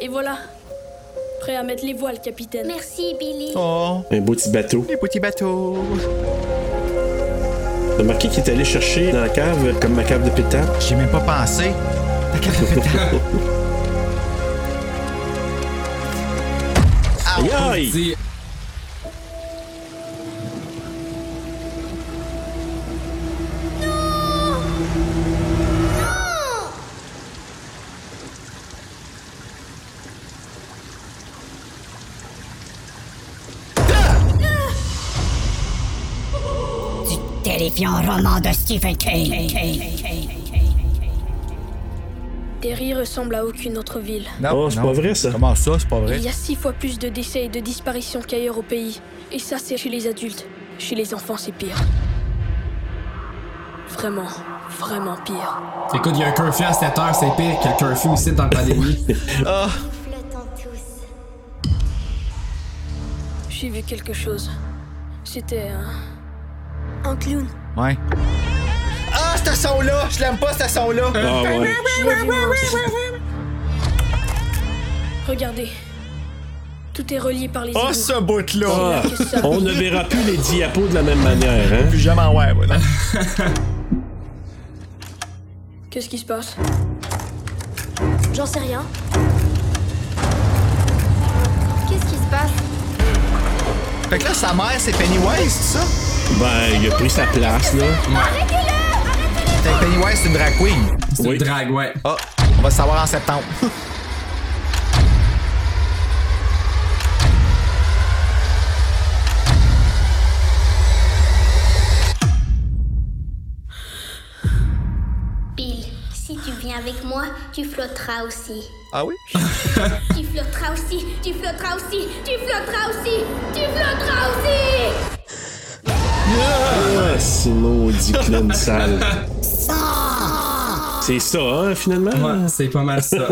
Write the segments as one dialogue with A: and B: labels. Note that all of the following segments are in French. A: Et voilà. Prêt à mettre les voiles, capitaine.
B: Merci, Billy.
C: Oh,
D: Un beau petit bateau.
C: les petits bateaux.
D: T'as remarqué qu'il est allé chercher dans la cave, comme ma cave de pétanque?
C: J'y ai même pas pensé. La carte de pétanque.
D: Aïe aïe!
E: Si-
F: du terrifiant roman de Stephen King.
A: Derry ressemble à aucune autre ville.
C: Non,
D: Oh, c'est
C: non.
D: pas vrai, ça.
C: Comment ça, c'est pas vrai?
A: Il y a six fois plus de décès et de disparitions qu'ailleurs au pays. Et ça, c'est chez les adultes. Chez les enfants, c'est pire. Vraiment, vraiment pire.
E: Écoute, il y a un curfew à 7 heures, c'est pire que le curfew ici dans la pandémie.
B: Flottons tous.
A: J'ai vu quelque chose. C'était euh, un... Un clown.
C: Ouais. Ah, ce son-là! Je l'aime pas, ce son-là!
D: Ah ouais.
A: Je l'ai vu, moi aussi. Regardez. Tout est relié par les
C: Oh,
A: égouts.
C: ce bout-là!
D: Ah,
A: Qu'est-ce que ça
D: on ne verra plus les diapos de la même manière, hein?
C: Plus jamais ouais, voilà.
A: Qu'est-ce qui se passe
B: J'en sais rien. Qu'est-ce qui se passe
C: Fait que là, sa mère, c'est Pennywise, c'est ça?
D: Ben, il a pris sa place, là.
C: Fait que Pennywise, c'est une drag queen.
E: C'est
D: Oui.
E: une drague, ouais.
C: Ah, on va le savoir en septembre.
B: Bill, si tu viens avec moi, tu flotteras aussi.
C: ah oui?
B: Tu flotteras aussi, tu flotteras aussi, tu flotteras aussi, tu flotteras aussi
D: Ah, c'est maudit clown sale. C'est ça, hein, finalement?
E: Ouais, c'est pas mal ça.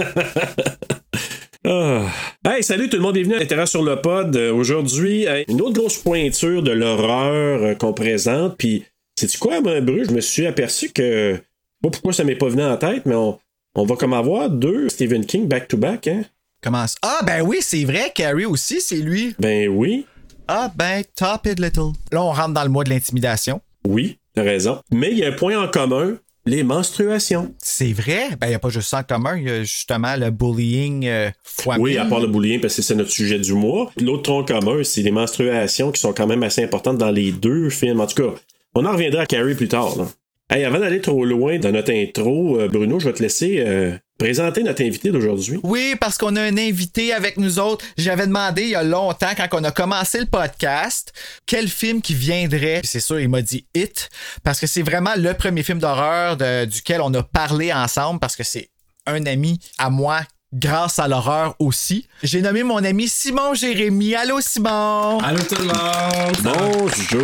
D: Ah. Hey, salut tout le monde, bienvenue à l'intérieur sur le pod. Euh, Aujourd'hui, hey, une autre grosse pointure de l'horreur euh, qu'on présente. Puis, sais-tu quoi, ben, Bru? Je me suis aperçu que. Je sais pas pourquoi ça m'est pas venu en tête, mais on, on va comme avoir deux Stephen King back-to-back, hein?
C: Comment ça? Ah, ben oui, c'est vrai, Carrie aussi, c'est lui.
D: Ben oui,
C: Ah, ben, top it little. Là, on rentre dans le mois de l'intimidation.
D: oui, t'as raison. Mais il y a un point en commun les menstruations.
C: C'est vrai? Ben, il n'y a pas juste ça en commun. Il y a justement le bullying euh, fois
D: Oui,
C: mille.
D: à part le boulien, parce que c'est notre sujet du mois. L'autre tronc commun, c'est les menstruations qui sont quand même assez importantes dans les deux films. En tout cas, on en reviendra à Carrie plus tard. là. Hey, avant d'aller trop loin dans notre intro, euh, Bruno, je vais te laisser euh, présenter notre invité d'aujourd'hui.
C: Oui, parce qu'on a un invité avec nous autres. J'avais demandé il y a longtemps, quand on a commencé le podcast, quel film qui viendrait. Puis C'est sûr, il m'a dit Hit, parce que c'est vraiment le premier film d'horreur de- duquel on a parlé ensemble, parce que c'est un ami à moi. Grâce à l'horreur aussi. J'ai nommé mon ami Simon Jérémy. Allô Simon!
E: Allô tout le monde! Ça va?
D: Bonjour,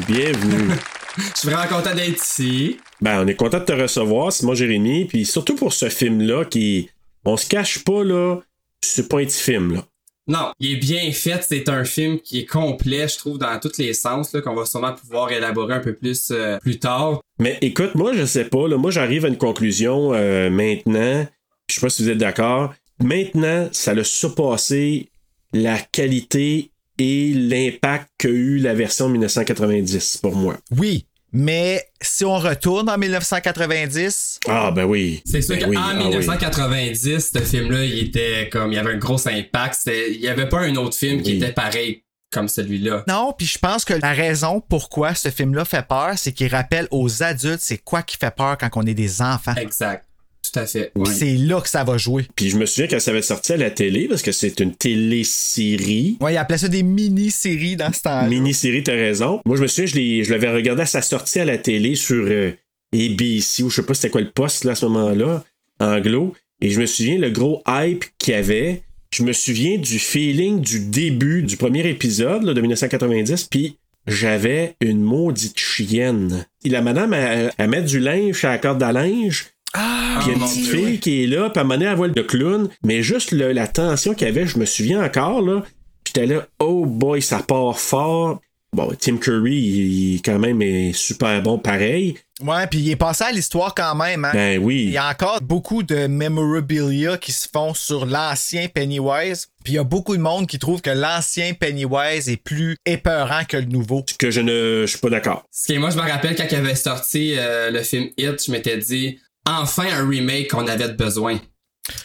D: bienvenue.
E: Je suis vraiment content d'être ici.
D: ben, on est content de te recevoir, Simon Jérémy, puis surtout pour ce film-là qui, on se cache pas, là, c'est pas un petit film, là.
E: Non, il est bien fait. C'est un film qui est complet, je trouve, dans tous les sens, là, qu'on va sûrement pouvoir élaborer un peu plus euh, plus tard.
D: Mais écoute, moi, je sais pas. Là, moi, j'arrive à une conclusion euh, maintenant. Je sais pas si vous êtes d'accord. Maintenant, ça a surpassé la qualité et l'impact qu'a eu la version 1990 pour moi.
C: Oui, mais si on retourne en 1990,
D: Ah, ben oui.
E: C'est sûr
D: Ben
E: qu'en
D: oui, ah oui.
E: 1990, ce film-là, il était comme, il avait un gros impact. C'était- Il y avait pas un autre film qui
D: Oui.
E: était pareil comme celui-là.
C: Non, puis je pense que la raison pourquoi ce film-là fait peur, c'est qu'il rappelle aux adultes c'est quoi qui fait peur quand on est des enfants.
E: Exact. Tout tout à fait.
C: Puis
E: Ouais.
C: C'est là que ça va jouer.
D: Puis je me souviens quand ça avait sorti à la télé, parce que c'est une télésérie.
C: Ouais, il appelait ça des mini-séries dans ce temps-là.
D: Mini-série, t'as raison. Moi, je me souviens, je, l'ai- je l'avais regardé à sa sortie à la télé sur euh, ABC, ou je sais pas c'était quoi le poste là, à ce moment-là, anglo. Et je me souviens le gros hype qu'il y avait. Je me souviens du feeling du début du premier épisode là, de 1990, puis j'avais une maudite chienne. Et la madame, elle, elle met du linge à la corde à linge,
C: Ah,
D: puis il y a une
E: mon
D: petite
E: Dieu,
D: fille
E: ouais.
D: qui est là, puis à un moment donné, elle voit le clown. Mais juste le- la tension qu'il y avait, je me souviens encore, là. Puis j'étais là, oh boy, ça part fort. Bon, Tim Curry, il, il, quand même est super bon pareil.
C: ouais, puis il est passé à l'histoire quand même. hein.
D: Ben
C: Il
D: oui.
C: y a encore beaucoup de memorabilia qui se font sur l'ancien Pennywise. Puis il y a beaucoup de monde qui trouve que l'ancien Pennywise est plus épeurant que le nouveau.
D: Que je ne je suis pas d'accord.
E: Ce qui est- moi, je me rappelle quand il avait sorti euh, le film Hit, je m'étais dit, enfin un remake qu'on avait de besoin.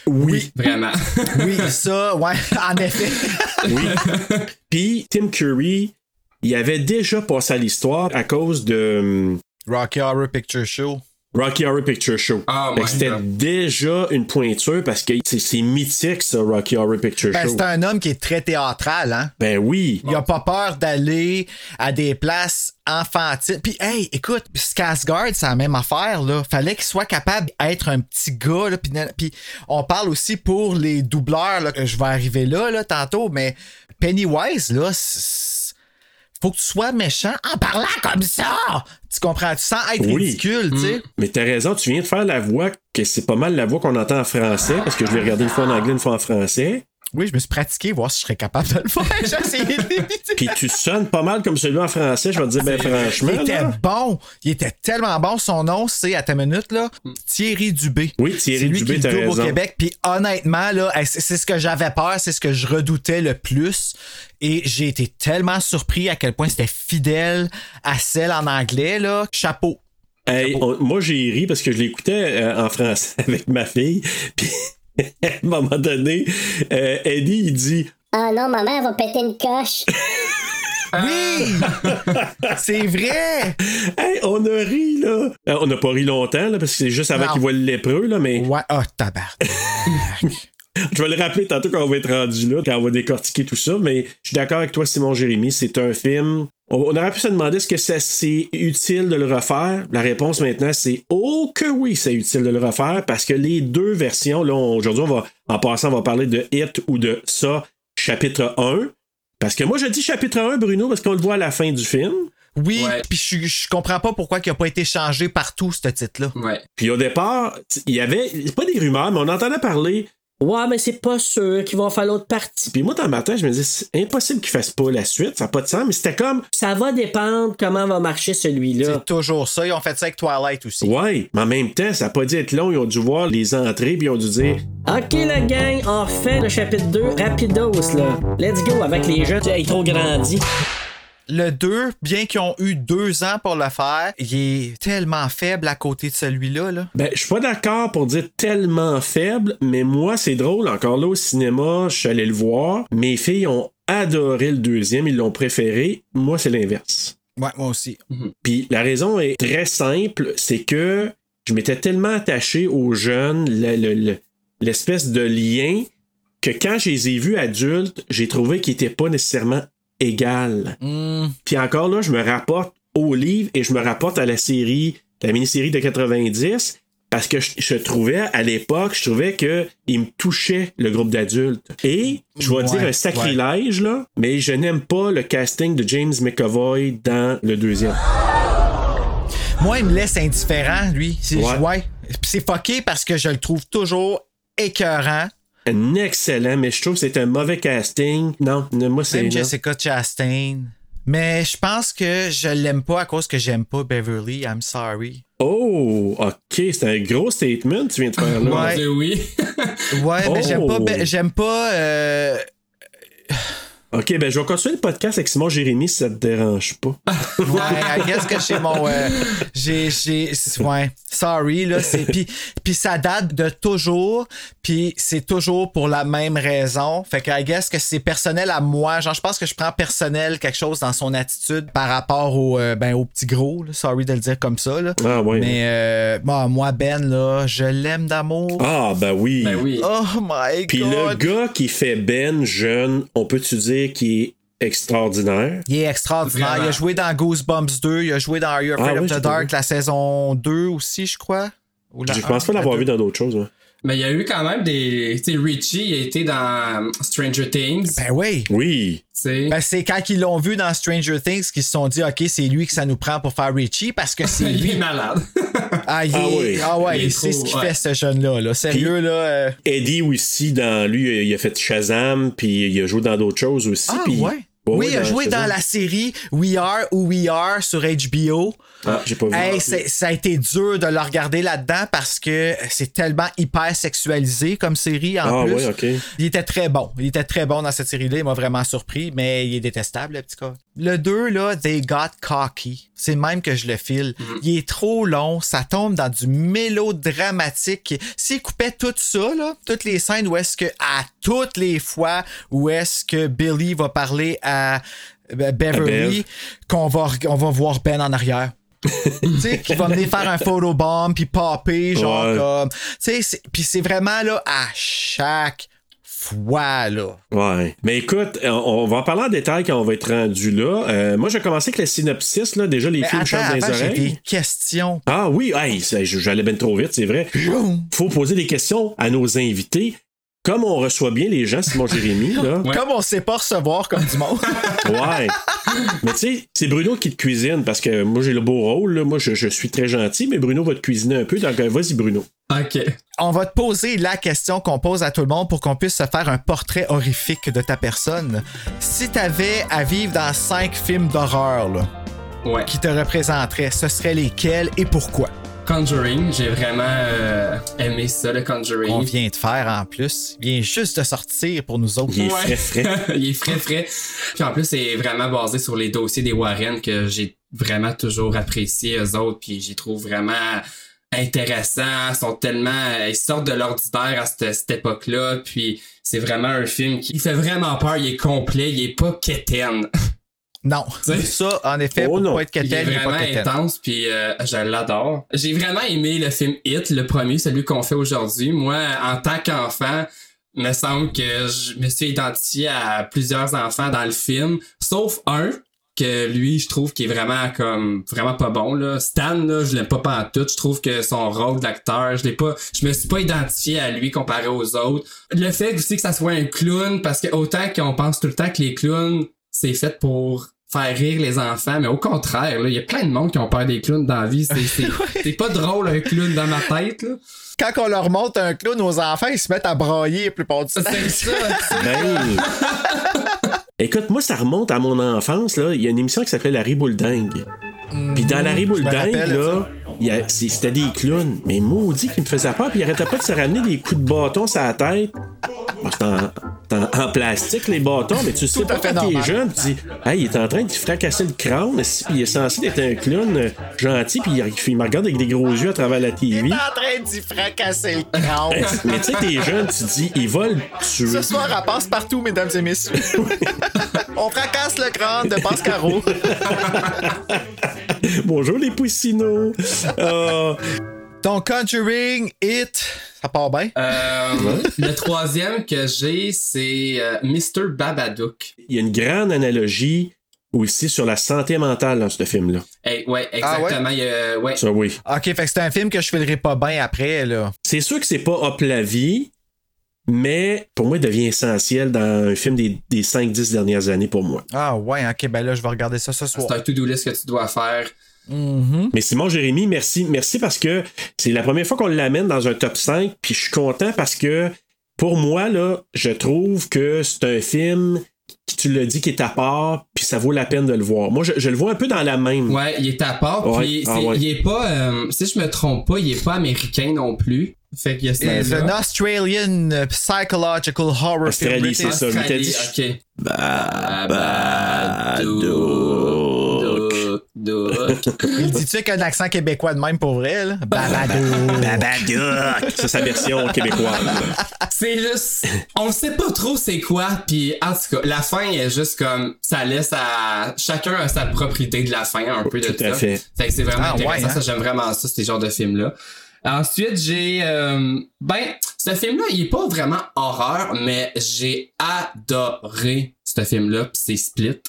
D: Oui.
E: Vraiment.
C: Oui, ça, ouais, en effet.
D: Oui. Puis Tim Curry, il avait déjà passé à l'histoire à cause de hum,
C: Rocky Horror Picture Show.
D: Rocky Horror Picture Show.
E: Ah,
D: Fait que
E: ouais.
D: c'était déjà une pointure parce que c'est- c'est mythique, ça, Rocky Horror Picture
C: Ben,
D: Show.
C: c'est un homme qui est très théâtral, hein.
D: Ben oui.
C: Il a pas peur d'aller à des places enfantines. Puis, hey, écoute, Skarsgård, c'est la même affaire, là. Fallait qu'il soit capable d'être un petit gars, là. Puis, puis on parle aussi pour les doubleurs, là, que je vais arriver là, là, tantôt, mais Pennywise, là, c'est- faut que tu sois méchant en parlant comme ça! Tu comprends? Tu sens être
D: Oui.
C: ridicule, tu sais.
D: Mais t'as raison, tu viens de faire la voix que c'est pas mal la voix qu'on entend en français, parce que je l'ai regardé une fois en anglais, une fois en français.
C: Oui, je me suis pratiqué, voir si je serais capable de le faire. J'ai essayé de-
D: Puis tu sonnes pas mal comme celui en français, je vais te dire, ben franchement.
C: Il était
D: là.
C: bon. Il était tellement bon. Son nom, c'est, à ta minute, là, Thierry Dubé.
D: Hmm. Oui,
C: C'est
D: Thierry
C: lui
D: Dubé,
C: qui
D: t'as
C: le double
D: raison.
C: au Québec. Puis honnêtement, là, hey, c'est c'est ce que j'avais peur, c'est ce que je redoutais le plus. Et j'ai été tellement surpris à quel point c'était fidèle à celle en anglais, là. Chapeau.
D: Hey, on- moi, j'ai ri parce que je l'écoutais euh, en français avec ma fille. Puis, à un moment donné, euh, Eddie, il dit
G: Ah
B: Oh non, maman, elle va péter une coche.
C: Oui! c'est vrai!
D: Hey, on a ri, là. Euh, on n'a pas ri longtemps, là, parce que c'est juste avant
C: Non.
D: qu'il voit le lépreux, là, mais
C: Ouais, ah, tabarnak.
D: Je vais le rappeler tantôt quand on va être rendu là, quand on va décortiquer tout ça, mais je suis d'accord avec toi, Simon Jérémy, c'est un film. On, on aurait pu se demander est-ce que ça c'est utile de le refaire. La réponse maintenant, c'est oh que oui, c'est utile de le refaire parce que les deux versions, là, on- aujourd'hui, on va, en passant, on va parler de Hit ou de ça, chapitre 1. Parce que moi, je dis chapitre 1, Bruno, parce qu'on le voit à la fin du film.
C: Oui,
E: Ouais.
C: puis je, je comprends pas pourquoi il a pas été changé partout, ce titre-là.
E: ouais.
D: Puis au départ, t- il y avait c'est pas des rumeurs, mais on entendait parler. Ouais, mais c'est pas sûr qu'ils vont faire l'autre partie. Puis moi, dans ma tête, je me dis, c'est impossible qu'ils fassent pas la suite, ça n'a pas de sens, mais c'était comme.
H: Ça va dépendre comment va marcher celui-là.
C: C'est toujours ça. Ils ont fait ça avec Twilight aussi.
D: Ouais, mais en même temps, ça n'a pas dû être long, ils ont dû voir les entrées, puis ils ont dû dire,
H: Ok la gang, on refait le chapitre 2 rapidos là. Let's go avec les jeunes. Ils trop grandi.
C: Le 2, bien qu'ils ont eu deux ans pour le faire, il est tellement faible à côté de celui-là, là.
D: Ben, je suis pas d'accord pour dire tellement faible, mais moi, c'est drôle. Encore là, au cinéma, je suis allé le voir. Mes filles ont adoré le deuxième, ils l'ont préféré. Moi, c'est l'inverse.
C: Ouais, moi aussi.
D: Puis la raison est très simple, c'est que je m'étais tellement attaché aux jeunes, le- le- le- l'espèce de lien, que quand je les ai vus adultes, j'ai trouvé qu'ils n'étaient pas nécessairement égales. Puis encore là, je me rapporte au livre et je me rapporte à la série, la mini-série de 90, parce que je, je trouvais à l'époque, je trouvais que il me touchait le groupe d'adultes. Et je vais
C: Ouais,
D: dire un sacrilège là, mais je n'aime pas le casting de James McAvoy dans le deuxième.
C: Moi, il me laisse indifférent, lui. C'est
D: Ouais.
C: ouais. Puis c'est fucké parce que je le trouve toujours écœurant.
D: un excellent, mais je trouve que c'est un mauvais casting. Non, ne- moi c'est.
C: Même
D: non.
C: Jessica Chastain. Mais je pense que je l'aime pas à cause que j'aime pas Beverly. I'm sorry.
D: Oh, ok, c'est un gros statement tu viens de faire là.
C: Ouais.
E: Mon Dieu, oui.
C: Ouais, mais
D: Oh.
C: j'aime pas. Be- J'aime pas. euh,
D: Ok, ben je vais continuer le podcast avec Simon Jérémy si ça te dérange pas.
C: Ouais, I guess que chez mon. euh, j'ai, j'ai, c'est- ouais, sorry, là. C'est, puis, puis ça date de toujours, puis c'est toujours pour la même raison. Fait que I guess que c'est personnel à moi. Genre, je pense que je prends personnel quelque chose dans son attitude par rapport au, euh, ben, au petit gros, là. Sorry de le dire comme ça, là.
D: Ah, ouais.
C: Mais, euh, bon, moi, Ben, là, je l'aime d'amour.
D: Ah, ben oui.
E: Ben oui.
C: Oh my
D: Puis le
C: god.
D: gars qui fait Ben jeune, on peut-tu dire qu'il est extraordinaire?
C: Il est extraordinaire.
E: Vraiment.
C: Il a joué dans Goosebumps 2, il a joué dans Are You Afraid
D: Ah oui,
C: of
D: j'ai
C: the
D: pas
C: Dark,
D: vu.
C: la saison 2 aussi, je crois. Ou la
D: Je
C: un,
D: pense pas
C: la
D: l'avoir
C: deux.
D: vu dans d'autres choses. hein. ouais.
E: Mais il y a eu quand même des. Tu sais, Richie, il a été dans euh, Stranger Things. tu
C: Ben oui.
D: Oui.
E: sais.
C: Ben, c'est quand ils l'ont vu dans Stranger Things qu'ils se sont dit, OK, c'est lui que ça nous prend pour faire Richie parce que c'est
E: il
C: lui.
E: est malade.
C: Ah, il
D: Ah
C: est-
D: oui.
C: ah ouais,
E: Il est
C: il sait
E: trop-
C: ce qu'il
E: ouais.
C: fait, ce jeune-là. Là. Sérieux, là. euh,
D: Eddie aussi, dans lui, il a fait Shazam, puis il a joué dans d'autres choses aussi.
C: Ah,
D: puis-
C: ouais. Oui, il a joué dans
D: Shazam.
C: la série We Are ou We Are sur HBO.
D: Ah, j'ai pas vu.
C: Hey, c'est- ça a été dur de le regarder là-dedans parce que c'est tellement hyper sexualisé comme série en
D: Ah,
C: plus.
D: ouais, ok.
C: Il était très bon. Il était très bon dans cette série-là. Il m'a vraiment surpris, mais il est détestable, le petit cas. Le 2, là, They Got Cocky. C'est le même que je le file. Il est trop long. Ça tombe dans du mélodramatique. S'il coupait tout ça, là, toutes les scènes où est-ce que, à toutes les fois, où est-ce que Billy va parler à euh, Beverly,
D: Bev.
C: qu'on va, on va voir Ben en arrière tu sais, qui va venir faire un photobomb puis popper, genre
D: Ouais.
C: comme. Tu sais, c'est- puis c'est vraiment là à chaque fois, là.
D: Ouais. Mais écoute, on, on va en parler en détail quand on va être rendu là. Euh, moi, j'ai commencé avec le synopsis, là. Déjà, les
C: Mais
D: films
C: attends,
D: chantent dans les
C: avant, j'ai
D: oreilles.
C: des questions.
D: Ah oui, hey, ça, je- j'allais bien trop vite, c'est vrai. Faut poser des questions à nos invités. Comme on reçoit bien les gens, Simon Jérémy, là.
E: Ouais.
C: Comme on sait pas recevoir comme du monde.
D: Ouais. mais tu sais, c'est Bruno qui te cuisine parce que moi, j'ai le beau rôle, là. Moi, je, je suis très gentil, mais Bruno va te cuisiner un peu. Donc, euh, vas-y, Bruno.
E: ok.
C: on va te poser la question qu'on pose à tout le monde pour qu'on puisse se faire un portrait horrifique de ta personne. Si t'avais à vivre dans cinq films d'horreur, là,
E: Ouais.
C: qui te représenteraient, ce seraient lesquels et pourquoi?
E: Conjuring, j'ai vraiment euh, aimé ça, le Conjuring.
C: On vient de faire en plus. Il vient juste de sortir pour nous autres.
D: Il est
E: Ouais.
D: frais, frais.
E: il est frais, frais. Puis en plus, c'est vraiment basé sur les dossiers des Warren que j'ai vraiment toujours apprécié eux autres. Puis j'y trouve vraiment intéressants. Ils sont tellement. Ils sortent de l'ordinaire à cette, cette époque-là. Puis c'est vraiment un film qui il fait vraiment peur. Il est complet. Il est pas quétaine.
C: Non.
E: sais-
C: Ça, en effet,
D: Oh
C: pour
D: non.
C: pas être
E: Il est
C: quétaine, il est
E: vraiment
C: pas quétaine.
E: intense, puis euh, je l'adore. J'ai vraiment aimé le film Hit, le premier, celui qu'on fait aujourd'hui. Moi, en tant qu'enfant, me semble que je me suis identifié à plusieurs enfants dans le film, sauf un que lui, je trouve qu'il est vraiment comme vraiment pas bon là. Stan là, je l'aime pas pantoute. Je trouve que son rôle d'acteur, je l'ai pas, je me suis pas identifié à lui comparé aux autres. Le fait aussi que ça soit un clown, parce que autant qu'on pense tout le temps que les clowns c'est fait pour faire rire les enfants, mais au contraire, là, il y a plein de monde qui ont peur des clowns dans la vie. C'est, c'est, c'est pas drôle un clown dans ma tête, là.
C: Quand on leur monte un clown, nos enfants, ils se mettent à brailler la plupart du temps.
E: C'est ça.
D: Ben. Écoute, moi, ça remonte à mon enfance. Là. Il y a une émission qui s'appelait La Ribouledingue. Puis dans La Ribouledingue,
C: Hmm, rappelle,
D: là, il y a- c'est- c'était des clowns. Mais maudit qui me faisait peur. Puis il arrêtait pas de se ramener des coups de bâton sur la tête. Bon, c'est en, c'est en- en plastique, les bâtons. Mais tu sais
C: à
D: pas
C: fait
D: quand t'es
C: normal.
D: jeune. Tu dis, hey, il est en train de fracasser le crâne. est-ce- Puis il est censé être un clown euh, gentil. Puis il, il me regarde avec des gros yeux à travers la TV.
C: T'es en train d'y fracasser le crâne.
D: Mais tu sais, t'es jeune, tu dis, ils veulent tuer.
C: Ce soir, elle passe partout, mesdames et messieurs. on fracasse le crâne de Pascaro.
D: Bonjour les poussinots. Euh,
C: Donc, Conjuring, It, ça part bien.
E: Euh, le troisième que j'ai, c'est euh, Mr. Babadook.
D: il y a une grande analogie aussi sur la santé mentale dans ce film-là.
E: Eh, ouais,
C: Ah ouais?
E: exactement. il y a- ouais.
D: Ça, oui.
C: Ok, fait que c'est un film que je filerai pas bien après, là.
D: C'est sûr que c'est pas hop la vie, mais pour moi, il devient essentiel dans un film des, des 5-10 dernières années pour moi.
C: Ah ouais, ok, ben là, je vais regarder ça ce soir. Mhm.
E: C'est un to-do list que tu dois faire.
D: Mais Simon Jérémy, merci. Merci parce que c'est la première fois qu'on l'amène dans un top 5, puis je suis content parce que pour moi, là, je trouve que c'est un film qui, tu le dis, qui est à part, puis ça vaut la peine de le voir. Moi, je, je le vois un peu dans la même.
E: Ouais, il est à part.
D: Ouais,
E: Puis
D: ah
E: c'est-
D: ouais.
E: il est pas, euh, si je me trompe pas, il est pas américain non plus. Fait qu'il y a ce
C: It's an
E: là
C: Australian uh, psychological horror film.
D: Australie, Ah,
C: written-
D: c'est ça. je t'ai dit.
E: ok. bah,
D: Babadook.
E: Babadook.
C: Il dit-tu avec un accent québécois de même pour vrai, là? Babadook.
D: Babadook. C'est sa version québécoise.
E: C'est juste, on sait pas trop c'est quoi, puis en tout cas, la fin est juste comme, ça laisse à chacun à sa propre idée de la fin, un peu de
D: Tout à
E: ça.
D: fait.
E: Fait que c'est vraiment
C: Ah,
E: intéressant,
C: ouais, hein?
E: ça j'aime vraiment ça, ces genres de films-là. Ensuite, j'ai, euh, ben, ce film-là, il est pas vraiment horreur, mais j'ai adoré ce film-là, puis c'est Split.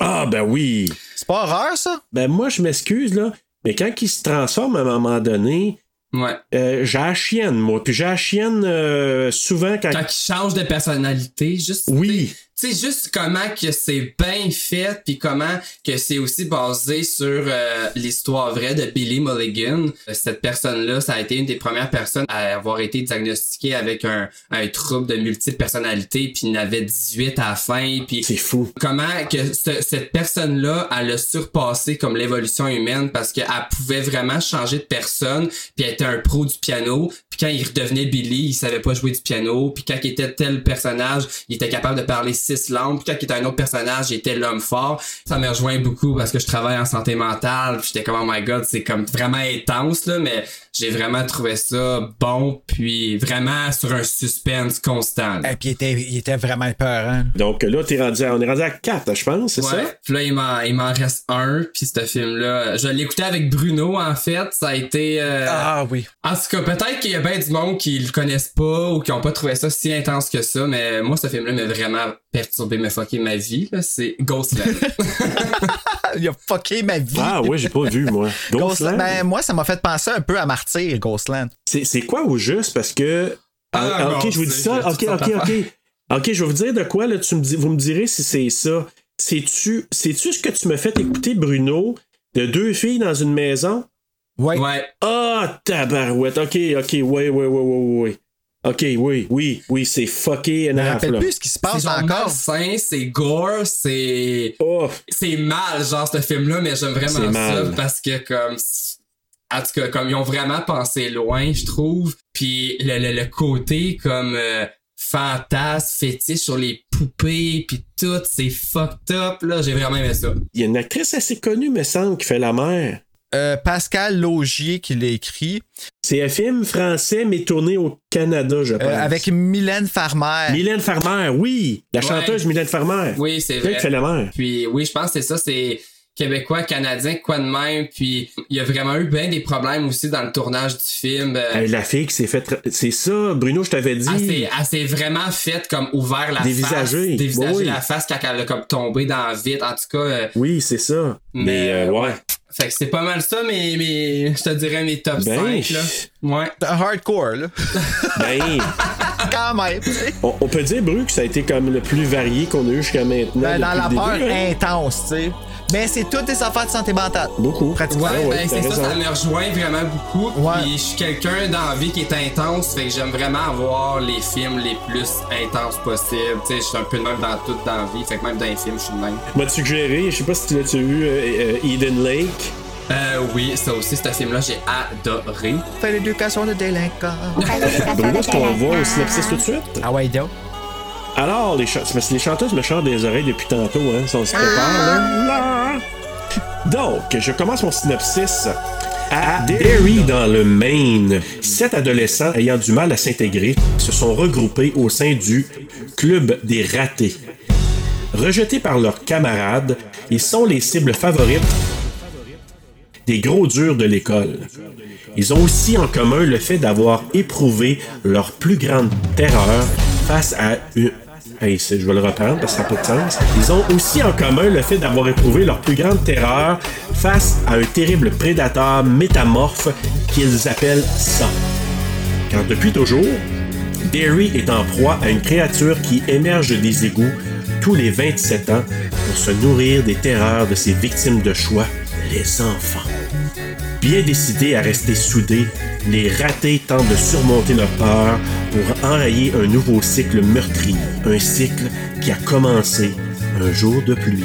D: Ah, ben oui.
C: C'est pas horreur, ça?
D: Ben moi, je m'excuse, là. Mais quand il se transforme à un moment donné,
E: Ouais.
D: euh, j'ai la chienne, moi. Puis j'ai la chienne euh, souvent quand.
E: Quand il change de personnalité, juste
D: Oui.
E: tu sais juste comment que c'est bien fait puis comment que c'est aussi basé sur euh, l'histoire vraie de Billy Mulligan Euh, cette personne là ça a été une des premières personnes à avoir été diagnostiquée avec un, un trouble de multiple personnalité puis il en avait 18 à la fin puis
D: C'est fou.
E: comment que ce- cette personne-là, elle a surpassé comme l'évolution humaine parce qu'elle pouvait vraiment changer de personne, puis elle était un pro du piano, puis quand il redevenait Billy, il savait pas jouer du piano, puis quand il était tel personnage, il était capable de parler six langues, puis quand il était un autre personnage, il était l'homme fort. Ça me rejoint beaucoup parce que je travaille en santé mentale, puis j'étais comme oh my god, c'est comme vraiment intense là, mais j'ai vraiment trouvé ça bon, puis vraiment sur un suspense constant. là.
C: Et Eh, puis il était, il était vraiment peur, hein?
D: Donc là, t'es rendu à- on est rendu à 4, je pense, c'est
E: Ouais.
D: ça?
E: Puis là, il m'en, il m'en reste un. Puis ce film-là, je l'ai écouté avec Bruno, en fait. Ça a été... euh,
C: Ah oui.
E: En tout cas, peut-être qu'il y a bien du monde qui le connaissent pas ou qui ont pas trouvé ça si intense que ça. Mais moi, ce film-là m'a vraiment perturbé, m'a fucké ma vie. là. C'est Ghostland.
C: Ah, Il a fucké ma vie.
D: Ah oui, j'ai pas vu, moi.
C: Ghostland.
D: Ghostland?
C: Ben, moi, ça m'a fait penser un peu à Martyr, Ghostland.
D: C'est c'est quoi au juste? Parce que.
E: Ah,
D: Ah,
E: bon,
D: ok, je vous dis
E: c'est-
D: ça.
E: c'est
D: Ok,
E: toute
D: ok,
E: notre
D: ok. Ok, je vais vous dire de quoi, là, tu me dis, vous me direz si c'est ça. Sais-tu sais-tu ce que tu me fait écouter, Bruno, de deux filles dans une maison?
C: Ouais.
E: ouais.
D: Ah, tabarouette. Ok, ok, oui, oui, oui, oui, oui. Ok, oui, oui, oui, c'est fucké
C: Je me
D: enough,
C: rappelle
D: là.
C: plus ce qui se passe
E: C'est genre
C: Ah, encore.
E: malsain, c'est gore, c'est...
D: Oh,
E: c'est mal, genre, ce film-là, mais j'aime
D: C'est
E: vraiment ça
D: mal.
E: parce que, comme, en tout cas, comme ils ont vraiment pensé loin, je trouve. Puis le, le, le côté, comme, euh, fantasme, fétiche sur les poupées, puis tout, c'est fucked up, là. J'ai vraiment aimé ça.
D: il y a une actrice assez connue, me semble, qui fait la mère.
C: Euh, Pascal Laugier qui l'a écrit,
D: C'est un film français, mais tourné au Canada, je pense.
C: euh, avec Mylène Farmer.
D: Mylène Farmer, oui! La
E: Ouais.
D: chanteuse Mylène Farmer.
E: Oui, c'est
D: C'est elle
E: vrai.
D: qui fait la mère.
E: Puis oui, je pense que c'est ça, c'est québécois, canadien, quoi de même. Puis il y a vraiment eu bien des problèmes aussi dans le tournage du film. Euh,
D: Hey, la fille qui s'est fait. tra- C'est ça, Bruno, je t'avais dit.
E: Elle s'est- elle s'est ah, vraiment faite comme ouvert la face.
D: Dévisagée.
E: Dévisager
D: Oui.
E: la face quand elle a comme tombé dans vite. En tout cas, euh,
D: Oui, c'est ça.
E: Mais,
D: Mais, euh, ouais.
E: fait que c'est pas mal ça, mais, mais je te dirais mes top
D: Ben,
E: 5. Là. Ouais.
C: Hardcore, là.
D: ben,
C: Quand même. tu sais.
D: on, on peut dire, Bru, que ça a été comme le plus varié qu'on a eu jusqu'à maintenant.
C: Ben, dans la
D: depuis
C: peur
D: le début, hein.
C: intense, tu sais. Mais c'est toutes des affaires de santé mentale.
D: Beaucoup.
C: Pratiquement.
E: Ouais,
D: Ah ouais,
E: ben,
D: t'as
E: c'est ça,
D: raison.
E: ça me rejoint vraiment beaucoup.
C: Ouais.
E: Puis je suis quelqu'un d'envie qui est intense, fait que j'aime vraiment avoir les films les plus intenses possibles. Tu sais, je suis un peu de même dans toute dans la vie, fait que même dans les films, je suis de même.
D: M'as suggéré, je sais pas si tu l'as vu, euh, euh, Eden Lake.
E: Euh, oui, ça aussi, ce film-là, j'ai adoré.
C: Fait l'éducation de délinquants.
D: Bruno, est-ce qu'on voit au synopsis tout de suite?
C: Ah ouais, donc.
D: Alors, les, chan- c'est parce que les chanteuses me chantent des oreilles depuis tantôt, hein, si on se prépare. là. Donc, je commence mon synopsis. À Derry, dans le Maine, sept adolescents ayant du mal à s'intégrer se sont regroupés au sein du Club des ratés. Rejetés par leurs camarades, ils sont les cibles favorites des gros durs de l'école. Ils ont aussi en commun le fait d'avoir éprouvé leur plus grande terreur face à une... Hey, c'est- je vais le reprendre parce que ça n'a pas de sens. Ils ont aussi en commun le fait d'avoir éprouvé leur plus grande terreur face à un terrible prédateur métamorphe qu'ils appellent ça. Car depuis toujours, Derry est en proie à une créature qui émerge des égouts tous les 27 ans pour se nourrir des terreurs de ses victimes de choix, les enfants. Bien décidés à rester soudés, les ratés tentent de surmonter leur peur pour enrayer un nouveau cycle meurtrier, un cycle qui a commencé un jour de pluie,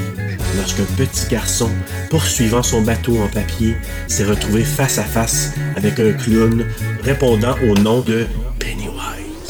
D: lorsqu'un petit garçon, poursuivant son bateau en papier, s'est retrouvé face à face avec un clown répondant au nom de Pennywise.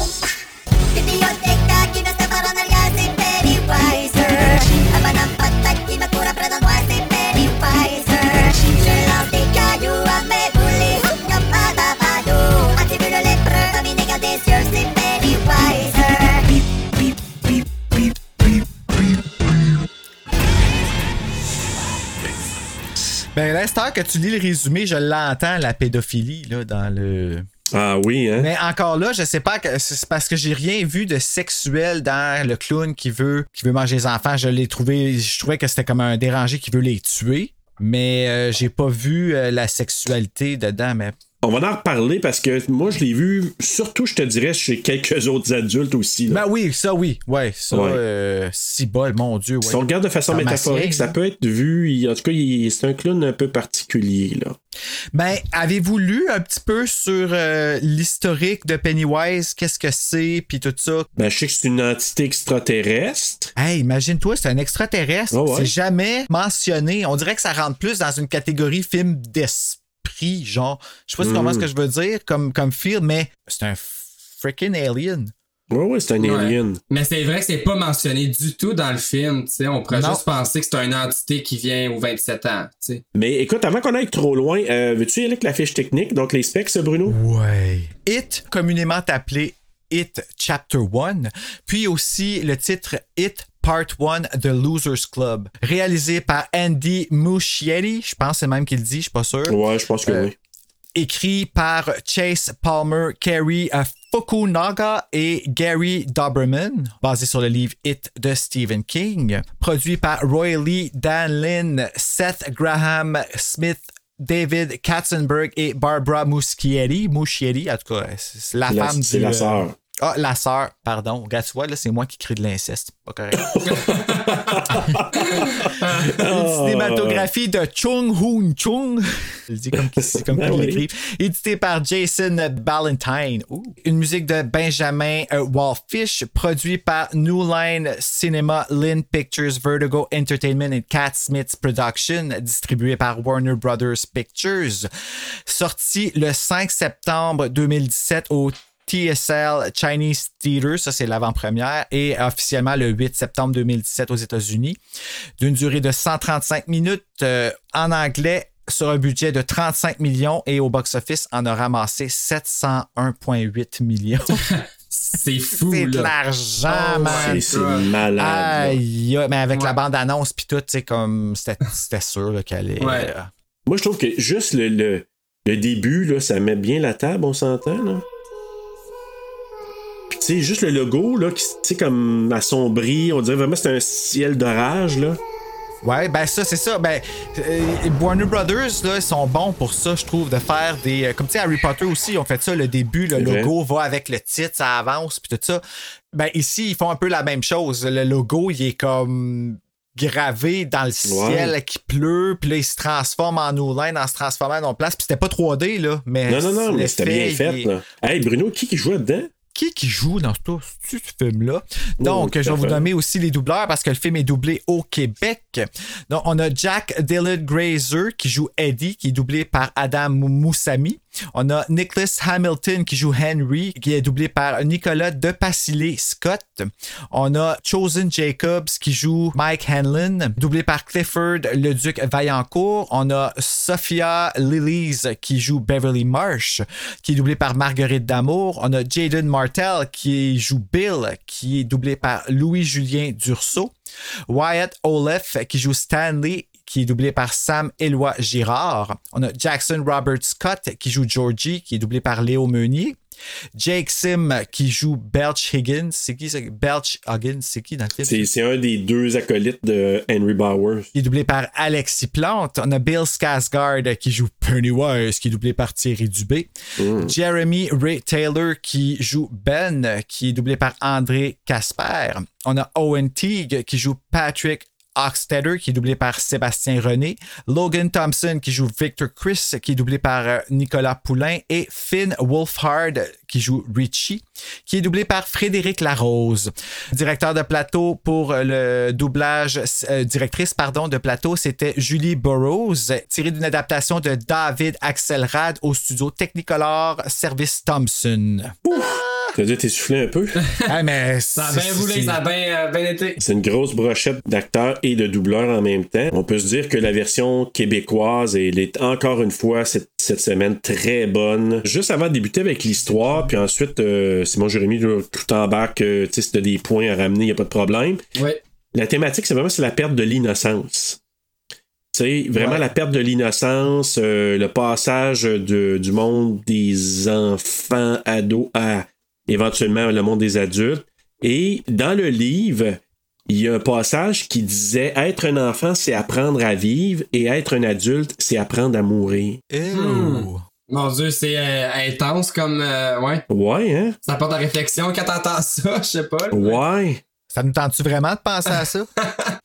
C: Ben, l'instant que tu lis le résumé, je l'entends, la pédophilie, là, dans le.
D: Ah oui, hein?
C: Mais encore là, je sais pas, que c'est parce que j'ai rien vu de sexuel dans le clown qui veut, qui veut manger les enfants. Je l'ai trouvé, je trouvais que c'était comme un dérangé qui veut les tuer, mais euh, j'ai pas vu euh, la sexualité dedans. Mais
D: On va en reparler parce que moi, je l'ai vu, surtout, je te dirais, chez quelques autres adultes aussi. là.
C: Ben oui, ça oui, ouais, ça,
D: Ouais.
C: euh, si bol, mon dieu, ouais.
D: Si on le regarde de façon
C: Pharmacien,
D: métaphorique, ça
C: là.
D: peut être vu. il- En tout cas, il- c'est un clown un peu particulier. Là.
C: Ben, avez-vous lu un petit peu sur euh, l'historique de Pennywise, qu'est-ce que c'est, puis tout ça?
D: Ben, je sais que c'est une entité extraterrestre.
C: Hey, imagine-toi, c'est un extraterrestre.
D: Ah ouais?
C: C'est jamais mentionné. On dirait que ça rentre plus dans une catégorie film d'esprit, genre. Je sais pas si tu comprends ce que je veux dire comme, comme film, mais c'est un freaking alien.
D: Oui, oui, c'est un
E: Ouais.
D: alien.
E: Mais c'est vrai que c'est pas mentionné du tout dans le film. tu sais. On pourrait
C: Non.
E: juste penser que c'est une entité qui vient aux 27 ans. tu sais.
D: Mais écoute, avant qu'on aille trop loin, euh, veux-tu y aller avec la fiche technique, donc les specs, Bruno?
C: Mm-hmm. Ouais. It, communément appelé It Chapter 1, puis aussi le titre It Part 1 The Losers Club, réalisé par Andy Muschietti, je pense que c'est le même qu'il dit, je suis pas sûr.
D: Ouais, je pense que
C: Euh,
D: oui.
C: écrit par Chase Palmer, Kerry euh, Fukunaga et Gary Doberman, basé sur le livre It de Stephen King, produit par Roy Lee, Dan Lin, Seth Graham Smith. David Katzenberg et Barbara Muschietti. Muschietti, en tout cas, c'est c'est la,
D: C'est la-
C: femme du...
D: c'est la
C: euh,
D: sœur.
C: Ah, la sœur, pardon. Regarde, tu vois, là, c'est moi qui crie de l'inceste. Pas correct. Une cinématographie de Chung Hoon Chung. Je le dis comme, c'est comme
D: Ben
C: qu'il
D: oui.
C: l'écrit. Édité par Jason Ballantyne. Ouh. Une musique de Benjamin euh, Wallfish, produit par New Line Cinema, Lynn Pictures, Vertigo Entertainment et Cat Smith's Production, distribué par Warner Brothers Pictures. Sorti le 5 septembre 2017 au TSL Chinese Theater, ça c'est l'avant-première, et officiellement le 8 septembre 2017 aux États-Unis, d'une durée de 135 minutes euh, en anglais sur un budget de 35 millions et au box-office en a ramassé 701,8 millions.
E: C'est fou,
C: c'est de
E: là.
C: l'argent,
E: Oh,
C: man!
D: C'est
E: my
D: c'est
E: God.
D: malade. là.
C: Aïe, aïe, mais avec la bande-annonce puis tout, c'est comme c'était c'était sûr là, qu'elle est.
E: Ouais.
C: euh,
D: Moi, je trouve que juste le, le, le début, là, ça met bien la table, on s'entend. là. Puis, tu sais, juste le logo, là, qui, tu sais, comme assombri, on dirait vraiment que c'est un ciel d'orage, là.
C: Ouais, ben ça, c'est ça. Ben, euh, Warner Brothers, là, ils sont bons pour ça, je trouve, de faire des. euh, Comme tu sais, Harry Potter aussi, ils ont fait ça, le début, le
D: C'est vrai.
C: logo va avec le titre, ça avance, puis tout ça. Ben, ici, ils font un peu la même chose. Le logo, il est comme gravé dans le ciel qui pleut, puis là, il se transforme en New Line en se transformant en place. Puis c'était pas 3D, là, mais.
D: Non, non, non, mais c'était bien
C: l'effet,
D: fait,
C: il est-
D: là. Hey, Bruno, qui qui jouait dedans?
C: qui qui joue dans ce, ce film-là. Donc,
D: tout à
C: je vais vous
D: fait.
C: nommer aussi les doubleurs parce que le film est doublé au Québec. Donc, on a Jack Dillard Grazer qui joue Eddie, qui est doublé par Adam Moussami. On a Nicholas Hamilton qui joue Henry, qui est doublé par Nicolas Depassilé Scott. On a Chosen Jacobs qui joue Mike Hanlon, doublé par Clifford Le Duc Vaillancourt. On a Sophia Lilies qui joue Beverly Marsh, qui est doublé par Marguerite Damour. On a Jaden Martel qui joue Bill, qui est doublé par Louis-Julien Dursault. Wyatt Olef qui joue Stanley qui est doublé par Sam Eloi Girard. On a Jackson Robert Scott qui joue Georgie, qui est doublé par Léo Meunier. Jake Sim qui joue Belch Higgins. C'est qui ça? Belch Higgins, c'est qui dans le film?
D: C'est c'est un des deux acolytes de Henry Bowers.
C: qui est doublé par Alexis Plante. On a Bill Skarsgård qui joue Pennywise, qui est doublé par Thierry Dubé. Jeremy Ray Taylor qui joue Ben, qui est doublé par André Casper. On a Owen Teague qui joue Patrick Oxtetter, qui est doublé par Sébastien René, Logan Thompson, qui joue Victor Chris, qui est doublé par euh, Nicolas Poulain, et Finn Wolfhard, qui joue Richie, qui est doublé par Frédéric Larose. Directeur de plateau pour euh, le doublage, euh, directrice, pardon, de plateau, c'était Julie Burroughs, tirée d'une adaptation de David Axelrad au studio Technicolor Service Thompson.
D: T'as dû t'essouffler un peu.
C: Ah, mais
E: Ça a
C: c'est-
E: bien roulé,
C: c'est-
E: ça a bien, euh, bien été.
D: C'est une grosse brochette d'acteurs et de doubleurs en même temps. On peut se dire que la version québécoise elle est encore une fois cette, cette semaine très bonne. Juste avant de débuter avec l'histoire, puis ensuite, euh, Simon Jérémy, là, tout en bac, tu sais, si t'as des points à ramener, y a pas de problème.
E: Ouais.
D: La thématique, c'est vraiment c'est la perte de l'innocence. C'est vraiment
C: Ouais.
D: la perte de l'innocence, euh, le passage de- du monde des enfants, ados, à éventuellement le monde des adultes. Et dans le livre, il y a un passage qui disait Être un enfant, c'est apprendre à vivre, et être un adulte, c'est apprendre à mourir.
C: Eh,
E: Hmm.
C: oh.
E: Mon Dieu, c'est euh, intense comme. euh, ouais.
D: Ouais, hein?
E: Ça porte à réflexion quand t'entends ça, je sais pas. là.
D: Ouais.
C: Ça nous tente-tu vraiment de penser à ça?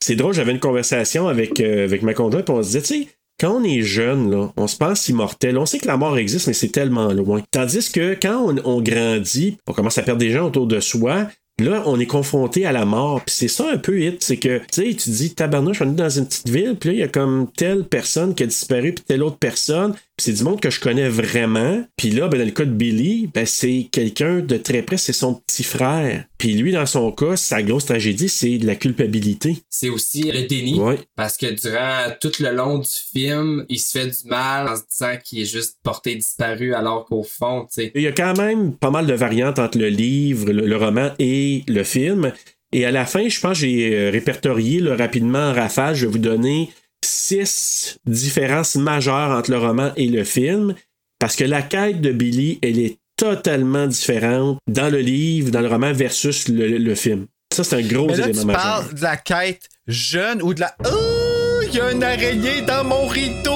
D: C'est drôle, j'avais une conversation avec, euh, avec ma conjointe, puis on se disait, tu sais, quand on est jeune, là, on se pense immortel. On sait que la mort existe, mais c'est tellement loin. Tandis que quand on, on grandit, on commence à perdre des gens autour de soi. Là, on est confronté à la mort, puis c'est ça un peu hit, c'est que, tu sais, tu dis, tabarnouche, on est dans une petite ville, puis là, il y a comme telle personne qui a disparu, puis telle autre personne, puis c'est du monde que je connais vraiment, puis là, ben, dans le cas de Billy, ben, c'est quelqu'un de très près, c'est son petit frère. Puis lui, dans son cas, sa grosse tragédie, c'est de la culpabilité.
E: C'est aussi le déni.
D: Ouais.
E: Parce que durant tout le long du film, il se fait du mal en se disant qu'il est juste porté disparu alors qu'au fond, tu sais.
D: Il y a quand même pas mal de variantes entre le livre, le, le roman et le film. Et à la fin, je pense que j'ai euh, répertorié là, rapidement en rafale. Je vais vous donner six différences majeures entre le roman et le film. Parce que la quête de Billy, elle est totalement différente dans le livre, dans le roman versus le, le- le film. Ça, c'est un gros
C: Mais là,
D: élément
C: tu
D: majeur.
C: parles de la quête jeune ou de la. Oh, il y a une araignée dans mon rideau!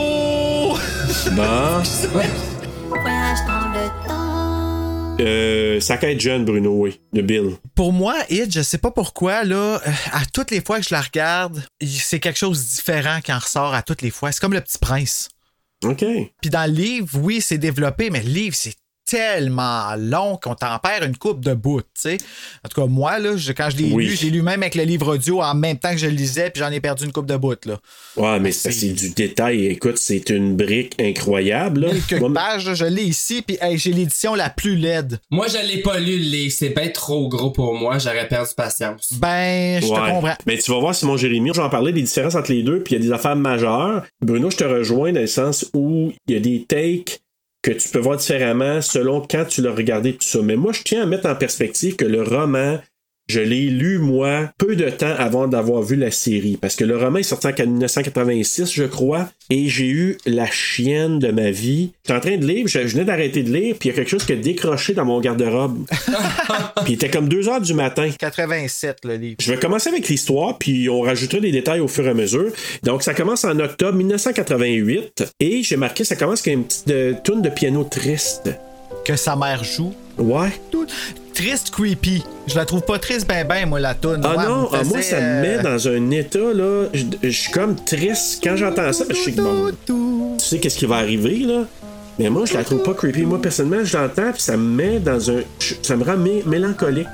D: Bon.
B: Voyage dans le temps.
D: Euh, sa quête jeune, Bruno, oui, de Bill.
C: Pour moi, It, je sais pas pourquoi, là, euh, à toutes les fois que je la regarde, il- c'est quelque chose de différent qui en ressort à toutes les fois. C'est comme le petit prince.
D: OK.
C: Puis dans le livre, oui, c'est développé, mais le livre, c'est tellement long qu'on t'en perd une coupe de bout, tu sais. En tout cas, moi, là, je- quand je l'ai
D: Oui.
C: lu, j'ai lu même avec le livre audio en même temps que je le lisais, puis j'en ai perdu une coupe de bout, là.
D: Ouais, mais c'est c'est du détail. Écoute, c'est une brique incroyable. là.
C: Quelques
D: Moi,
C: pages, là, je l'ai ici, puis hey, j'ai l'édition la plus laide.
E: Moi, je l'ai pas lu, le livre. C'est bien trop gros pour moi. J'aurais perdu patience.
C: Ben, je te
D: Ouais.
C: comprends.
D: Mais tu vas voir, Simon Jérémy, j'en parlais des différences entre les deux, puis il y a des affaires majeures. Bruno, je te rejoins dans le sens où il y a des takes que tu peux voir différemment selon quand tu l'as regardé, tout ça. Mais moi, je tiens à mettre en perspective que le roman, je l'ai lu, moi, peu de temps avant d'avoir vu la série. Parce que le roman est sorti en 1986, je crois, et j'ai eu la chienne de ma vie. J'étais en train de lire, je je venais d'arrêter de lire, puis il y a quelque chose qui a décroché dans mon garde-robe. puis il était comme 2 heures du matin.
C: 87, le livre.
D: Je vais commencer avec l'histoire, puis on rajoutera des détails au fur et à mesure. Donc, ça commence en octobre 1988, et j'ai marqué, ça commence avec une petite euh, toune de piano triste.
C: Que sa mère joue.
D: Ouais.
C: Tout- Triste, creepy. Je la trouve pas triste, ben, ben, moi, la toune.
D: Ah
C: Ouais,
D: non,
C: elle me
D: ah, moi,
C: faisait,
D: ça me met
C: euh,
D: dans un état, là. Je je suis comme triste quand j'entends ça, parce que je sais que, bon,
C: tout.
D: tu sais qu'est-ce qui va arriver, là. Mais moi, je la trouve pas creepy. Moi, personnellement, je l'entends, puis ça me met dans un. Ça me rend mé- mélancolique.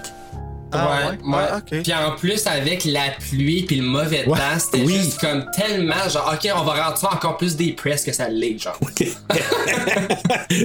C: Ah, ouais, Ah, ok.
E: Puis en plus, avec la pluie puis le mauvais
C: Ouais.
E: temps, c'était
D: Oui.
E: juste comme tellement genre, OK, on va rendre ça encore plus dépress que ça l'est, genre.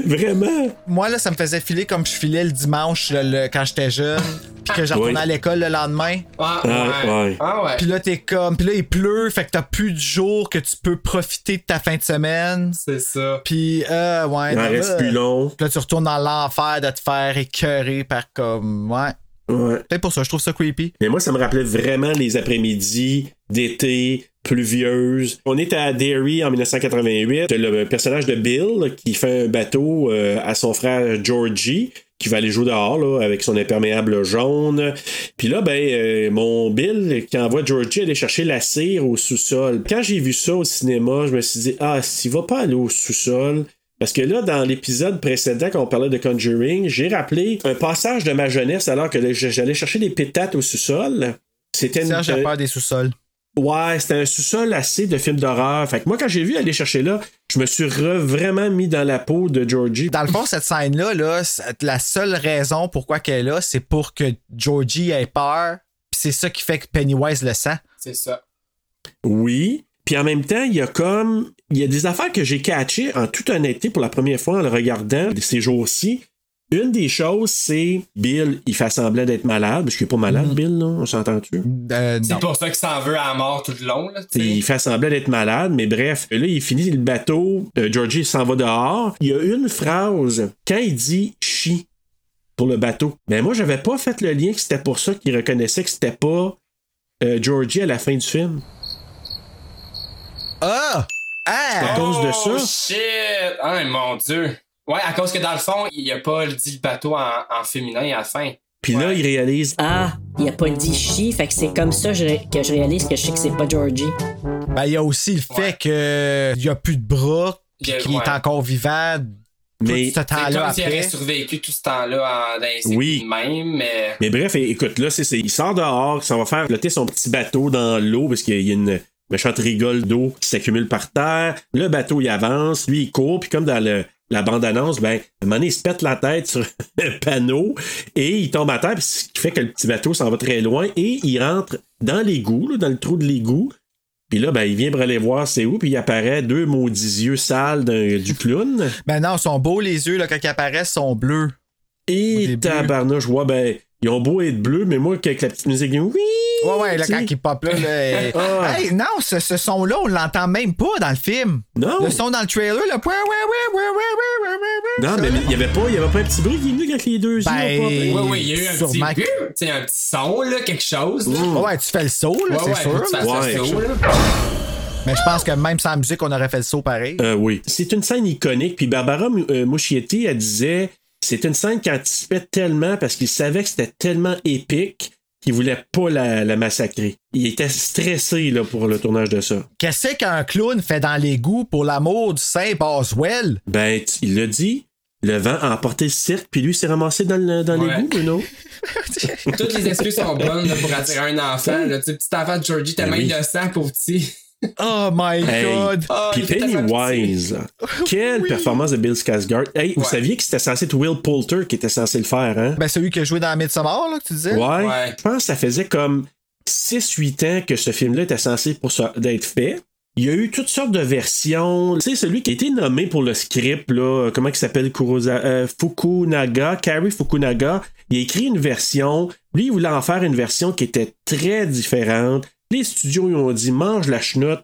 D: Vraiment.
C: Moi, là, ça me faisait filer comme je filais le dimanche là, le- quand j'étais jeune, puis que je retournais
D: Oui.
C: à l'école le lendemain.
E: Ah,
D: Ah,
E: ouais.
D: ouais.
E: Ah, ouais.
C: Puis là, t'es comme. Puis là, il pleut, fait que t'as plus de jours que tu peux profiter de ta fin de semaine.
E: C'est ça.
C: Puis, euh, ouais.
D: Il en
C: là,
D: reste
C: là,
D: plus long.
C: Puis là, tu retournes dans l'enfer de te faire écœurer par comme. Ouais.
D: Ouais.
C: Peut-être pour ça, je trouve ça creepy.
D: Mais moi, ça me rappelait vraiment les après-midi d'été pluvieuses. On est à Derry en 1988. T'as Le personnage de Bill qui fait un bateau euh, à son frère Georgie qui va aller jouer dehors là, avec son imperméable jaune. Puis là, ben, euh, mon Bill qui envoie Georgie aller chercher la cire au sous-sol. Quand j'ai vu ça au cinéma, je me suis dit, ah, s'il va pas aller au sous-sol, parce que là, dans l'épisode précédent, quand on parlait de Conjuring, j'ai rappelé un passage de ma jeunesse alors que j'allais chercher des pétates au sous-sol. C'était une. euh,
C: Serge a peur des sous-sols.
D: Ouais, c'était un sous-sol assez de films d'horreur. Fait que moi, quand j'ai vu aller chercher là, je me suis re- vraiment mis dans la peau de Georgie.
C: Dans le fond, cette scène-là, là, c'est- la seule raison pourquoi qu'elle est là, c'est pour que Georgie ait peur. Puis c'est ça qui fait que Pennywise le sent.
E: C'est ça.
D: Oui. Puis en même temps, il y a comme. Il y a des affaires que j'ai catchées en toute honnêteté pour la première fois en le regardant de ces jours-ci. Une des choses, c'est Bill, il fait semblant d'être malade, parce qu'il est pas malade, Bill, là, on s'entend-tu?
C: Euh, non.
E: C'est pour ça qu'il s'en veut à la mort tout le long, là, tu sais.
D: Il fait semblant d'être malade, mais bref, là, il finit le bateau. euh, Georgie s'en va dehors. Il y a une phrase quand il dit chi pour le bateau. Mais moi, j'avais pas fait le lien que c'était pour ça qu'il reconnaissait que c'était pas euh, Georgie à la fin du film.
C: Ah! Ah!
D: À cause de ça.
E: Oh shit! Ah, mon dieu! Ouais, à cause que dans le fond, il a pas dit le bateau en, en féminin à la fin.
D: Puis là, il réalise
H: Ah, il a pas dit chi, fait que c'est comme ça je ré- que je réalise que je sais que c'est pas Georgie.
C: Ben, il y a aussi le fait
E: Ouais.
C: que il y a plus de bras,
E: Il y a-
C: qu'il
E: ouais.
C: est encore vivant
D: Mais-
C: tout ce
E: C'est
C: temps-là
E: comme s'il avait
C: après.
E: survécu tout ce temps-là en, dans les
D: Oui.
E: séquences de même, mais
D: Mais bref, é- écoute, là, c'est, c'est- il sort dehors, ça va faire flotter son petit bateau dans l'eau parce qu'il y a une méchante rigole d'eau qui s'accumule par terre. Le bateau, il avance, lui, il court, puis comme dans le- la bande-annonce, ben, à un moment donné, il se pète la tête sur un panneau et il tombe à terre, puis ce qui fait que le petit bateau s'en va très loin et il rentre dans l'égout, là, dans le trou de l'égout. Puis là, ben, il vient pour aller voir c'est où, puis il apparaît deux maudits yeux sales d'un- du clown.
C: Ben non, ils sont beaux les yeux, là, quand ils apparaissent, ils sont bleus. Au
D: Et
C: début.
D: tabarnouche, ouais, ben, ils ont beau être bleus, mais moi, avec la petite musique, oui!
C: Ouais, ouais, là,
D: tu sais.
C: quand il pop là, là, il-
D: Ah.
C: Hey, non, ce, ce son-là, on l'entend même pas dans le film.
D: Non!
C: Le son dans le trailer, là. ouais, ouais, ouais, ouais, ouais, ouais, ouais, ouais, ouais,
D: Non,
C: ça.
D: mais il n'y avait pas, il y avait pas un petit bruit qui est venu avec les deux
C: Ben,
D: yeux.
E: oui,
D: pas-
E: oui, il y a eu un
C: Sûrement
E: petit, tu sais, un petit son, là, quelque chose. Là.
C: Ouais, ouais, tu fais le saut, là,
E: Ouais,
C: c'est
E: ouais,
C: sûr.
E: faut que tu
C: là.
E: fasses un
D: Oh. Ouais.
E: saut, là.
C: Mais je pense que même sans musique, on aurait fait le saut pareil.
D: Euh, oui. C'est une scène iconique. Puis Barbara Mou- euh, Mouchietti, elle disait c'est une scène qu'il anticipait tellement parce qu'il savait que c'était tellement épique qu'il voulait pas la, la massacrer. Il était stressé là, pour le tournage de ça.
C: Qu'est-ce qu'un clown fait dans l'égout pour l'amour du Saint Boswell?
D: Ben, tu- il l'a dit. Le vent a emporté le cirque, puis lui s'est ramassé dans, le, dans
E: Ouais.
D: l'égout, Bruno.
E: Toutes les excuses sont bonnes là, pour attirer un enfant. Là. Tu sais, petit enfant de Georgie, tellement
D: Ben oui.
E: innocent, pauvre petit.
C: Oh my
D: Hey.
C: god!
E: Ah,
D: Puis
E: il fait tellement
D: Pennywise, là. quelle performance de Bill Skarsgård. Hey, vous
E: Ouais.
D: saviez que c'était censé être Will Poulter qui était censé le faire, hein?
C: Ben, celui qui a joué dans Midsommar, là, que tu disais?
D: Ouais.
E: Ouais.
D: Je pense que ça faisait comme 6-8 ans que ce film-là était censé pour ça d'être fait. Il y a eu toutes sortes de versions. Tu sais, celui qui a été nommé pour le script, là, comment il s'appelle, Kurosa- euh, Fukunaga, Cary Fukunaga, il a écrit une version. Lui, il voulait en faire une version qui était très différente. Les studios lui ont dit, mange la chenoute.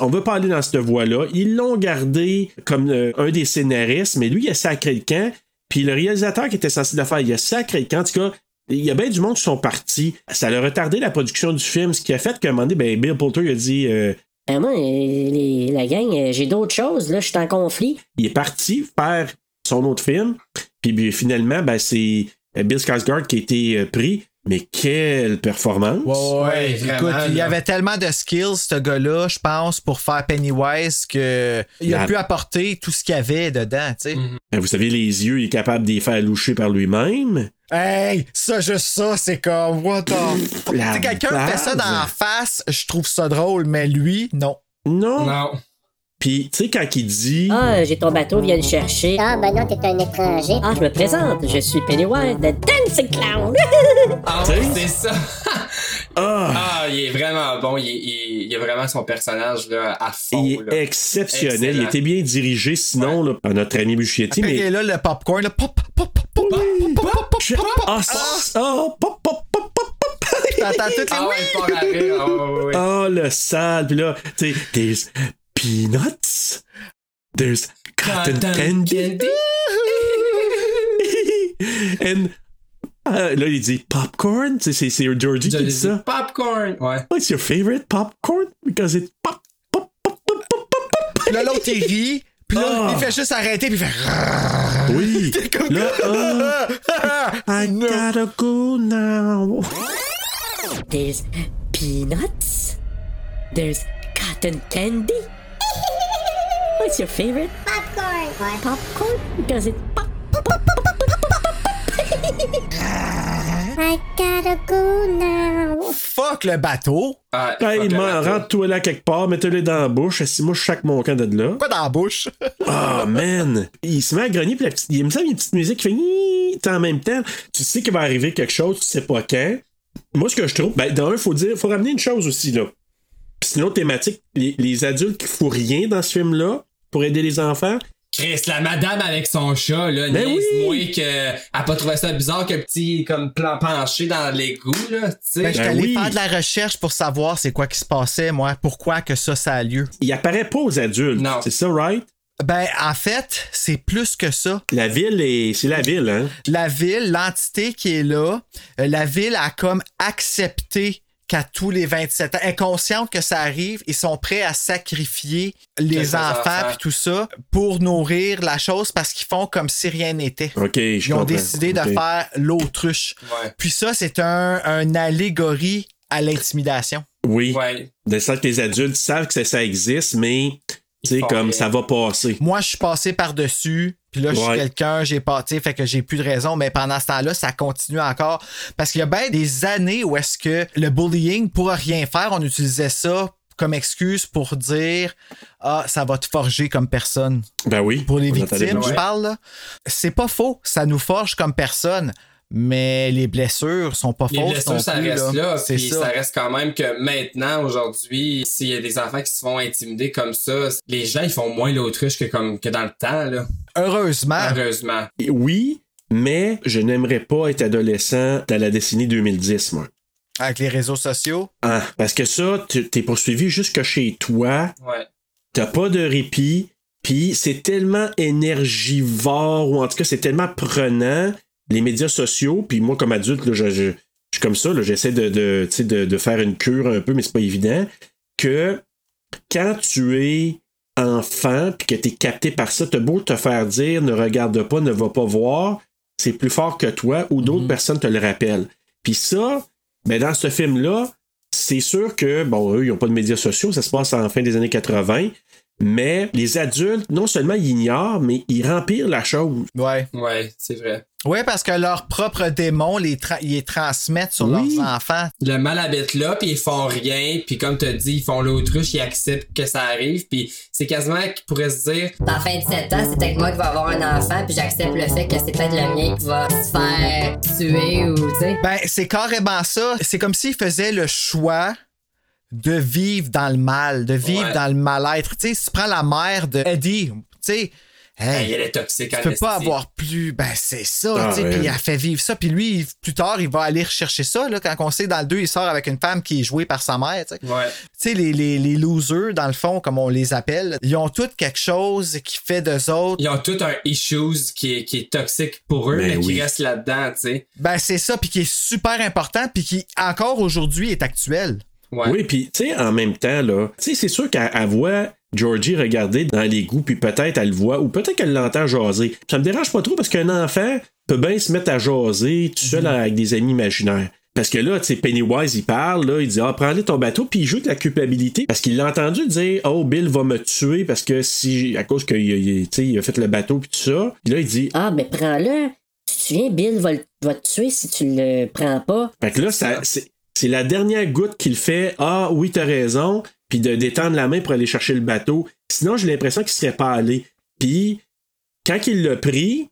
D: On veut pas aller dans cette voie-là. Ils l'ont gardé comme euh, un des scénaristes, mais lui, il a sacré le camp. Puis le réalisateur qui était censé le faire, il a sacré le camp. En tout cas, il y a bien du monde qui sont partis. Ça a retardé la production du film, ce qui a fait qu'à un moment donné, ben, Bill Poulter il a dit euh,
H: Ben moi, euh, les- la gang, euh, j'ai d'autres choses, là, je suis en conflit.
D: il est parti faire son autre film. Puis ben, finalement, ben, c'est euh, Bill Skarsgård qui a été euh, pris. Mais quelle performance!
C: Ouais, ouais,
E: Ouais,
C: écoute,
E: vraiment,
C: il y
E: là.
C: avait tellement de skills, ce gars-là, je pense, pour faire Pennywise, que il a
D: La-
C: pu apporter tout ce qu'il y avait dedans, tu sais.
D: Ben, vous savez, les yeux, il est capable de les faire loucher par lui-même.
C: Hey, ça, juste ça, c'est comme, what the... Tu
D: La
C: sais, quelqu'un fait ça dans la
D: base.
C: face, je trouve ça drôle, mais lui, non.
D: Non!
E: Non.
D: Puis, tu sais, quand il dit.
H: Ah, j'ai ton bateau, viens le chercher.
B: Ah, ben non, t'es un étranger.
H: Ah, je me présente, je suis Pennywise, the Dancing Clown.
E: Ah,
D: Tu sais?
E: ouais, c'est ça.
D: Ah!
E: ah, il est vraiment bon. Il, il, il a vraiment son personnage là, à
C: oh
E: fond.
D: il est
E: là.
D: exceptionnel. Il
E: Excellent.
D: était bien dirigé, sinon, là, par notre ami Buchietti.
C: Puis
D: Mais
C: là, le popcorn, là, pop, pop, pop, pop, pop, pop, pop, pop, pop, pop.
D: Ah, ça- ah, pop, pop, pop, pop, pop.
C: T'entends toutes les...
E: Ah ouais, il part à rire. Ah, ouais, ouais, ouais.
D: Ah, le sale. Puis là, tu sais, there's peanuts, there's cotton
E: Cotton
D: candy,
E: candy.
D: and euh, là, il dit popcorn. Tu sais, C'est c'est Georgie
E: Je
D: qui
E: l'ai
D: dit
E: dit,
D: ça.
E: Popcorn. Ouais.
D: What's your favorite popcorn? Because it pop, pop, pop, pop, pop, pop, pop.
C: Puis là, l'autre, il rit. Puis là,
D: Ah.
C: il fait juste arrêter, puis il fait...
D: Oui. Là, ah, I gotta go now.
H: There's peanuts. There's cotton candy. What's your favorite?
B: Popcorn. Ouais.
H: Popcorn? Because it pop.
B: I gotta go now.
C: fuck le bateau.
E: Ah,
D: Hey,
E: fuck,
D: m'en
E: la-
D: rentre-toi là quelque part, mets-le dans la bouche. Si moi, je chaque mon camp de là.
C: Quoi dans la bouche?
D: Ah, man! Il se met à grogner, puis la petite- il me semble qu'il y a une petite musique qui fait Iiii en même temps. Tu sais qu'il va arriver quelque chose, tu sais pas quand. Moi, ce que je trouve, ben, dans un, faut dire, faut ramener une chose aussi, là. Puis c'est une autre thématique. Les, les adultes qui font rien dans ce film-là pour aider les enfants.
E: Chris, la madame avec son chat, là,
D: Ben
E: niaise-moi
D: oui.
E: que elle a pas trouvé ça bizarre que petit comme plan penché dans l'égout, là, tu sais.
C: Ben, je suis
D: Ben
C: allé
D: oui.
C: faire de la recherche pour savoir c'est quoi qui se passait, moi, pourquoi que ça, ça a lieu.
D: Il apparaît pas aux adultes.
E: Non.
D: C'est ça, right?
C: Ben, en fait, c'est plus que ça.
D: La ville, est- c'est la ville, hein?
C: La ville, l'entité qui est là, euh, la ville a comme accepté qu'à tous les 27 ans, inconsciente que ça arrive, ils sont prêts à sacrifier les
E: Quelques
C: enfants
E: enfants.
C: puis tout ça pour nourrir la chose parce qu'ils font comme si rien n'était.
D: OK, je
C: Ils ont
D: comprends.
C: décidé de
D: OK.
C: faire l'autruche.
E: Ouais.
C: Puis ça, c'est un, un allégorie à l'intimidation.
D: Oui.
E: Ouais.
D: De sorte que les adultes savent que ça, ça existe, mais, tu sais,
E: font
D: comme
E: rien.
D: ça va passer.
C: Moi, je suis passé par-dessus, puis là, je suis
D: Ouais.
C: quelqu'un, j'ai pâté, fait que j'ai plus de raison, mais pendant ce temps-là, ça continue encore. Parce qu'il y a bien des années où est-ce que le bullying, pour rien faire, on utilisait ça comme excuse pour dire Ah, ça va te forger comme personne.
D: Ben oui.
C: Pour les
D: On entendait
C: victimes,
D: beaucoup.
C: je parle, là. C'est pas faux, ça nous forge comme personne. Mais les blessures sont pas
E: Les
C: fausses. non
E: blessures, ça
C: plus,
E: reste là.
C: C'est
E: puis ça. reste quand même que maintenant, aujourd'hui, s'il y a des enfants qui se font intimider comme ça, les gens, ils font moins l'autruche que, comme, que dans le temps, là.
C: Heureusement,
E: Heureusement.
D: Oui, mais je n'aimerais pas être adolescent dans la décennie 2010, moi.
C: avec les réseaux sociaux,
D: Ah, parce que ça, tu- t'es poursuivi jusque chez toi,
E: Ouais.
D: t'as pas de répit, puis c'est tellement énergivore, ou en tout cas, c'est tellement prenant, les médias sociaux, puis moi, comme adulte, là, je, je- je suis comme ça, là, j'essaie de, de, tu sais, de- de faire une cure un peu, mais c'est pas évident, que quand tu es enfant, puis que t'es capté par ça, t'as beau te faire dire, ne regarde pas, ne va pas voir, c'est plus fort que toi, ou d'autres personnes te le rappellent. Puis ça, mais dans ce film-là, c'est sûr que, bon, eux, ils n'ont pas de médias sociaux, ça se passe en fin des années 80, mais les adultes, non seulement ils ignorent, mais ils rempirent la chose.
C: ouais.
E: Ouais, c'est vrai.
C: Oui, parce que leurs propres démons les, tra- ils les transmettent sur
D: Oui.
C: leurs enfants.
E: Le mal habite là, puis ils font rien, puis comme t'as dit, ils font l'autruche, ils acceptent que ça arrive, puis c'est quasiment qu'ils pourraient se dire,
I: Dans 27 ans, c'est peut-être moi qui vais avoir un enfant, puis j'accepte le fait que c'est peut-être le mien qui va se faire tuer ou, tu sais.
C: Ben, c'est carrément ça. C'est comme s'ils faisaient le choix de vivre dans le mal, de vivre
E: Ouais.
C: dans le mal-être. Tu sais, si tu prends la mère de Eddie, tu sais,
E: hey,
C: hey,
E: elle est toxique.
C: tu peux pas avoir plus. Ben, c'est ça,
D: Ah,
C: tu sais,
D: ouais.
C: puis elle fait vivre ça. Puis lui, il- plus tard, il va aller rechercher ça. Là, quand on sait, dans le 2, il sort avec une femme qui est jouée par sa mère, tu sais.
E: Ouais.
C: tu sais, les, les, les losers, dans le fond, comme on les appelle, ils ont toutes quelque chose qui fait d'eux autres.
E: Ils ont tout un issues qui est, qui est toxique pour eux,
D: Mais
E: mais,
D: oui.
E: qui reste là-dedans, tu sais.
C: Ben, c'est ça, puis qui est super important, puis qui, encore aujourd'hui, est actuel.
E: Ouais.
D: Oui, puis, tu sais, en même temps, là, tu sais, c'est sûr qu'elle elle voit Georgie regarder dans les goûts, puis peut-être elle le voit, ou peut-être qu'elle l'entend jaser. Ça me dérange pas trop parce qu'un enfant peut bien se mettre à jaser tout seul avec des amis imaginaires. Parce que là, tu sais, Pennywise, il parle, là, il dit Ah, prends-le ton bateau, puis il joue de la culpabilité. Parce qu'il l'a entendu dire Oh, Bill va me tuer parce que si, à cause qu'il a- il a- tu sais, il a fait le bateau, puis tout ça. Puis là, il dit
I: Ah, ben prends-le. Tu te souviens, Bill va, le- va te tuer si tu le prends pas.
D: Fait que là, ça- c'est c'est la dernière goutte qu'il fait Ah oui, t'as raison, puis de détendre la main pour aller chercher le bateau. Sinon, j'ai l'impression qu'il serait pas allé. Puis, quand il l'a pris,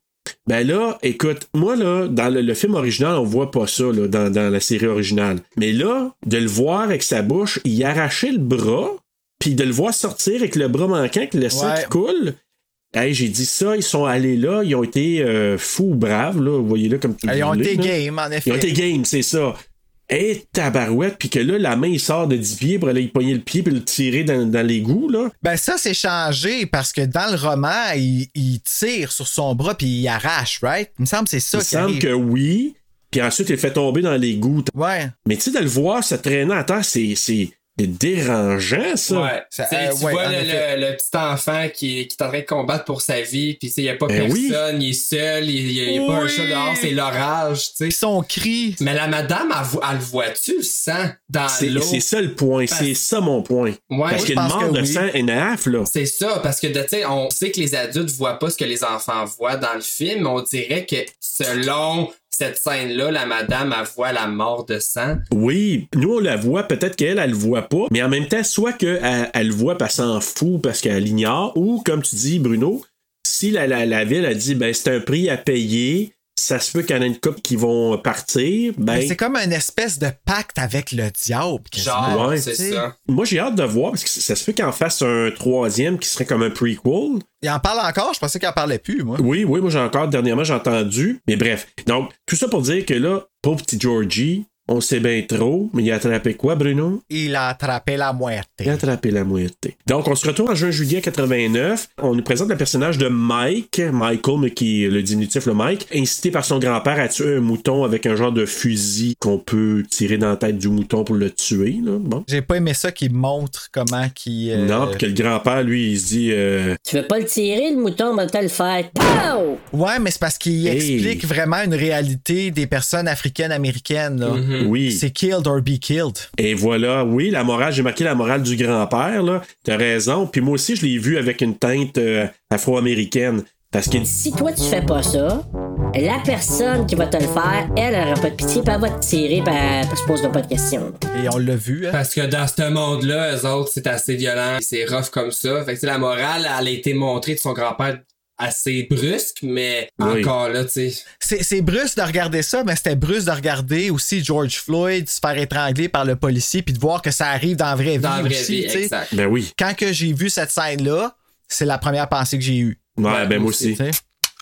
D: ben là, écoute, moi, là, dans le, le film original, on voit pas ça, là, dans, dans la série originale. Mais là, de le voir avec sa bouche, il arrachait le bras, puis de le voir sortir avec le bras manquant, avec le sang
C: Ouais.
D: qui coule. Hey, j'ai dit ça, ils sont allés là, ils ont été euh, fous, braves, là, vous voyez là comme tu
C: Ils ont
D: voulez,
C: été
D: là.
C: game, en
D: Ils
C: effet.
D: ont été game, c'est ça. Et tabarouette, puis que là, la main, il sort de 10 pieds pour aller pogner le pied puis le tirer dans, dans l'égout, là.
C: Ben, ça, c'est changé, parce que dans le roman, il, il tire sur son bras, puis il arrache, right? Il me semble que c'est ça
D: il
C: qui
D: semble
C: arrive.
D: que oui. Puis ensuite, il le fait tomber dans l'égout.
C: Ouais.
D: Mais tu sais, de le voir se traîner à terre, c'est, c'est, c'est dérangeant, ça.
E: Ouais.
C: Ça,
E: Tu sais,
C: euh,
E: tu
C: ouais, en
E: vois le,
C: effet.
E: le- le petit enfant qui, est- qui est en train de combattre pour sa vie, puis tu sais, il n'y a pas
D: Ben oui.
E: personne, il est seul, il n'y a, il y a pas un
C: Oui.
E: chat dehors, c'est l'orage, tu
C: Puis
E: sais.
C: son cri,
E: Mais la madame, elle, vo- elle le voit-tu, le sang, dans
D: C'est,
E: l'eau?
D: c'est ça le point, c'est ça mon point.
E: Ouais.
D: Parce
C: je
D: qu'il y a une
C: pense
D: mort
C: que
D: de
C: oui.
D: sang et là.
E: C'est ça, parce que, de- tu sais, on sait que les adultes voient pas ce que les enfants voient dans le film. On dirait que selon cette scène-là, la madame, elle voit la mort de sang.
D: Oui, nous on la voit, peut-être qu'elle, elle le voit pas, mais en même temps, soit qu'elle elle le voit parce qu'elle s'en fout, parce qu'elle l'ignore, ou comme tu dis, Bruno, si la, la, la ville a dit, ben c'est un prix à payer, ça se peut qu'il y en ait une couple qui vont partir, ben.
C: Mais C'est comme une espèce de pacte avec le diable. quasiment.
E: Genre,
D: ouais,
E: c'est
C: tu sais.
E: ça.
D: Moi j'ai hâte de voir, parce que ça se peut qu'en fasse un troisième qui serait comme un prequel.
C: Il en parle encore, je pensais qu'il en parlait plus, moi.
D: Oui, oui, moi j'ai encore, dernièrement j'ai entendu, mais bref. Donc, tout ça pour dire que là, pauvre petit Georgie, on sait bien trop, mais il a attrapé quoi, Bruno?
C: Il a attrapé la muerte.
D: Et attraper la moitié. Donc, on se retrouve en juin-juillet 89. On nous présente le personnage de Mike, Michael, mais qui est le diminutif, le Mike, incité par son grand-père à tuer un mouton avec un genre de fusil qu'on peut tirer dans la tête du mouton pour le tuer. Là. Bon.
C: J'ai pas aimé ça qu'il montre comment qu'il. euh,
D: Non, puis que le grand-père, lui, il se dit euh,
J: Tu veux pas le tirer, le mouton, mais t'as le faire. Pow!
C: Ouais, mais c'est parce qu'il
D: Hey.
C: explique vraiment une réalité des personnes africaines-américaines.
D: Mm-hmm.
C: là.
D: Oui.
C: C'est killed or be killed.
D: Et voilà, oui, la morale, j'ai marqué la morale du grand-père, là. T'as raison. Puis moi aussi, je l'ai vu avec une teinte euh, afro-américaine. Parce qu'il
J: Si toi, tu fais pas ça, la personne qui va te le faire, elle, elle aura pas de pitié, puis elle va te tirer, puis elle elle se posera pas de questions.
C: Et on l'a vu. hein.
E: Parce que dans ce monde-là, eux autres, c'est assez violent, c'est rough comme ça. Fait que tu sais, la morale, elle a été montrée de son grand-père assez brusque, mais
D: Oui.
E: encore là, tu sais.
C: C'est c'est brusque de regarder ça, mais c'était brusque de regarder aussi George Floyd se faire étrangler par le policier puis de voir que ça arrive dans la vraie
E: Dans la
C: vie
E: vraie
C: aussi.
E: vie,
C: tu sais.
E: exact.
D: Ben oui.
C: Quand que j'ai vu cette scène-là, c'est la première pensée que j'ai eue.
D: Ouais,
E: Ouais,
D: ben moi
E: moi
D: aussi.
C: tu sais.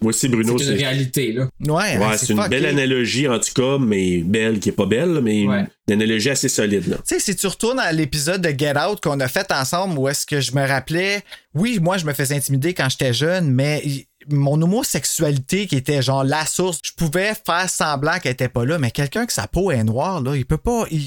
D: Moi aussi, Bruno,
E: C'est une
D: c'est.
E: réalité, là.
C: Ouais,
D: Ouais,
C: hein,
D: c'est une
C: fucké.
D: belle analogie, en tout cas, mais belle, qui est pas belle, mais
E: Ouais.
D: une analogie assez solide. Là.
C: Tu sais, si tu retournes à l'épisode de Get Out qu'on a fait ensemble, où est-ce que je me rappelais, oui, moi, je me faisais intimider quand j'étais jeune, mais y- mon homosexualité qui était genre la source, je pouvais faire semblant qu'elle était pas là, mais quelqu'un que sa peau est noire, là, il peut pas, il,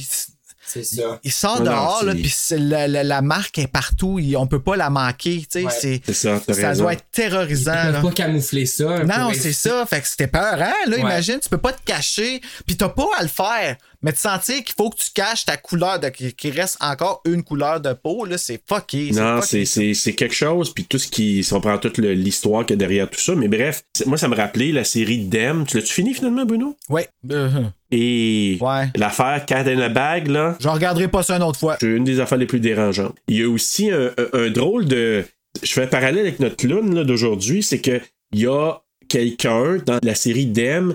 E: C'est ça.
C: il sort
D: Non, non,
C: dehors, là,
D: c'est-
C: puis c'est- la, la- la marque est partout, il- on peut pas la manquer, tu sais,
E: Ouais.
C: c'est,
D: C'est ça, t'as
C: ça
D: raison.
C: doit être terrorisant,
E: Ils
C: Ah, là.
E: peuvent pas camoufler ça.
C: Non,
E: pour
C: c'est
E: essayer-
C: ça. Fait que c'était peur, hein? Là,
E: Ouais.
C: imagine, tu peux pas te cacher, puis t'as pas à le faire. Mais de sentir qu'il faut que tu caches ta couleur, de, qu'il reste encore une couleur de peau, là, c'est fucké.
D: Non,
C: fucké.
D: c'est, c'est, c'est quelque chose, puis tout ce qui. Si on prend toute le- l'histoire qu'il y a derrière tout ça, mais bref, c'est- moi, ça me rappelait la série Dem. Tu l'as-tu fini finalement, Bruno?
C: Ouais. Euh,
D: Et.
C: Ouais.
D: L'affaire Cat in the Bag, là.
C: Je regarderai pas ça une autre fois.
D: C'est une des affaires les plus dérangeantes. Il y a aussi un, un- un drôle de. Je fais un parallèle avec notre clown là, d'aujourd'hui, c'est que il y a quelqu'un dans la série Dem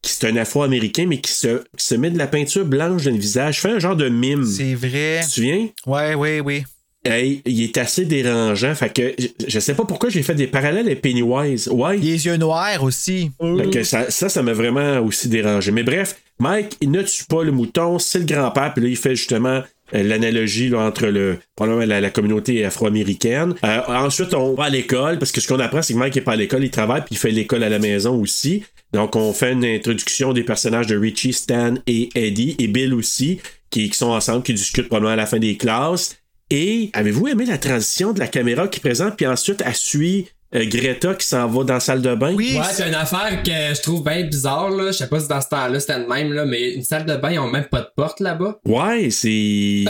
D: qui c'est un afro-américain, mais qui se, qui se met de la peinture blanche dans le visage, fait un genre de mime.
C: C'est vrai.
D: Tu te souviens?
C: Ouais, oui, oui.
D: Hey, il est assez dérangeant. Fait que je, je sais pas pourquoi j'ai fait des parallèles avec Pennywise. Ouais.
C: Les yeux noirs aussi.
D: Fait que ça, ça, ça m'a vraiment aussi dérangé. Mais bref, Mike, il ne tue pas le mouton, c'est le grand-père, puis là, il fait justement euh, l'analogie là, entre le probablement la, la communauté afro-américaine. Euh, ensuite, on va à l'école, parce que ce qu'on apprend, c'est que Mike n'est pas à l'école, il travaille, puis il fait l'école à la maison aussi. Donc, on fait une introduction des personnages de Richie, Stan et Eddie, et Bill aussi, qui, qui sont ensemble, qui discutent probablement à la fin des classes. Et avez-vous aimé la transition de la caméra qui présente, puis ensuite, elle suit euh, Greta qui s'en va dans la salle de bain?
C: Oui.
E: Ouais, c'est une affaire que je trouve bien bizarre, là. Je sais pas si dans ce temps-là c'était le même, là, mais une salle de bain, ils ont même pas de porte là-bas.
D: Ouais, c'est.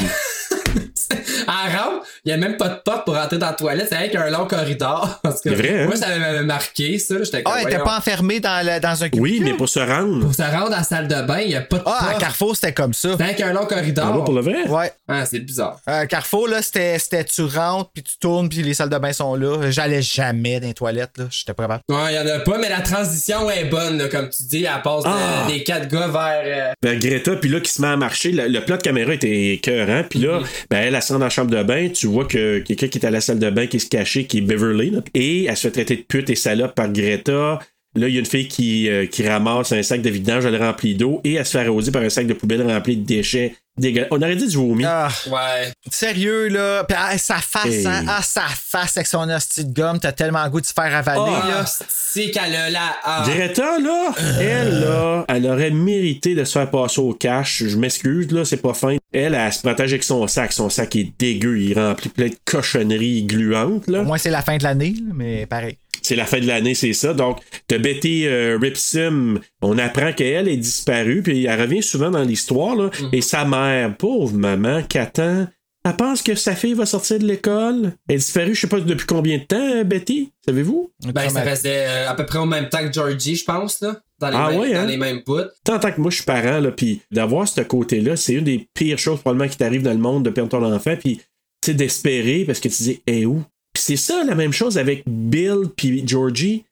E: À Rome, il y a même pas de porte pour entrer dans la toilette, c'est avec un long corridor. Parce que
D: C'est vrai, hein?
E: Moi, ça m'avait marqué, ça. J'étais comme,
C: Ah, elle était
E: voyons.
C: pas enfermée dans, le- dans un
D: Oui,
C: cubicule?
D: mais pour se rendre.
E: Pour se rendre à la salle de bain, il y a pas de
C: Ah, à
E: porte.
C: Carrefour, c'était comme ça.
E: C'est avec un long
D: Ah,
E: corridor.
D: bon, pour le vrai?
C: Ouais.
E: Ah, c'est bizarre.
C: Euh, Carrefour, là, c'était, c'était tu rentres, puis tu tournes, puis les salles de bain sont là. J'allais jamais dans les toilettes, là. J'étais pas capable.
E: Ouais, il y en a pas, mais la transition est bonne, là, comme tu dis, elle passe de-
D: Ah!
E: des quatre gars vers. euh,
D: Ben, Greta, puis là, qui se met à marcher. Le, le plan de caméra était écœurant. Puis
E: Mhm.
D: là, ben, elle, elle se rend dans la chambre de bain. Tu vois que quelqu'un qui est à la salle de bain, qui se cachait, qui est Beverly. là. Et elle se fait traiter de pute et salope par Greta. Là, il y a une fille qui, euh, qui ramasse un sac de vidange, elle le remplit d'eau. Et elle se fait arroser par un sac de poubelle rempli de déchets dégueulasses. On aurait dit du vomi.
C: Ah.
E: euh, ouais.
C: Sérieux, là. Puis, ah, sa face,
D: Hey.
C: hein. Ah, sa face avec son hostie de gomme, t'as tellement le goût de se faire avaler,
E: Ah,
C: là.
E: c'est qu'elle a la. ah.
D: Greta, là, elle, là, elle aurait mérité de se faire passer au cash. Je m'excuse, là, c'est pas fin. Elle, elle se protège avec son sac. Son sac est dégueu. Il remplit plein de cochonneries gluantes, là.
C: Au moins, c'est la fin de l'année, là, mais pareil.
D: C'est la fin de l'année, c'est ça. Donc, t'as Betty euh, Ripsim. On apprend qu'elle est disparue, puis elle revient souvent dans l'histoire, là. Et sa mère, pauvre maman, qu'attend Elle pense que sa fille va sortir de l'école. Elle est disparue, je sais pas depuis combien de temps, euh, Betty, savez-vous?
E: Ben, ça faisait euh, à peu près au même temps que Georgie, je pense, là. Dans les,
D: Ah
E: mêmes,
D: ouais, hein?
E: dans les mêmes bouts.
D: Tant, tant que moi, je suis parent, là, puis d'avoir ce côté-là, c'est une des pires choses probablement qui t'arrive dans le monde de perdre ton enfant, puis tu sais, d'espérer parce que tu dis, Eh où? Puis c'est ça, la même chose avec Bill puis Georgie.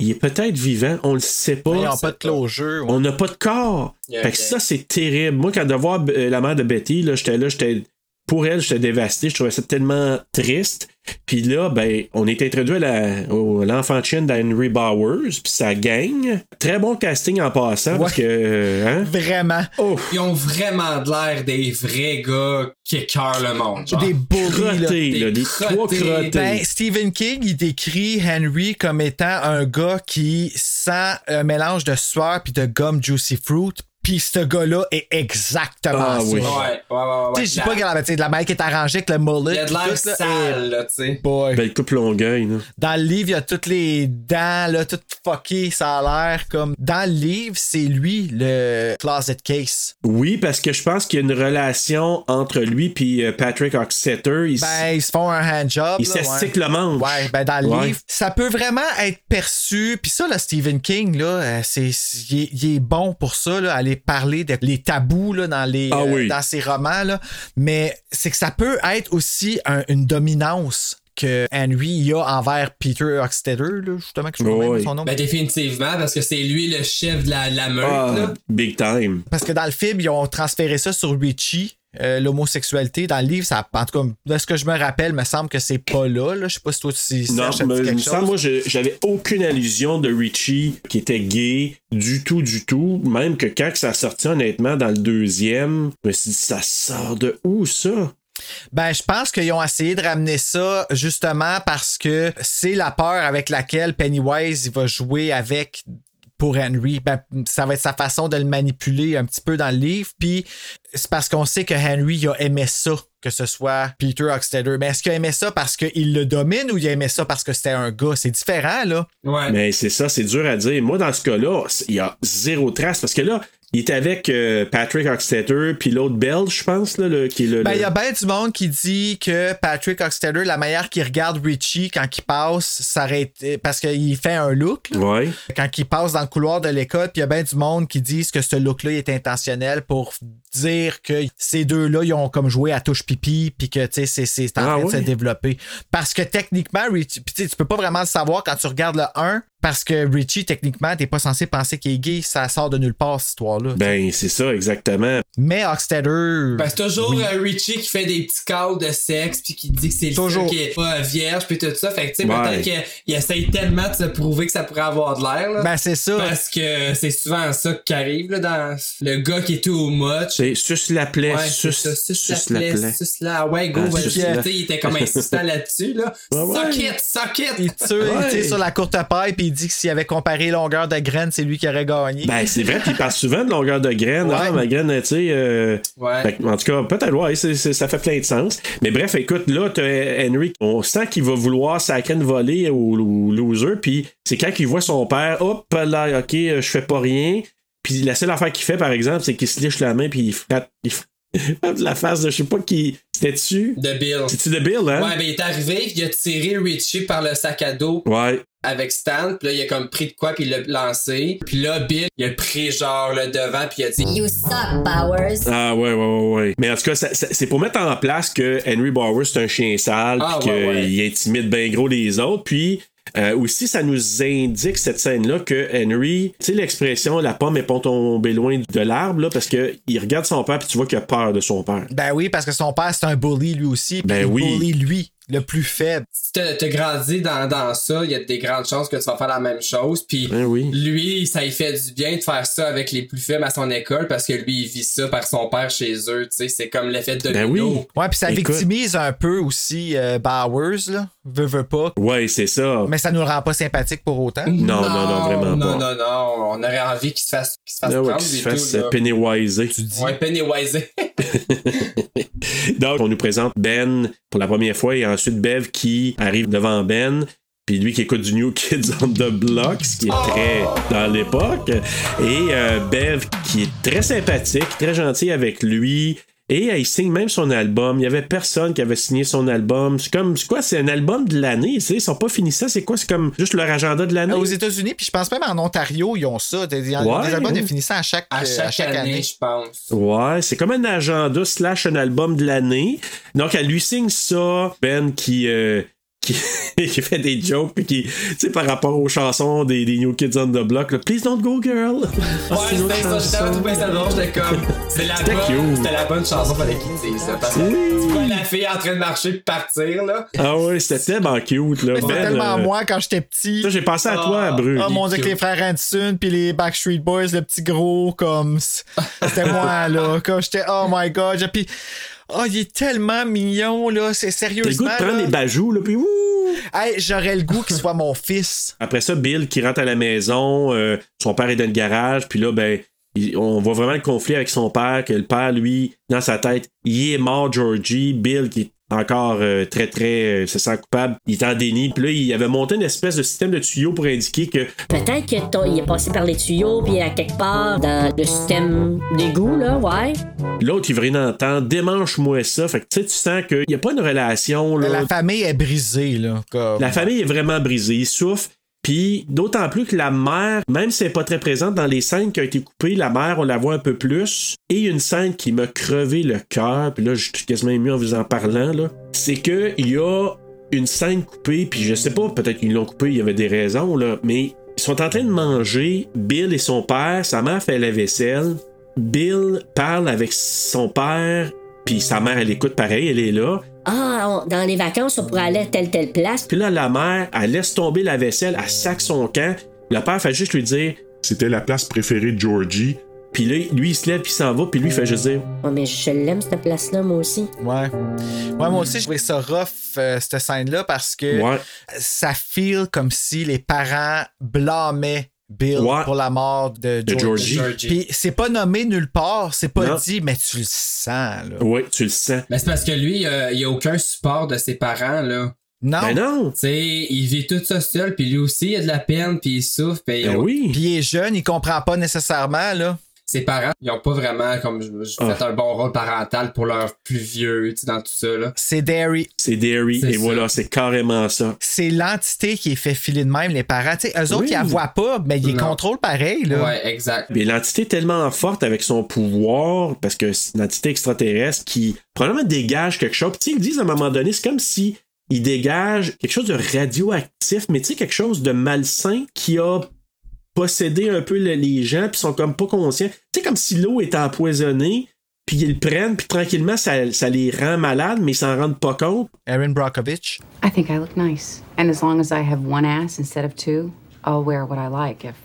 D: Il est peut-être vivant, on le sait pas.
C: Ils n'ont pas de closure. ouais.
D: On n'a pas de corps.
E: Yeah,
D: fait que
E: ok.
D: ça, c'est terrible. Moi, quand de voir euh, la mère de Betty, là, j'étais là, j'étais. Pour elle, j'étais dévasté. Je trouvais ça tellement triste. Puis là, ben, on est introduit à la- au- à l'enfant de chienne d'Henry Bowers, puis sa gang. Très bon casting en passant, parce que. euh, hein?
C: Vraiment.
E: Ils ont vraiment de l'air des vrais gars qui écœurent le monde. genre.
C: Des bullies, là.
D: Crottés, là,
E: Des
D: des trois
E: crottés.
D: crottés.
C: Ben, Stephen King, il décrit Henry comme étant un gars qui sent un mélange de sueur puis de gomme juicy fruit. Puis ce gars-là est exactement
D: Ah
C: ça.
D: oui.
E: Ouais, ouais, ouais. ouais,
C: Tu sais,
E: ouais.
C: je dis pas que la, tu sais, la mère qui est arrangée avec le mullet.
E: Il y a de
C: puis
E: l'air
C: tout, là, eh,
E: sale, là, tu sais.
C: boy.
D: Ben, le couple Longueuil, là.
C: Dans le livre, il y a toutes les dents, là, toutes fuckées, ça a l'air comme. Dans le livre, c'est lui, le closet case.
D: Oui, parce que je pense qu'il y a une relation entre lui puis euh, Patrick Oxeter. Il, s-
C: Ben, ils se font un handjob.
D: il
C: là,
D: s'astique
C: ouais.
D: le manche.
C: Ouais, ben dans le
D: Ouais.
C: livre, ça peut vraiment être perçu. Puis ça, là, Stephen King, là, euh, c'est, c'est- il, est- il est bon pour ça, là, aller parler des les tabous là, dans, les, euh,
D: Ah oui.
C: dans ses romans. Là. Mais c'est que ça peut être aussi un- une dominance que Henry il a envers Peter Oxteter, là, justement, que je
D: Oui.
C: me même son nom.
E: Ben, définitivement, parce que c'est lui le chef de la, la meute,
D: Ah,
E: là.
D: big time.
C: Parce que dans le film, ils ont transféré ça sur Richie. euh, l'homosexualité dans le livre ça en tout cas de ce que je me rappelle me semble que c'est pas là, là. je sais pas si toi si
D: Non,
C: Serge, ça te dit
D: mais il me
C: quelque
D: semble,
C: chose.
D: moi, je- j'avais aucune allusion de Richie qui était gay du tout, du tout. Même que quand que ça sortit, honnêtement, dans le deuxième, je me suis dit, ça sort de où, ça?
C: Ben, je pense qu'ils ont essayé de ramener ça justement parce que c'est la peur avec laquelle Pennywise il va jouer avec pour Henry. Ben, ça va être sa façon de le manipuler un petit peu dans le livre. Puis c'est parce qu'on sait que Henry il a aimé ça, que ce soit Peter Oxteter. Mais est-ce qu'il a aimé ça parce qu'il le domine ou il a aimé ça parce que c'était un gars? C'est différent, là.
E: Ouais.
D: Mais c'est ça, c'est dur à dire. Moi, dans ce cas-là, c- il y a zéro trace parce que là, il était avec euh, Patrick Oxteter, puis l'autre belge, je pense, là, le- qui est le.
C: Ben,
D: le-
C: il y a bien du monde qui dit que Patrick Oxteter, la manière qu'il regarde Richie quand il passe, ça aurait été- parce qu'il fait un look, là.
D: Ouais.
C: quand il passe dans le couloir de l'école, puis il y a bien du monde qui disent que ce look-là il est intentionnel pour dire que ces deux-là, ils ont comme joué à touche pipi, puis que tu sais, c'est- c'est c'est en
D: Ah
C: train de
D: oui?
C: se développer. Parce que techniquement, Richie, puis tu sais, tu peux pas vraiment le savoir quand tu regardes le 1, parce que Richie, techniquement, t'es pas censé penser qu'il est gay, ça sort de nulle part, cette histoire-là.
D: Ben, c'est ça, exactement.
C: Mais Oxteter.
E: Ben, c'est toujours euh, Richie qui fait des petits calls de sexe puis qui dit que c'est le
C: Toujours.
E: seul qui est pas vierge puis tout ça. Fait que, tu sais,
D: Ouais.
E: peut-être qu'il essaye tellement de se prouver que ça pourrait avoir de l'air, là.
C: Ben, c'est ça.
E: parce que c'est souvent ça qui arrive, là, dans le gars qui est tout much.
D: C'est sus la plaie,
E: Ouais,
D: sus,
E: c'est ça, suce
D: sus
E: la plaie, suce la, ouais, go,
D: Ah,
E: vas-y.
D: suce
E: Tu
D: la-
E: sais, il était comme insistant là-dessus, là.
D: Ouais, ouais.
E: Suck it, suck it!
C: Il tue, il
D: Ouais.
C: tire sur la courte paille, puis il dit que s'il avait comparé longueur de graine, c'est lui qui aurait gagné.
D: Ben, c'est vrai, puis il parle souvent de longueur de graine.
C: Ouais.
D: Ah, ma graine, tu sais. euh,
E: Ouais.
D: Fait que, en tout cas, peut-être, ouais, c'est- c'est- ça fait plein de sens. Mais bref, écoute, là, t'as Henry, on sent qu'il va vouloir sa canne voler au, au loser, puis c'est quand il voit son père, hop, là, ok, euh, je fais pas rien. Puis la seule affaire qu'il fait, par exemple, c'est qu'il se liche la main, puis il frappe, il frappe la face de, je sais pas qui, c'était tu
E: De Bill.
D: C'est-tu de Bill,
E: Ouais,
D: hein?
E: ben, il est arrivé, il a tiré Richie par le sac à dos
D: Ouais.
E: avec Stan, puis là, il a comme pris de quoi, puis il l'a lancé. Puis là, Bill, il a pris genre le devant, puis il a dit
I: You suck, Powers.
D: Ah, ouais, ouais, ouais, ouais. Mais en tout cas, ça- ça- c'est pour mettre en place que Henry Bowers, c'est un chien sale,
E: Ah,
D: puis
E: ouais, ouais.
D: qu'il intimide bien gros les autres. Puis euh, aussi, ça nous indique, cette scène-là, que Henry, tu sais, l'expression la pomme est pas tombée loin de l'arbre, là, parce qu'il regarde son père, puis tu vois qu'il a peur de son père.
C: Ben oui, parce que son père, c'est un bully lui aussi. puis
D: Ben
C: il
D: oui.
C: bully lui, le plus faible.
E: si t'as t'as grandi dans, dans ça, il y a des grandes chances que tu vas faire la même chose. Puis
D: Ben oui.
E: lui, ça lui fait du bien de faire ça avec les plus faibles à son école parce que lui, il vit ça par son père chez eux. Tu sais, c'est comme l'effet de
D: Ben oui.
C: Ouais, puis ça
D: Écoute.
C: victimise un peu aussi euh, Bowers, là. Veut, veut pas.
D: Ouais, c'est ça.
C: Mais ça nous rend pas sympathique pour autant.
D: Non, non, non, vraiment
E: non,
D: pas.
E: Non, non, On aurait envie qu'il se fasse, qu'il se fasse
D: Ah ouais,
E: prendre
D: qu'il se
E: et
D: fasse
E: tout. là.
D: pennywiser.
E: Ouais, Pennywise.
D: Donc, on nous présente Ben pour la première fois et ensuite Bev qui arrive devant Ben. Puis lui qui écoute du New Kids on the Block, ce qui est très dans l'époque. Et euh, Bev qui est très sympathique, très gentil avec lui. Et elle signe même son album. Il y avait personne qui avait signé son album. C'est comme, c'est quoi, c'est un album de l'année. tu sais, Ils sont pas finis ça. C'est quoi, c'est comme juste leur agenda de l'année.
C: Ah, Aux États-Unis, puis je pense même en Ontario, ils ont ça. Des,
D: Ouais,
C: des albums
D: ouais.
C: définissants à chaque,
E: Euh, À chaque, année, je pense.
D: Ouais, c'est comme un agenda slash un album de l'année. Donc, elle lui signe ça. Ben qui, euh, qui, qui fait des jokes puis qui, tu sais, par rapport aux chansons des, des New Kids on the Block, là, Please Don't Go Girl.
E: Ouais,
D: c'est une autre
E: c'était ça, j'étais
D: chanson.
E: trouvé ça drôle, j'étais comme. C'est la,
D: C'était
E: bonne-
D: cute.
E: c'était la bonne chanson, fallait qu'ils disent ça. Parce que
D: Oui.
E: tu vois la fille en train de marcher puis partir, là.
D: Ah ouais, c'était tellement cute, là.
C: C'était
D: Ben,
C: tellement
D: euh,
C: moi quand j'étais petit.
D: ça, j'ai pensé à toi,
E: Ah.
D: Bru.
C: Oh mon dieu, que les frères Hanson puis les Backstreet Boys, le petit gros, comme. c- C'était moi, là. Comme j'étais, oh my god. Puis, oh, il est tellement mignon, là. C'est
D: T'as le goût
C: sérieusement.
D: de prendre
C: là.
D: des bajous, là, puis ouh!
C: Hey, J'aurais le goût qu'il soit mon fils.
D: Après ça, Bill qui rentre à la maison, euh, son père est dans le garage, puis là, ben, il- on voit vraiment le conflit avec son père, que le père, lui, dans sa tête, il est mort, Georgie. Bill, qui est encore euh, très, très, euh, se sent coupable, il est en déni. Puis là, il avait monté une espèce de système de tuyau pour indiquer que
J: Peut-être que ton- il est passé par les tuyaux, puis à quelque part dans le système d'égout, là, ouais.
D: l'autre, il veut rien entendre, démanche-moi ça. Fait que, tu sais, tu sens qu'il n'y a pas une relation, là.
C: La famille est brisée, là. Comme...
D: La famille est vraiment brisée, il souffre. Puis d'autant plus que la mère, même si elle n'est pas très présente dans les scènes qui ont été coupées, la mère, on la voit un peu plus. Et une scène qui m'a crevé le cœur, puis là, je suis quasiment ému en vous en parlant, là. C'est que il y a une scène coupée, puis je sais pas, peut-être qu'ils l'ont coupée, il y avait des raisons, là, mais ils sont en train de manger, Bill et son père, sa mère fait la vaisselle. Bill parle avec son père, puis sa mère, elle écoute pareil, elle est là.
J: Ah, on- dans les vacances, on pourrait aller à telle, telle place.
D: Puis là, la mère, elle laisse tomber la vaisselle, elle sac son camp. Le père fait juste lui dire.
K: C'était la place préférée de Georgie.
D: Puis là, lui, il se lève, puis il s'en va, puis lui, il fait juste dire.
J: Oh, mais je l'aime, cette place-là, moi aussi.
C: Ouais. Ouais, moi aussi, je trouvais ça rough, euh, cette scène-là, parce que
D: Ouais.
C: ça feel comme si les parents blâmaient Bill
D: Ouais.
C: pour la mort de
D: De Georgie.
C: Georgie.
E: Georgie.
C: Puis c'est pas nommé nulle part, c'est pas
D: Non.
C: dit, mais tu le sens, là.
D: Ouais, tu le sens.
E: Mais c'est parce que lui, euh, il a aucun support de ses parents, là.
C: Non.
D: Ben non!
E: Tu sais, il vit tout ça seul, puis lui aussi, il a de la peine, puis il souffre, puis
D: Ben oui!
C: Puis il est jeune, il comprend pas nécessairement, là.
E: ses parents, ils ont pas vraiment, comme je, je
D: Ah.
E: fait un bon rôle parental pour leur plus vieux, tu sais, dans tout ça, là.
C: C'est Derry.
D: C'est Derry,
E: C'est
D: et
E: ça.
D: voilà, c'est carrément ça.
C: C'est l'entité qui est fait filer de même, les parents. Tu sais, eux autres,
D: Oui.
C: ils la voient pas, mais ils les
E: Non.
C: contrôlent pareil, là.
E: Ouais, exact.
D: Mais l'entité est tellement forte avec son pouvoir, parce que c'est une entité extraterrestre qui probablement dégage quelque chose. Puis tu sais, ils disent à un moment donné, c'est comme si il dégage quelque chose de radioactif, mais tu sais, quelque chose de malsain qui a possédé un peu le- les gens, puis sont comme pas conscients. Tu sais, comme si l'eau était empoisonnée, puis ils le prennent, puis tranquillement, ça, ça les rend malades, mais ils s'en rendent pas compte.
C: Erin Brockovich.
F: I think I look nice. And as long as I have one ass instead of two, I'll wear what I like if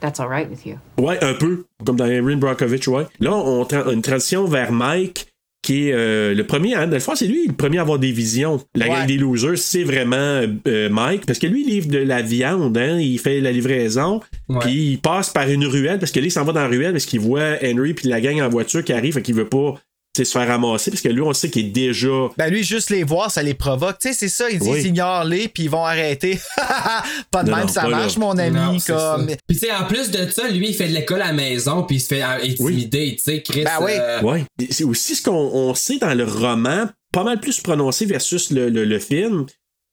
F: that's all right with you.
D: Ouais, un peu, comme dans Erin Brockovich, ouais. Là, on tra- une transition vers Mike, qui est euh, le premier, hein, dans le fond, c'est lui le premier à avoir des visions. La
C: Ouais.
D: gang des losers, c'est vraiment euh, euh, Mike, parce que lui, il livre de la viande, hein, il fait la livraison,
E: Ouais.
D: puis il passe par une ruelle, parce que là, il s'en va dans la ruelle, parce qu'il voit Henry puis la gang en voiture qui arrive, et qu'il veut pas tu sais, se faire ramasser, parce que lui, on sait qu'il est déjà...
C: Ben lui, juste les voir, ça les provoque. Tu sais, c'est ça, ils disent
D: Oui.
C: ignore-les, puis ils vont arrêter. pas de
D: Non,
C: même,
D: non,
C: ça
D: pas là.
C: marche, mon ami.
E: Non, c'est
C: comme...
E: ça. Puis tu sais, en plus de ça, lui, il fait de l'école à la maison, puis il se fait euh, intimider, tu sais, Chris.
C: Ben oui.
E: euh,
D: Ouais. C'est aussi ce qu'on on sait dans le roman, pas mal plus prononcé versus le, le- le film,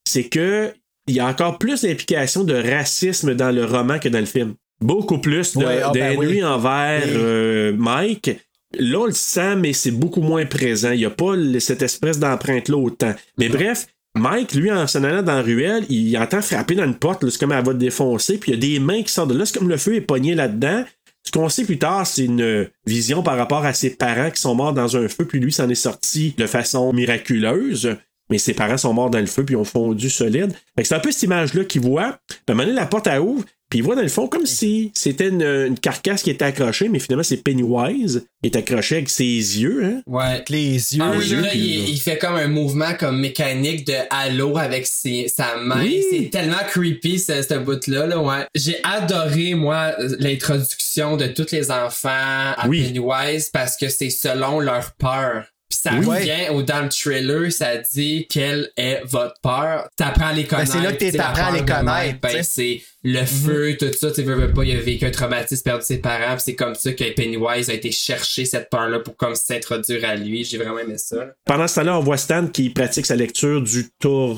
D: c'est que il y a encore plus d'implications de racisme dans le roman que dans le film. Beaucoup plus de,
C: Ouais, ah
D: de
C: ben
D: Henry
C: oui.
D: envers
C: Oui.
D: euh, Mike. Là, on le sent, mais c'est beaucoup moins présent. Il n'y a pas le- cette espèce d'empreinte-là autant. Mais bref, Mike, lui, en s'en allant dans la ruelle, il entend frapper dans une porte. là, C'est comme elle va te défoncer. Puis il y a des mains qui sortent de là. C'est comme le feu est pogné là-dedans. Ce qu'on sait plus tard, c'est une vision par rapport à ses parents qui sont morts dans un feu, puis lui s'en est sorti de façon miraculeuse. Mais ses parents sont morts dans le feu, puis ont fondu solide. Fait que c'est un peu cette image-là qu'il voit. Puis à un moment donné, la porte elle ouvre, puis il voit dans le fond comme si c'était une, une carcasse qui était accrochée, mais finalement, c'est Pennywise qui est accroché avec ses yeux. Hein?
E: Ouais.
C: Avec les yeux.
E: Ah
D: les
E: oui,
D: yeux,
E: là,
D: puis là.
E: il, il fait comme un mouvement comme mécanique de halo avec ses- sa main.
D: Oui.
E: C'est tellement creepy, ce, ce bout-là. Là, ouais. J'ai adoré, moi, l'introduction de tous les enfants à
D: Oui.
E: Pennywise parce que c'est selon leur peur. Puis ça revient au, dans le trailer, ça dit quelle est votre peur. T'apprends à les connaître.
C: c'est là que t'es-
E: t'sais, la
C: t'apprends à
E: peur
C: les
E: de
C: connaître,
E: même, ben,
C: t'sais.
E: c'est le feu, tout ça. Tu veux, veux pas, il a vécu un traumatisme, perdu ses parents. puis C'est comme ça que Pennywise a été chercher cette peur-là pour comme s'introduire à lui. J'ai vraiment aimé ça. là.
D: Pendant ce temps-là, on voit Stan qui pratique sa lecture du Torah.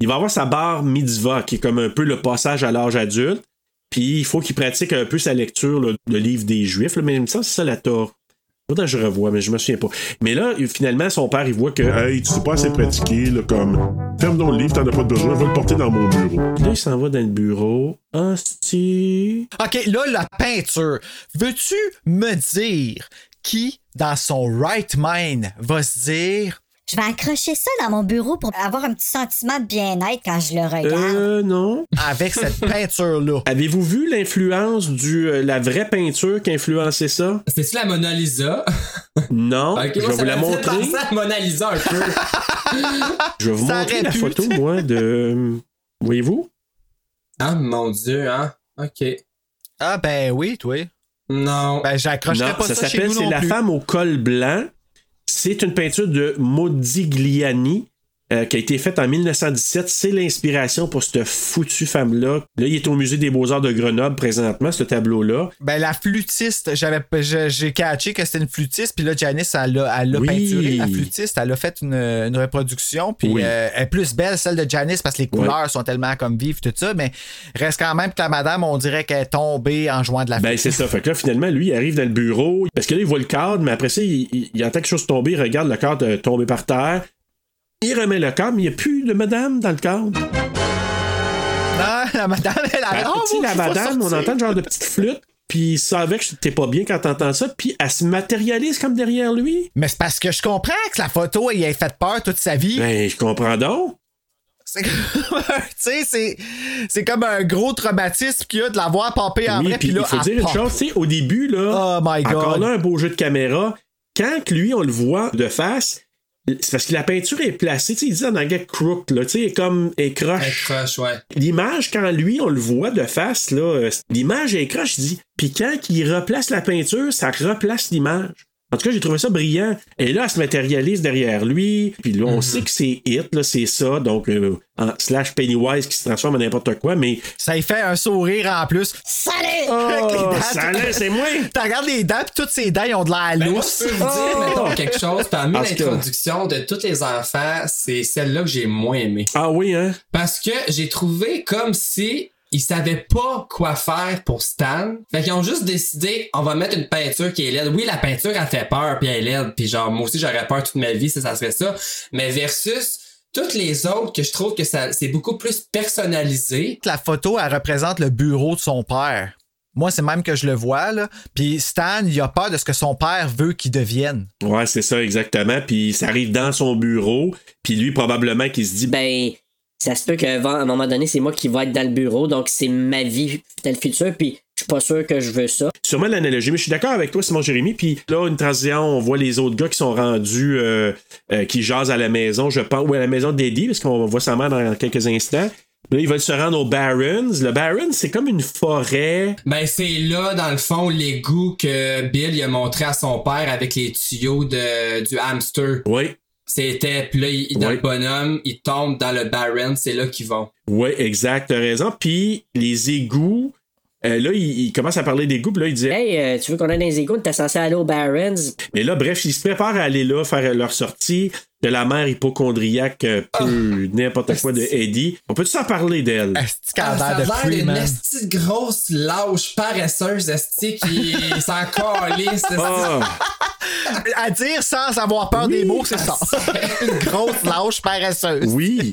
D: Il va avoir sa barre mitzvah, qui est comme un peu le passage à l'âge adulte. Puis il faut qu'il pratique un peu sa lecture, là, le livre des Juifs. là. Mais il me semble que c'est ça la Torah. Faudrait que je revois, mais je me souviens pas. Mais là, finalement, son père, il voit que.
K: Hey, tu sais pas assez pratiquer, là, comme. Ferme ton livre, t'en as pas besoin, va le porter dans mon bureau.
D: Puis là, il s'en va dans le bureau. Hostie.
C: OK, là, la peinture. Veux-tu me dire qui, dans son right mind, va se dire
L: Je vais accrocher ça dans mon bureau pour avoir un petit sentiment de bien-être quand je le regarde.
D: Euh, non.
C: Avec cette peinture-là.
D: Avez-vous vu l'influence de la vraie peinture qui a influencé ça?
E: C'est-tu la Mona Lisa?
D: Non.
E: Ok,
D: je
E: moi,
D: vais
E: ça
D: vous la
E: m'a fait
D: montrer.
E: penser à la Mona Lisa un peu.
D: Je vais vous
E: Ça
D: montrer
E: aurait
D: la
E: pu,
D: photo, moi, de. euh, Voyez-vous?
E: ah, mon Dieu, hein? OK.
C: Ah, ben oui, toi.
E: Non.
C: Ben,
D: Non,
C: j'accrocherai pas ça,
D: ça
C: chez
D: s'appelle
C: nous
D: C'est
C: non
D: la
C: plus.
D: femme au col blanc. C'est une peinture de Modigliani euh, qui a été faite en 1917. C'est l'inspiration pour cette foutue femme-là. Là, il est au musée des beaux-arts de Grenoble présentement, ce tableau-là.
C: Ben, la flûtiste, j'avais, je- j'ai catché que c'était une flûtiste, puis là, Janice, elle a, elle a
D: Oui.
C: peinturé la flûtiste, elle a fait une, une reproduction, puis
D: Oui.
C: euh, elle est plus belle, celle de Janice, parce que les couleurs sont tellement comme vives, tout ça, mais reste quand même que la madame, on dirait qu'elle est tombée en jouant de la flûte.
D: Ben, c'est ça. Fait que là, finalement, lui, il arrive dans le bureau. Parce que là, il voit le cadre, mais après ça, il, il- il entend quelque chose tomber, il regarde le cadre euh, tomber par terre. Il remet le cadre, mais il n'y a plus de madame dans le cadre.
C: Non, la madame, elle a
D: Ah,
C: Oh,
D: tu sais, la
C: faut
D: madame, on
C: sortir.
D: entend le genre de petite flûte, puis il savait que t'es pas bien quand t'entends ça, puis elle se matérialise comme derrière lui.
C: Mais c'est parce que je comprends que la photo, elle a fait peur toute sa vie.
D: Ben, je comprends donc.
C: C'est comme, tu sais, c'est, c'est comme un gros traumatisme qu'il y a de l'avoir popé en
D: oui,
C: vrai,
D: puis
C: Ah, puis là,
D: il faut
C: elle
D: dire une
C: pop.
D: chose, tu sais, au début, là,
C: Oh my
D: encore
C: God.
D: là, un beau jeu de caméra, quand que lui, on le voit de face, c'est parce que la peinture est placée, tu sais, il dit en anglais crook, là, tu sais, elle est comme écroche.
E: Crush, ouais.
D: L'image, quand lui, on le voit de face, là, euh, l'image est croche, il dit. Puis quand il replace la peinture, ça replace l'image. En tout cas, j'ai trouvé ça brillant. Et là, elle se matérialise derrière lui. Puis là, on sait que c'est hit, là, c'est ça. Donc, euh, en slash Pennywise qui se transforme en n'importe quoi, mais.
C: Ça y fait un sourire en plus.
L: Salut!
C: Avec les
D: Oh,
C: dents,
D: ça allait, c'est moi!
C: Tu regardes les dents, puis toutes ses dents, ils ont de la
E: Moi,
C: lousse.
E: je peux vous dire,
C: Oh!
E: mettons, quelque chose. Parmi
D: En tout cas.
E: l'introduction de tous les enfants, c'est celle-là que j'ai moins aimée.
D: Ah oui, hein?
E: Parce que j'ai trouvé comme si ils savaient pas quoi faire pour Stan. Fait qu'ils ont juste décidé, on va mettre une peinture qui est laide. Oui, la peinture, elle fait peur, puis elle est laide. Puis genre, moi aussi, j'aurais peur toute ma vie si ça serait ça. Mais versus toutes les autres que je trouve que ça, c'est beaucoup plus personnalisé.
C: La photo, elle représente le bureau de son père. Moi, c'est même que je le vois, là. Puis Stan, il a peur de ce que son père veut qu'il devienne.
D: Ouais, c'est ça, exactement. Puis ça arrive dans son bureau. Puis lui, probablement qu'il se dit, ben,
J: Ben, ça se peut qu'à un moment donné, c'est moi qui vais être dans le bureau, donc c'est ma vie dans le futur, puis je suis pas sûr que je veux ça.
D: sûrement l'analogie. Mais je suis d'accord avec toi, Simon Jérémy. Puis là, une transition, on voit les autres gars qui sont rendus, euh, euh, qui jasent à la maison, je pense, ou à la maison d'Eddie, parce qu'on voit sa mère dans quelques instants. Là, ils veulent se rendre au Barons. Le Barons, c'est comme une forêt.
E: Ben, c'est là, dans le fond, l'égout que Bill il a montré à son père avec les tuyaux de, du hamster.
D: Oui.
E: C'était, puis là, il, dans
D: Ouais.
E: le bonhomme, il tombe dans le barren, c'est là qu'ils vont.
D: Oui, exact, t'as raison. Puis les égouts, euh, là, il, il commence à parler d'égouts, puis là, il dit
J: Hey, euh, tu veux qu'on aille dans les égouts? T'es censé aller au Barons?
D: Mais là, bref, ils se préparent à aller là, faire leur sortie de la mère hypochondriaque, euh, peu n'importe quoi de Eddie. On peut-tu s'en parler d'elle?
C: Est-ce
E: Ah,
C: a
E: ça
C: l'air de
E: a l'air d'une
C: Freeman?
E: petite grosse lâche paresseuse esti qui s'en calisse. esti.
C: Oh,
D: Ah,
C: À dire sans avoir peur des mots, c'est ça. Une grosse lâche paresseuse.
D: oui!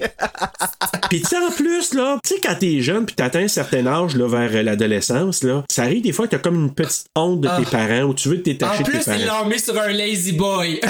D: Puis tu sais, en plus, là, tu sais, quand t'es jeune puis t'atteins un certain âge, là, vers euh, l'adolescence, là, ça arrive des fois que t'as comme une petite honte de tes parents ou tu veux te
E: Ah. En
D: détacher de
E: plus,
D: tes
E: ils
D: parents.
E: l'ont mis sur un lazy boy.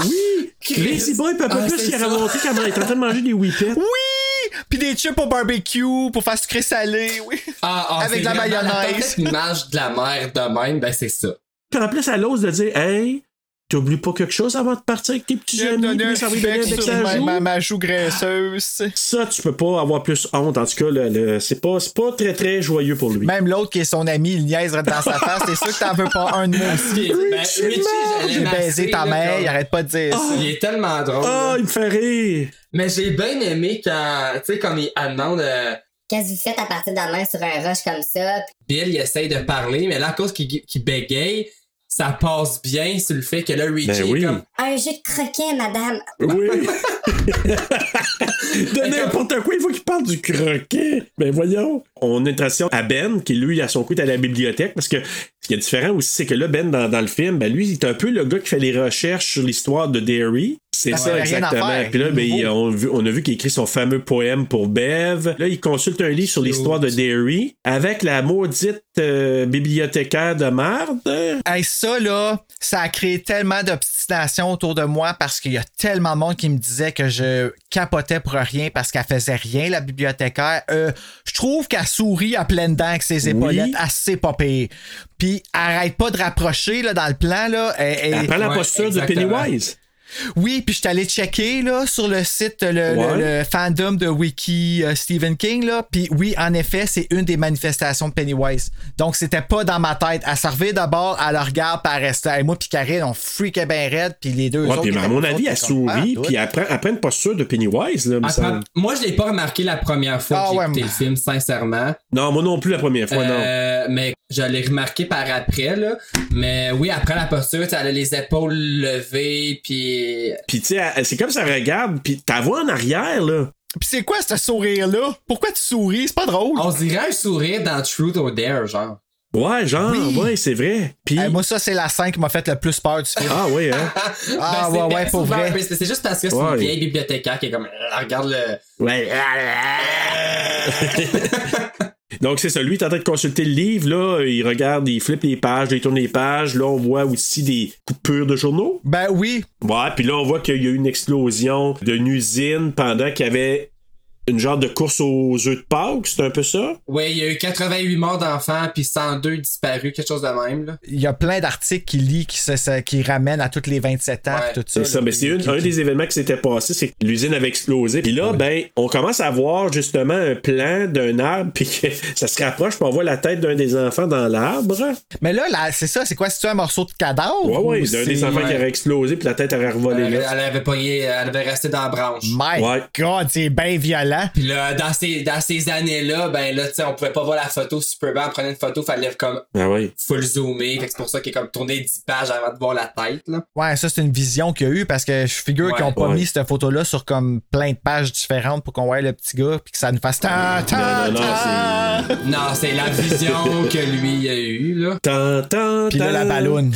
D: Oui! Lazy Boy peut pas
E: Ah,
D: plus
E: c'est
D: y
E: ça.
D: remonter quand elle est en train de manger des whippets.
C: Oui! Puis des chips au barbecue pour faire sucré salé, oui.
E: Ah, ah,
C: Avec
E: c'est
C: de la
E: vraiment
C: mayonnaise.
E: parfaite image de la mère de même, ben c'est ça.
D: Puis en plus, elle ose de dire Hey, T'oublies pas quelque chose avant de partir avec tes petits
C: Je me
D: amis?
C: donnais un
D: puis ça va
C: petit bec
D: donner avec
C: sur
D: la
C: ma-
D: joue?
C: ma- ma joue graisseuse.
D: Ça, tu peux pas avoir plus honte. En tout cas, le- le- c'est pas, c'est pas très, très joyeux pour lui.
C: Même l'autre qui est son ami, il niaise dans sa face. C'est sûr que t'en veux pas un de moi aussi.
E: Ben, Richie, j'allais
C: J'ai baisé
E: masser,
C: ta
E: là,
C: mère,
E: comme-
C: il arrête pas de dire ça.
E: Il est tellement drôle.
D: Ah, il me fait rire.
E: Mais j'ai bien aimé quand, tu sais, comme il elle demande, euh,
I: Qu'est-ce que vous faites à partir de la main sur un rush comme ça?
E: Bill, il essaye de parler, mais là, à cause qu'il qu'il bégaye, ça passe bien sur le fait que là, Richie
D: Ben
E: est
D: oui.
E: comme.
I: Un jeu de croquet, madame.
D: Oui. de n'importe quoi, il faut qu'il parle du croquet. Ben voyons. On est attention à Ben, qui lui, à son coup, est à la bibliothèque, parce que ce qui est différent aussi, c'est que là, Ben, dans, dans le film, ben lui, il est un peu le gars qui fait les recherches sur l'histoire de Derry. C'est
C: Parce
D: ça,
C: qu'il y Ah, a rien à
D: exactement.
C: faire.
D: Puis là, ben,
C: Il est
D: il- on, a vu- on a vu qu'il écrit son fameux poème pour Bev. Là, il consulte un livre sur l'histoire de Derry avec la maudite euh, bibliothécaire de marde.
C: Hey, ça, là, ça a créé tellement d'obstination autour de moi parce qu'il y a tellement de monde qui me disait que je capotais pour rien parce qu'elle faisait rien, la bibliothécaire. Euh, je trouve qu'elle sourit à pleines dents avec ses épaulettes assez pas pire. Puis, arrête pas de rapprocher, là, dans le plan, là. Elle- elle-
D: Elle prend la
E: Ouais,
D: posture
E: exactement.
D: de Pennywise.
C: Oui, puis je suis allé checker là, sur le site, le, le-
D: Ouais.
C: le fandom de Wiki euh, Stephen King. Là. Puis oui, en effet, c'est une des manifestations de Pennywise. Donc, c'était pas dans ma tête. Elle servait d'abord à leur regard par rester. Et moi, puis Karine, on freakait bien raide. Puis les deux.
D: Ouais,
C: autres,
D: puis
C: ils
D: à
C: étaient
D: mon
C: comme
D: avis,
C: nous
D: elle
C: autres, ils
D: sourit,
C: sont-
D: puis
C: Ah,
D: elle prend, elle prend une posture de Pennywise. Là, me
E: Attends,
D: semble.
E: moi, je l'ai pas remarqué la première fois
C: Ah
E: que j'ai
C: ouais,
E: écouté
C: mais-
E: le film, sincèrement.
D: Non, moi non plus la première fois, non.
E: Euh, mais je l'ai remarqué par après, là. Mais oui, après la posture, tu sais, elle a les épaules levées, puis.
D: Puis tu sais, elle- c'est comme ça elle regarde, puis ta voix en arrière, là.
C: Puis c'est quoi ce sourire-là? Pourquoi tu souris? C'est pas drôle.
D: Ah,
E: On dirait un sourire dans Truth or Dare, genre.
D: Ouais, genre,
C: Oui.
D: ouais, c'est vrai. Puis
C: Eh, moi, ça, c'est la scène qui m'a fait le plus peur du film.
D: ah ouais, hein.
C: Ah,
E: Ben, c'est
C: ouais,
E: bien
C: ouais, pour
E: souvent,
C: vrai.
E: mais C'est c'est juste parce que c'est
D: Ouais.
E: une vieille bibliothécaire qui est comme. Elle regarde le.
D: Ouais. Donc c'est ça, lui, il est en train de consulter le livre, là, il regarde, il flippe les pages, il tourne les pages, là on voit aussi des coupures de journaux.
C: Ben oui,
D: Ouais, puis là on voit qu'il y a eu une explosion d'une usine pendant qu'il y avait une genre de course aux œufs de Pâques, c'est un peu ça?
E: Ouais, il y a eu 88 morts d'enfants, puis 102 disparus, quelque chose de même, là.
C: il y a plein d'articles qui lit, qui, se- se- qui ramènent à tous les 27 ans.
E: Ouais.
C: puis tout
D: C'est
C: ça,
D: ça,
C: là,
D: mais
C: puis-
D: c'est une-
C: qui-
D: un
C: qui-
D: des événements qui s'était passé, c'est que l'usine avait explosé. Puis là, ben, on commence à voir justement un plan d'un arbre, puis que ça se rapproche, puis on voit la tête d'un des enfants dans l'arbre.
C: Mais là, là c'est ça, c'est quoi? C'est-tu un morceau de cadavre?
D: Ouais, ouais,
C: ou
D: d'un
C: c'est-
D: des enfants qui
E: ouais.
D: avait explosé, puis la tête avait
C: Euh,
D: revolé
E: Elle,
D: là.
E: elle avait pogné, elle avait resté dans la branche.
C: My
D: Ouais.
C: God, c'est bien violent.
E: Puis là, dans ces, dans ces années-là, ben là, tu sais, on pouvait pas voir la photo. Superman prenait une photo, fallait comme
D: Ah oui.
E: full zoomer. Fait que c'est pour ça qu'il est comme tourné 10 pages avant de voir la tête, là.
C: Ouais, ça, c'est une vision qu'il y a eu parce que je figure
E: Ouais.
C: qu'ils ont pas
D: Ouais.
C: mis cette photo-là sur comme plein de pages différentes pour qu'on voie le petit gars puis que ça nous fasse ta ta
D: Non, non, non,
C: ta.
E: Non, c'est la vision que lui a eue, là.
D: Tan, tan,
C: Puis là, la
D: tan.
C: balloune.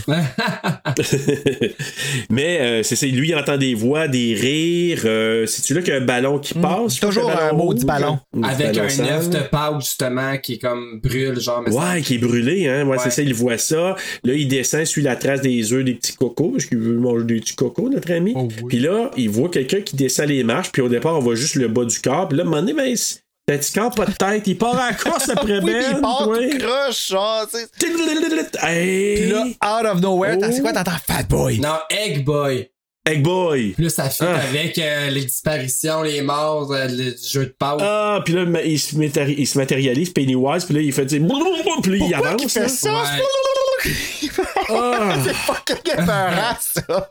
D: Mais euh, c'est ça, lui, il entend des voix, des rires. euh, C'est-tu là qu'il y a un ballon qui passe?
C: Mm. toujours
D: Je pense que
C: un
D: ballon
C: maudit
D: rouge,
C: ballon.
D: ou du
E: Avec
D: ballon
E: un
D: sale.
E: œuf de Pâques, justement, qui est comme brûle, genre. mais ça-
D: Ouais, qui est brûlé, hein. Ouais,
E: Ouais.
D: c'est ça, il voit ça. Là, il descend, suit la trace des œufs, des petits cocos, parce qu'il veut manger des petits cocos, notre ami.
C: Oh oui.
D: Puis là, il voit quelqu'un qui descend les marches, puis au départ, on voit juste le bas du corps. Puis là, à un moment donné, ben, c'est un petit corps, pas de tête. Il part à la course après
C: Oui, puis
D: Ben.
C: il part
D: toi.
C: tout croche, genre, tu sais.
D: Hey!
C: Puis là, out of nowhere, t'as- c'est quoi,
D: Oh.
C: t'entends Fat Boy?
E: Non, Egg Boy.
D: Egg Boy!
E: Plus ça fait
D: Ah.
E: avec euh, les disparitions, les morts, euh, le jeu de Pâques.
D: Ah, puis là, ma- il se, matéri- il se matérialise, Pennywise, puis là, il fait dire. Puis là, il
C: Pourquoi
D: avance.
C: qu'il fait
D: là.
C: ça?
E: Ouais.
D: Ah!
C: C'est fucking épeurant, ça.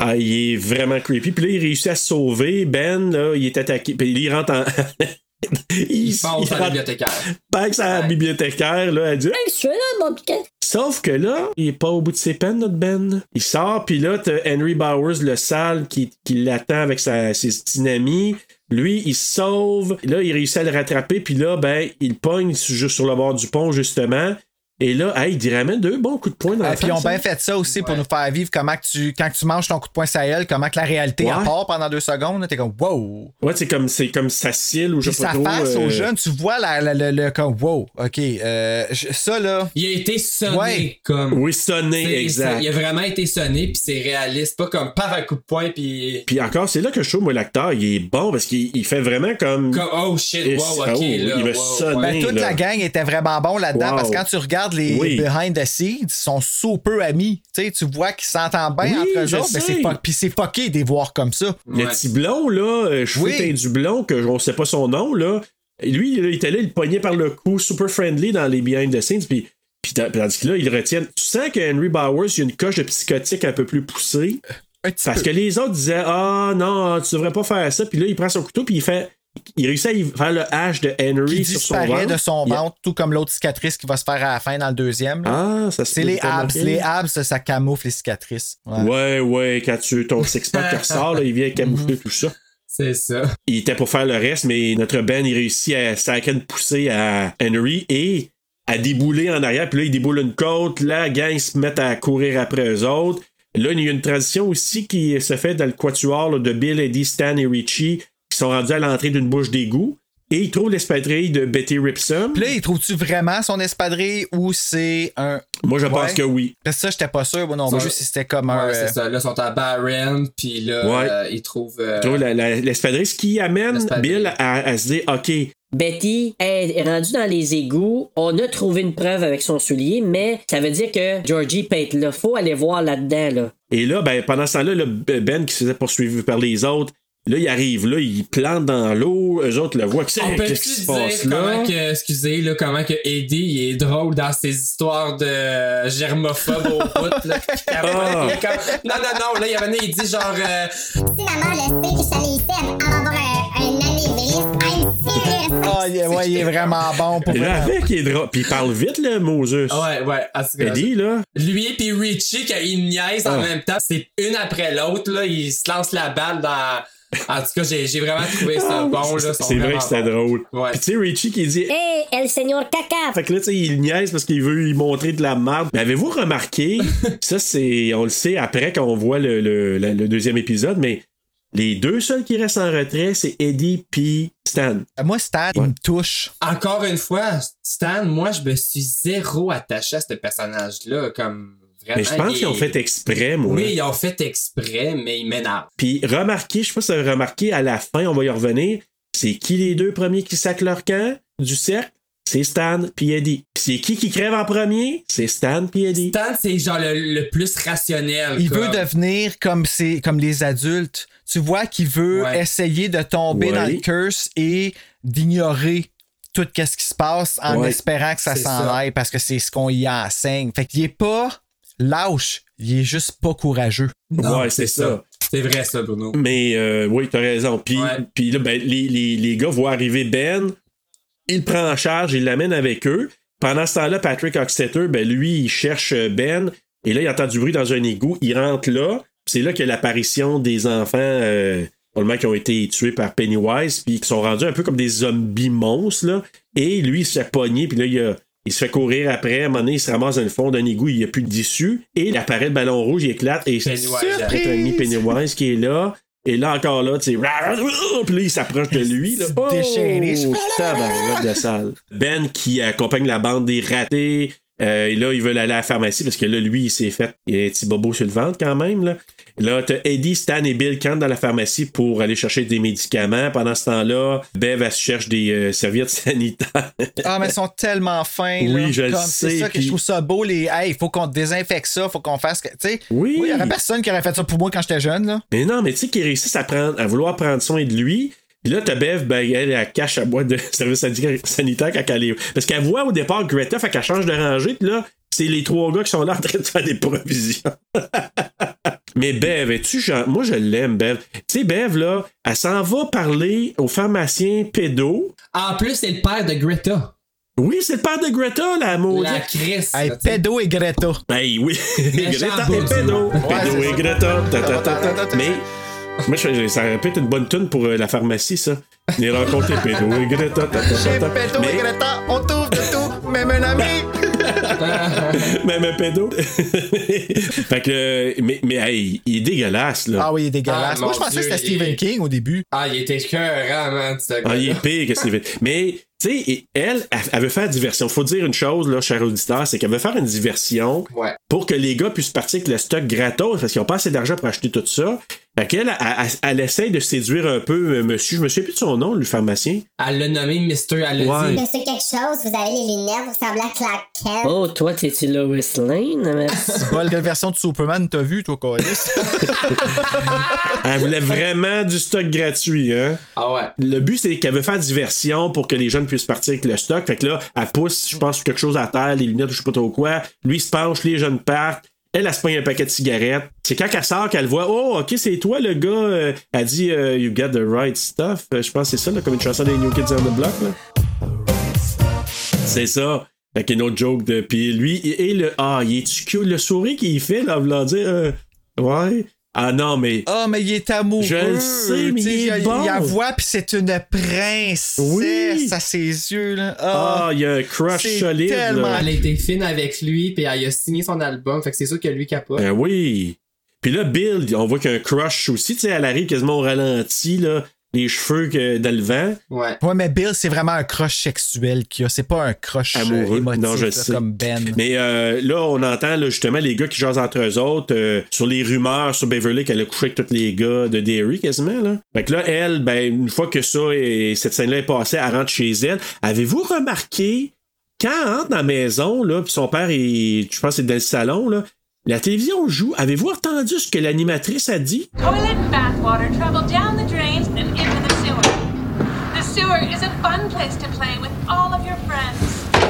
D: Ah, il est vraiment creepy. Puis là, il réussit à se sauver. Ben, là, il est attaqué. Puis il rentre en. il
E: Il
D: il
E: pense à la
D: rentre
E: bibliothécaire.
D: back sa
E: Ouais.
D: bibliothécaire, là, elle dit Hey!
J: Je suis là, mon piquet.
D: Sauf que là, il est pas au bout de ses peines, notre Ben. Il sort, puis là, t'as Henry Bowers, le sale, qui, qui l'attend avec sa, ses dynamies. Lui, il se sauve. Là, il réussit à le rattraper, puis là, ben, il pogne su- juste sur le bord du pont, justement. Et là, hey, il ramène deux bons coups de poing dans
C: Et
D: la
C: Euh, puis ils ont
D: face, hein.
C: bien fait ça aussi pour
E: Ouais.
C: nous faire vivre comment que tu, quand que tu manges ton coup de poing sahel, comment que la réalité
D: Ouais.
C: en part pendant deux secondes, là, t'es comme wow.
D: Ouais, c'est comme, c'est comme sa cile ou je
C: Puis
D: sais pas
C: sa
D: trop.
C: face
D: euh,
C: aux jeunes, tu vois la, la- la- le comme wow, ok, euh, je- ça là,
E: Il a été sonné
C: Ouais.
E: comme.
D: Oui, sonné,
E: C'est-
D: exact.
E: c'est- Il a vraiment été sonné, puis c'est réaliste. Pas comme par un coup de poing, puis.
D: Puis encore, c'est là que je trouve, moi, l'acteur, il est bon parce qu'il il fait vraiment comme.
E: Comme, oh shit,
D: Et-
E: wow, ok,
D: oh,
E: là.
D: il m'a
E: wow,
D: sonné.
E: ouais.
C: ben, toute
D: là.
C: la gang était vraiment bon là-dedans
D: Wow.
C: parce que quand tu regardes regardes les
D: Oui.
C: behind the scenes, ils sont super amis. Tu sais, tu vois qu'ils s'entendent
D: Oui,
C: bien entre eux
D: je
C: autres, mais
D: sais.
C: c'est fuck- puis c'est fucké de les voir comme ça.
D: Le petit blond, là, euh, cheveux
C: Oui.
D: teints du blond, que on sait pas son nom, là. Et Lui, là, il était là, il le pognait par le cou, super friendly dans les behind the scenes, puis puis ta- puis tandis que là, ils le retiennent. Tu sens que Henry Bowers, il a une coche de psychotique un peu plus poussée. Parce que les autres disaient Ah non, tu devrais pas faire ça. Puis là, il prend son couteau, puis il fait. Il réussit à y faire le hache de Henry
C: Qui
D: sur son
C: disparaît
D: ventre.
C: de son
D: Il-
C: ventre, tout comme l'autre cicatrice qui va se faire à la fin dans le deuxième. là.
D: Ah, ça se
C: c'est
D: peut
C: les
D: que t'as
C: abs.
D: marqué.
C: Les abs, ça camoufle les cicatrices.
D: Ouais,
C: Ouais.
D: ouais, quand tu ton six-pack qui ressort, là, il vient camoufler tout ça.
E: C'est ça.
D: Il était pour faire le reste, mais notre Ben, il réussit à saquer une poussée à Henry et à débouler en arrière. Puis là, il déboule une côte. Là, la gang se met à courir après eux autres. Là, il y a une tradition aussi qui se fait dans le quatuor là, de Bill, Eddie, Stan et Richie qui sont rendus à l'entrée d'une bouche d'égout. Et ils trouvent l'espadrille de Betty Ripson.
C: Puis là, il trouve-tu vraiment son espadrille ou c'est un.
D: Moi, je
C: Ouais.
D: pense que oui.
C: Parce que ça, j'étais pas sûr, moi non
E: Ça-
C: plus, si c'était comme un.
E: Ouais, c'est
C: euh,
E: ça. Là, ils sont à Barren, puis là,
D: Ouais.
E: euh, ils trouvent. euh,
D: Ils trouvent la- la- l'espadrille, ce qui amène
E: l'espadrille.
D: Bill à, à se dire OK,
J: Betty est rendue dans les égouts. On a trouvé une preuve avec son soulier, mais ça veut dire que Georgie peinte là. Faut aller voir là-dedans, là.
D: Et là, ben, pendant ce temps-là, là, Ben qui se faisait poursuivre par les autres, là, il arrive, là, il plante dans l'eau, eux autres le voient. Qu'est-ce
E: On peut
D: qu'est-ce qui
E: tu
D: se
E: dire
D: passe là?
E: comment que, excusez, là, comment que Eddie il est drôle dans ses histoires de euh, germophobe au bout, là. puis
D: Ah.
E: après, il est comme, non, non, non, là, il y avait il dit genre, euh,
B: Si maman le sait que j'allais ici, elle va avoir un, un anévrisme. I'm serious.
C: Ah, il est- ouais, il est vraiment bon pour
D: Et là,
C: vrai.
D: avec, il est drôle. Puis il parle vite, là, Moses.
E: ouais, ouais, en tout cas,
D: Eddie, là.
E: Lui puis Richie, quand ils niaisent en même temps, c'est une après l'autre, là, ils se lancent la balle dans. En tout cas, j'ai j'ai vraiment trouvé ça bon, là. ils sont
D: Ah C'est vrai
E: vraiment
D: que c'était
E: bons.
D: drôle.
E: Ouais.
D: Puis tu sais, Richie qui dit.
J: Hey, El Señor Caca!
D: Fait que là, tu sais, il niaise parce qu'il veut lui montrer de la merde. Mais avez-vous remarqué, ça, c'est. On le sait après quand on voit le, le- la- le deuxième épisode, mais les deux seuls qui restent en retrait, c'est Eddie puis Stan.
C: Moi, Stan, il me touche.
E: Encore une fois, Stan, moi, je me suis zéro attaché à ce personnage-là, comme vraiment.
D: Mais je pense
E: il-
D: qu'ils ont fait exprès, moi.
E: Euh, Oui, ils ont fait exprès, mais ils m'énervent.
D: Puis remarquez, je sais pas si vous avez remarqué, à la fin, on va y revenir, c'est qui les deux premiers qui sacent leur camp du cercle? C'est Stan puis Eddie. Puis c'est qui qui crève en premier? C'est Stan puis Eddie.
E: Stan, c'est genre le, le plus rationnel.
C: Il
E: comme.
C: veut devenir comme, ses- comme les adultes. Tu vois qu'il veut
E: Ouais.
C: essayer de tomber
D: Ouais.
C: dans le curse et d'ignorer tout ce qui se passe en
D: Ouais.
C: espérant que ça
E: C'est
C: s'en
E: ça.
C: aille parce que c'est ce qu'on y enseigne. Fait qu'il est pas lâche, il est juste pas courageux.
E: Non,
D: ouais, c'est ça.
E: C'est vrai, ça, Bruno.
D: Mais euh, oui, t'as raison. Puis,
E: Mm. Ouais.
D: puis là, ben, les, les- les gars voient arriver Ben, il le prend en charge, il l'amène avec eux. Pendant ce temps-là, Patrick Oxtetter, ben, lui, il cherche euh, Ben, et là, il entend du bruit dans un égout, il rentre là, Puis c'est là qu'il y a l'apparition des enfants, euh, probablement qui ont été tués par Pennywise, puis qui sont rendus un peu comme des zombies monstres, là. et lui, il se fait pogner, puis là, il a- Il se fait courir après, à un moment donné, il se ramasse dans le fond d'un égout, il n'y a plus d'issue, et il apparaît le ballon rouge, il éclate, et
E: Pennywise.
D: notre ami Pennywise qui est là. Et là encore là, tu sais, puis là, il s'approche de lui. Là. Oh,
C: Déchaîné.
D: tabarnak de salle. Ben qui accompagne la bande des ratés. euh, et là, ils veulent aller à la pharmacie parce que là, lui, il s'est fait il a un petit bobo sur le ventre quand même. Là, là t'as Eddie, Stan et Bill qui entrent dans la pharmacie pour aller chercher des médicaments. Pendant ce temps-là, Bev, elle se cherche des euh, serviettes sanitaires.
C: Ah, mais ils sont tellement fins.
D: Oui,
C: là.
D: je le
C: Comme,
D: sais,
C: C'est ça que
D: puis-
C: je trouve ça beau. Les, hey, faut qu'on désinfecte ça, faut qu'on fasse. que- Tu sais,
D: Oui.
C: il y aurait personne qui aurait fait ça pour moi quand j'étais jeune. Là.
D: Mais non, mais tu sais qu'ils réussissent à, prendre, à vouloir prendre soin de lui. Puis là, t'as Bev, ben, elle, elle cache à boîte de service sanitaire- sanitaire quand elle est. Parce qu'elle voit au départ Greta, fait qu'elle change de rangée. Puis là, c'est les trois gars qui sont là en train de faire des provisions. mais Bev, es-tu genre. Moi, je l'aime, Bev. Tu sais, Bev, là, elle s'en va parler au pharmacien pédo.
E: En plus, c'est le père de Greta.
D: Oui, c'est le père de Greta, la maudite.
E: La Chris.
C: Hey,
E: là, tu sais.
C: Pédo et Greta.
D: Hey, Ben oui. Greta et
E: Bourdieu.
D: Pédo. Pédo
C: c'est
D: et
C: ça.
D: Greta. Ta, ta, ta, ta, ta. Mais, moi, je, ça aurait pu être une bonne tune pour euh, la pharmacie, ça. Les rencontres et Pédo et Greta. ta, ta, ta,
C: Chez
D: ta.
C: Pédo et
D: Mais- Ben,
C: Greta, on trouve de tout, même un ami.
D: Même un pédo. fait que, euh, mais, mais, hey, il est dégueulasse, là.
C: Ah oui, il est dégueulasse.
E: Ah,
C: Moi,
E: mon
C: je pensais
E: Dieu,
C: que c'était
E: il-
C: Stephen King au début.
E: Ah, il était écœurant, man, ce
D: Ah,
E: gars-là.
D: il est pire que Steven. Mais Tu sais, et elle, elle, elle veut faire diversion. Faut dire une chose, là, cher auditeur, c'est qu'elle veut faire une diversion pour que les gars puissent partir avec le stock gratos parce qu'ils n'ont pas assez d'argent pour acheter tout ça. Fait qu'elle, elle, elle, elle essaie de séduire un peu euh, monsieur, je me souviens plus de son nom, le pharmacien.
E: Elle l'a nommé Mister, elle l'a
D: Ouais.
E: dit.
B: Monsieur quelque chose, vous avez les lunettes, vous semblez à Clark Kent.
J: Oh, toi, t'es-tu Lois Lane? Merci.
C: C'est pas quelle version de Superman t'as vu, toi, Colis?
D: Elle voulait vraiment du stock gratuit, hein?
E: Ah ouais.
D: Le but, c'est qu'elle veut faire diversion pour que les jeunes puissent partir avec le stock. Fait que là, elle pousse, je pense, quelque chose à terre, les lunettes, je sais pas trop quoi. Lui, il se penche, les jeunes partent. Elle, elle se pogne un paquet de cigarettes. C'est quand elle sort qu'elle voit, oh, ok, c'est toi le gars. Euh, Elle dit, euh, you got the right stuff. Euh, Je pense que c'est ça, là, comme une chanson des New Kids on the Block. là. C'est ça. Fait qu'il y a une autre joke de. Puis lui, et, et le. Ah, il est-tu cute? Le sourire qu'il fait, là, voulant dire. euh, ouais. Ah non, mais.
C: Ah, mais il est amoureux.
D: Je le sais, mais
C: Tu sais,
D: il est
C: a-
D: bon.
C: Il la voit, puis c'est une princesse
D: Oui.
C: à ses yeux. Là.
D: Ah,
C: Ah,
D: il y a un crush
C: c'est
D: solide. là.
C: tellement-
E: Elle a été fine avec lui, puis elle a signé son album, fait que c'est sûr que lui capote.
D: Ben oui. Puis là, Bill, on voit qu'il y a un crush aussi. Tu sais, elle arrive quasiment au ralenti, là. Les cheveux que, dans le vent.
E: Ouais.
C: Ouais, mais Bill, c'est vraiment un crush sexuel qu'il a. C'est pas un crush euh,
D: Amoureux.
C: émotif
D: Non, je
C: là,
D: sais.
C: comme Ben.
D: Mais euh, là, on entend là, justement les gars qui jasent entre eux autres euh, sur les rumeurs sur Beverly qu'elle a couché avec tous les gars de Derry quasiment. Là. Fait que là, elle, ben, une fois que ça et cette scène-là est passée, elle rentre chez elle. Avez-vous remarqué quand elle rentre dans la maison, là, puis son père est, je pense, que c'est dans le salon, là, la télévision joue. Avez-vous entendu ce que l'animatrice a dit?
M: Toilet and bathwater travel down the drains and into the sewer. The sewer is a fun place to play with all of your friends.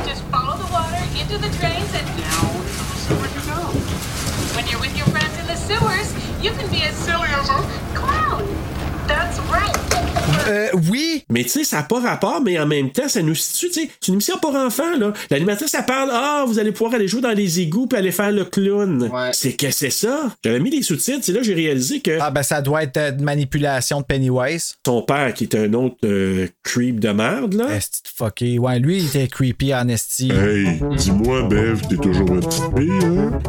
M: Just follow the water into the drains and down into the sewer you go. When you're with your friends in the sewers, you can be as silly as a clown. That's right.
C: Euh, oui.
D: Mais tu sais, ça n'a pas rapport, mais en même temps, ça nous situe. tu sais, C'est une émission pour enfants, là. L'animatrice, elle parle Ah, vous allez pouvoir aller jouer dans les égouts puis aller faire le clown. C'est que c'est ça. J'avais mis des sous-titres, c'est là que j'ai réalisé que
C: Ah, ben ça doit être euh, de manipulation de Pennywise.
D: son père, qui est un autre euh, creep de merde, là.
C: Esti de fucké. Ouais, lui, il était creepy, en esti.
K: Hey, dis-moi, Bev, t'es toujours un petit pire,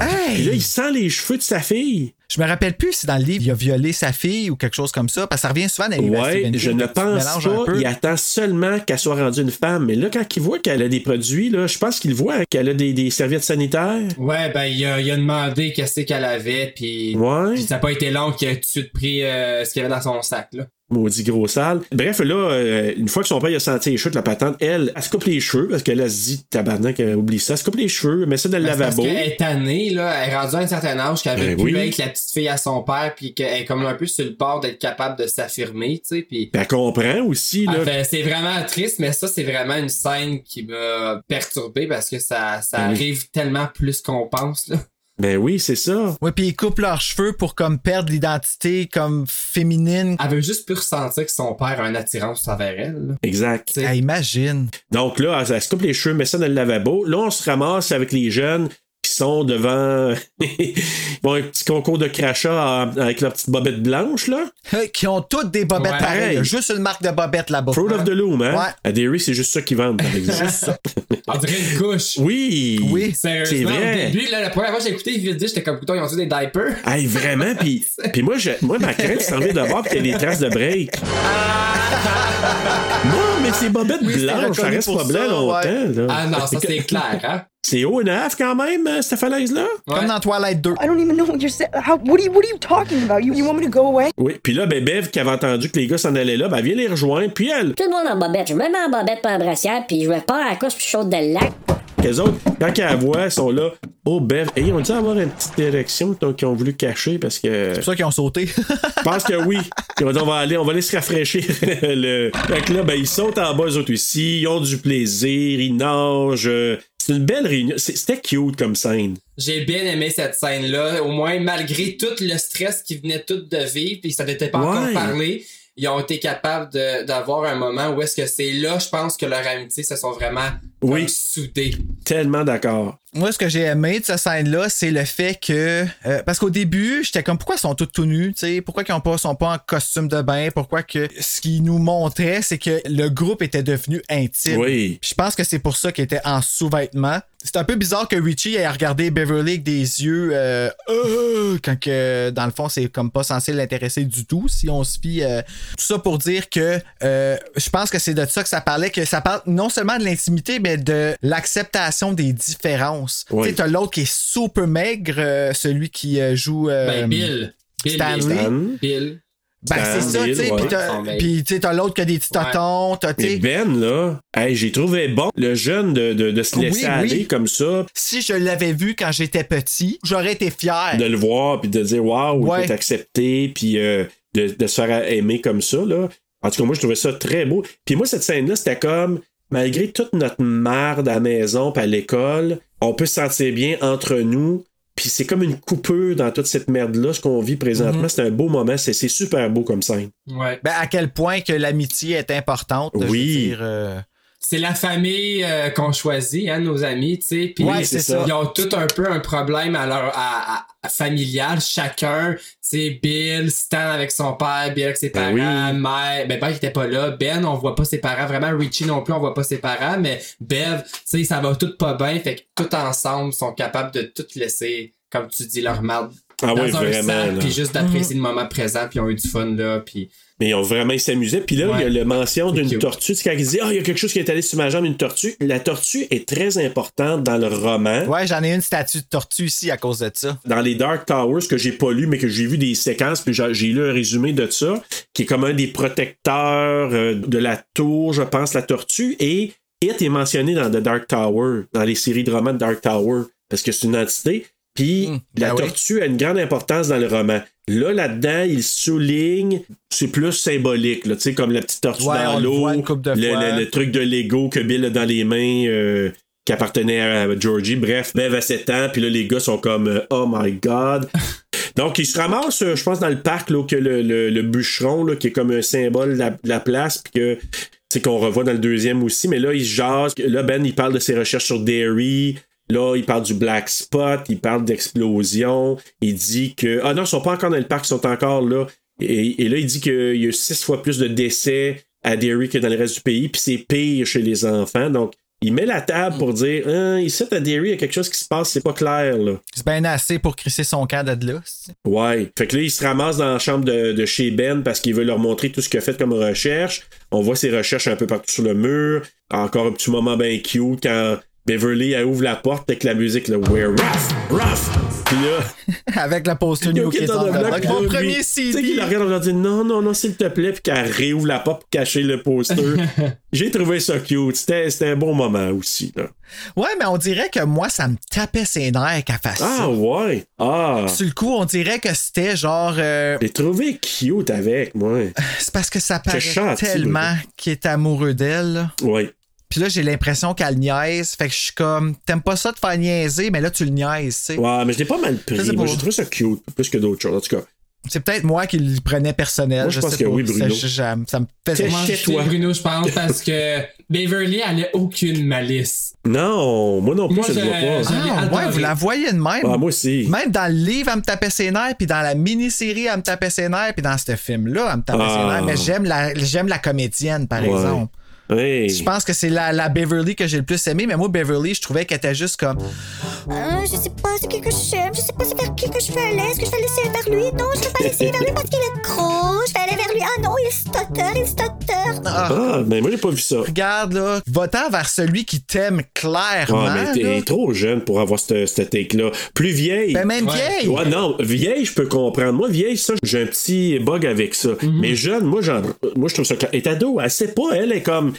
K: hein?
D: Puis là, il sent les cheveux de sa fille.
C: Je me rappelle plus si dans le livre, il a violé sa fille ou quelque chose comme ça, parce que ça revient souvent dans les livres à
D: Ouais,
C: Stephen
D: je
C: King,
D: ne
C: tu
D: pense
C: mélanges un
D: pas.
C: peu.
D: Il attend seulement qu'elle soit rendue une femme. Mais là, quand il voit qu'elle a des produits, là, je pense qu'il voit hein, qu'elle a des, des serviettes sanitaires.
E: Ouais, ben il a, il a demandé qu'est-ce qu'elle avait, puis
D: Ouais.
E: puis ça n'a pas été long qu'il a tout de suite pris euh, ce qu'il y avait dans son sac, là.
D: Maudit gros sale. Bref, là, euh, une fois que son père a senti les cheveux de la patente, elle, elle se coupe les cheveux parce qu'elle elle se dit tabarnak, elle oublie ça. Elle se coupe les cheveux, met ça dans le
E: Ben, c'est
D: lavabo.
E: Parce qu'elle est tannée, là, elle est rendue à un certain âge qu'elle veut
D: Ben
E: plus
D: oui.
E: être la petite fille à son père, puis qu'elle est comme un peu sur le bord d'être capable de s'affirmer, tu sais, puis...
D: Puis elle comprend aussi, là.
E: Ah, ben, c'est vraiment triste, mais ça, c'est vraiment une scène qui m'a perturbé parce que ça, ça
D: Ben oui.
E: arrive tellement plus qu'on pense, là.
D: Ben oui, c'est ça.
C: Ouais, puis ils coupent leurs cheveux pour comme perdre l'identité comme
D: Ah,
C: féminine.
E: Elle veut juste plus ressentir que son père a une attirance envers elle, là.
D: Exact.
E: Tu sais.
C: Ah, imagine.
D: Donc là, elle, elle se coupe les cheveux, met ça dans le lavabo. Là, on se ramasse avec les jeunes qui sont devant bon, un petit concours de crachat en- avec la petite bobette blanche, là.
C: Euh, Qui ont toutes des bobettes
E: Ouais.
C: pareilles. Il y a Juste une marque de bobette là-bas.
D: Fruit of the Loom, hein?
C: Ouais.
D: À Derry, c'est juste ça qu'ils vendent, par exemple.
E: Juste ça. On dirait une couche.
D: Oui!
C: Oui.
D: Ah. C'est
E: Sérieusement,
D: vrai.
E: au début, là, la première fois que j'ai écouté Vite dit, j'étais comme, putain, ils ont-tu des diapers?
D: Hey, vraiment, puis puis moi, je, moi, ma crainte servait de bord, puis il y a des traces de break. Non, mais c'est bobette
C: Oui, c'était
D: blanche, ça
C: reconnu
D: reste
C: pour
D: pas blanc
C: ça,
D: longtemps. Là.
E: Ah non, ça, c'est clair, hein?
D: C'est haut et neuf quand même, euh, cette falaise-là.
C: Comme dans Twilight 2.
D: Ah
M: I don't even know what you're saying. How? What are you? What are you talking about? You, you want me to go away?
D: Oui, puis là, ben, Bev, qui avait entendu que les gars s'en allaient là, ben, elle vient les rejoindre, puis elle,
I: Tout le monde en bobette. Je me mets en bobette pour un brassière, puis je me pars à la course, puis je saute dans le lac.
D: les autres, quand qu'elle la voit, elles sont là. Oh, Bev, et ils ont dû avoir une petite érection donc, qu'ils ont voulu cacher parce que.
C: C'est pour ça qu'ils ont sauté.
D: Je pense que oui. Ils ont dit, on va aller, on va aller se rafraîchir. le... Fait que là, ben, ils sont en bas, eux autres ici. Ils ont du plaisir, ils nagent. euh, C'est une belle réunion. C'est- C'était cute comme scène.
E: J'ai bien aimé cette scène-là. Au moins, malgré tout le stress qu'ils venaient tous de vivre, puis ça n'était pas
D: Ouais.
E: encore parlé, ils ont été capables de- d'avoir un moment où est-ce que c'est là, je pense, que leur amitié se sont vraiment comme,
D: Oui.
E: soudées.
D: Tellement d'accord.
C: Moi, ce que j'ai aimé de cette scène-là, c'est le fait que. euh, parce qu'au début, j'étais comme pourquoi ils sont tous tout nus, tu sais, pourquoi ils ont pas, sont pas en costume de bain, pourquoi que ce qu'ils nous montraient, c'est que le groupe était devenu intime.
D: Oui.
C: Puis je pense que c'est pour ça qu'ils étaient en sous-vêtements. C'est un peu bizarre que Richie ait regardé Beverly avec des yeux euh, Euh, quand que dans le fond c'est comme pas censé l'intéresser du tout si on se fie euh, tout ça pour dire que euh, je pense que c'est de ça que ça parlait que ça parle non seulement de l'intimité mais de l'acceptation des différences.
D: Oui.
C: Tu sais t'as l'autre qui est super maigre euh, celui qui euh, joue euh,
E: Ben, Bill. Bill,
C: Stanley.
E: Bill. Bill.
C: Ben c'est ça tu sais
D: Stanley,
C: puis
D: ouais.
C: t'as-
D: Stanley.
C: puis tu sais t'as l'autre qui a des petits totons, t'as tu sais,
D: Mais Ben, là, hey, j'ai trouvé bon le jeune de, de, de se
C: Oui,
D: laisser
C: oui.
D: aller comme ça,
C: si je l'avais vu quand j'étais petit, j'aurais été fier.
D: de le voir, puis de dire waouh,
C: Ouais.
D: il est accepté, puis euh, de, de se faire aimer comme ça. Là. En tout cas, moi, je trouvais ça très beau. Puis moi, cette scène-là, c'était comme, malgré toute notre marde à la maison, puis à l'école, on peut se sentir bien entre nous. Puis c'est comme une coupure dans toute cette merde-là, ce qu'on vit présentement.
C: Mhm.
D: C'est un beau moment, c'est c'est super beau comme scène.
E: Ouais.
C: Ben, à quel point que l'amitié est importante. là, je veux
D: Oui.
C: dire, euh,
E: C'est la famille euh, qu'on choisit, hein, nos amis, tu sais. Puis
C: Ouais, c'est ça.
E: Ils ont tout un peu un problème à leur à, à- à- familial, chacun. Tu sais, Bill, Stan avec son père, Bill avec ses parents, Mère, ben, Ben qui était pas là, Ben, on voit pas ses parents, vraiment Richie non plus, on voit pas ses parents, mais Bev, tu sais, ça va tout pas bien, fait que tout ensemble sont capables de tout laisser, comme tu dis, leur mal
D: Ah
E: dans
D: oui,
E: un
D: vraiment,
E: sac,
D: là.
E: puis juste d'apprécier le moment présent, puis ils ont eu du fun là, puis
D: Mais ils ont vraiment ils s'amusaient. Puis là,
E: Ouais.
D: il y a la mention d'une
E: cute.
D: tortue. C'est quand ils disent Ah, il y a quelque chose qui est allé sur ma jambe, une tortue. La tortue est très importante dans le roman.
C: Ouais, j'en ai une statue de tortue ici à cause de ça.
D: Dans les Dark Towers que j'ai pas lu, mais que j'ai vu des séquences, puis j'ai j'ai lu un résumé de ça, qui est comme un des protecteurs euh, de la tour, je pense, la tortue. Et It est mentionné dans The Dark Tower, dans les séries de romans de Dark Tower, parce que c'est une entité. Puis la
C: oui.
D: tortue a une grande importance dans le roman. Là, là-dedans, il souligne, c'est plus symbolique, là, tu sais, comme la petite tortue
C: Ouais, on
D: dans
C: le
D: l'eau,
C: voit une
D: le,
C: couple de fois.
D: le- le truc de Lego que Bill a dans les mains, euh, qui appartenait à Georgie. Bref, Bev a 7 ans, puis là, les gars sont comme euh, Oh my God. Donc, ils se ramassent, euh, je pense, dans le parc, là, que le, le- le bûcheron, là, qui est comme un symbole de la, de la place, puis que. C'est qu'on revoit dans le deuxième aussi, mais là, ils se jasent. Là, Ben, il parle de ses recherches sur Derry. Là, il parle du Black Spot, il parle d'explosion. Il dit que. Ah non, ils sont pas encore dans le parc, ils sont encore là. Et, et là, il dit qu'il y a six fois plus de décès à Derry que dans le reste du pays, puis c'est pire chez les enfants. Donc, il met la table pour dire Hein, ici à Derry, il y a quelque chose qui se passe, c'est pas clair, là.
C: C'est bien assez pour crisser son camp de là. c'est-
D: Ouais. Fait que là, il se ramasse dans la chambre de, de chez Ben parce qu'il veut leur montrer tout ce qu'il a fait comme recherche. On voit ses recherches un peu partout sur le mur. Encore un petit moment bien cute quand Beverly elle ouvre la porte avec la musique, là. We're rough, rough. Puis là.
C: Avec la poster New Kids on the Block. Mon premier
D: Tu sais,
C: CD.
D: qu'il la regarde, on leur dit non, non, non, s'il te plaît, puis qu'elle réouvre la porte pour cacher le poster. J'ai trouvé ça cute. C'était c'était un bon moment aussi, là.
C: Ouais, mais on dirait que moi, ça me tapait ses nerfs qu'elle fasse
D: Ah,
C: ça.
D: ouais. Ah.
C: Sur le coup, on dirait que c'était genre. euh,
D: J'ai trouvé cute avec, moi.
C: c'est parce que ça paraît
D: gentil,
C: tellement qu'il est amoureux d'elle. là.
D: Ouais.
C: Puis là, j'ai l'impression qu'elle niaise. Fait que je suis comme, t'aimes pas ça de faire niaiser, mais là, tu le niaises, tu sais.
D: Ouais, mais je l'ai pas mal
C: Je sais
D: pris.
C: pas.
D: Moi, j'ai trouvé ça cute, plus que d'autres choses. En tout cas,
C: C'est peut-être moi qui le prenais personnel.
D: Moi, je pense
C: sais
D: que
C: pas.
D: oui, Bruno.
C: Ça, ça- ça me faisait
E: Moi,
C: chier.
E: je sais, Bruno, je pense, parce que Beverly, elle a aucune malice.
D: non, moi non plus,
E: Moi,
D: je le vois
E: je-
D: pas.
E: je- J'avais
C: Ah, ouais,
E: adoré.
C: vous la voyez de même.
D: Ah, moi aussi.
C: Même dans le livre, elle me tapait ses nerfs, puis dans la mini-série, elle me tapait ses nerfs, puis dans ce film-là, elle me tapait ses
D: Ah.
C: nerfs. Mais j'aime la, j'aime la comédienne, par
D: Ouais.
C: exemple.
D: Hey.
C: Je pense que c'est la, la Beverly que j'ai le plus aimée, mais moi, Beverly, je trouvais qu'elle était juste comme.
L: Euh, je sais pas c'est qui que j'aime, je sais pas c'est vers qui que je vais aller, est-ce que je vais laisser vers lui? Non, je vais pas laisser vers lui parce qu'il est gros, je vais aller vers lui. Ah non, il est stotter, il est stotter.
C: Ah,
D: Ah, mais moi, j'ai pas vu ça.
C: regarde, là, va-t'en vers celui qui t'aime clairement.
D: Ah, mais
C: là.
D: t'es trop jeune pour avoir cette, cette take-là. Plus vieille.
C: Ben, même
E: Ouais.
C: vieille.
D: Ouais, non, vieille, je peux comprendre. Moi, vieille, ça, j'ai un petit bug avec ça. Mais jeune, moi, j'en, moi, je trouve ça clair. Et ado, elle sait pas, elle est comme.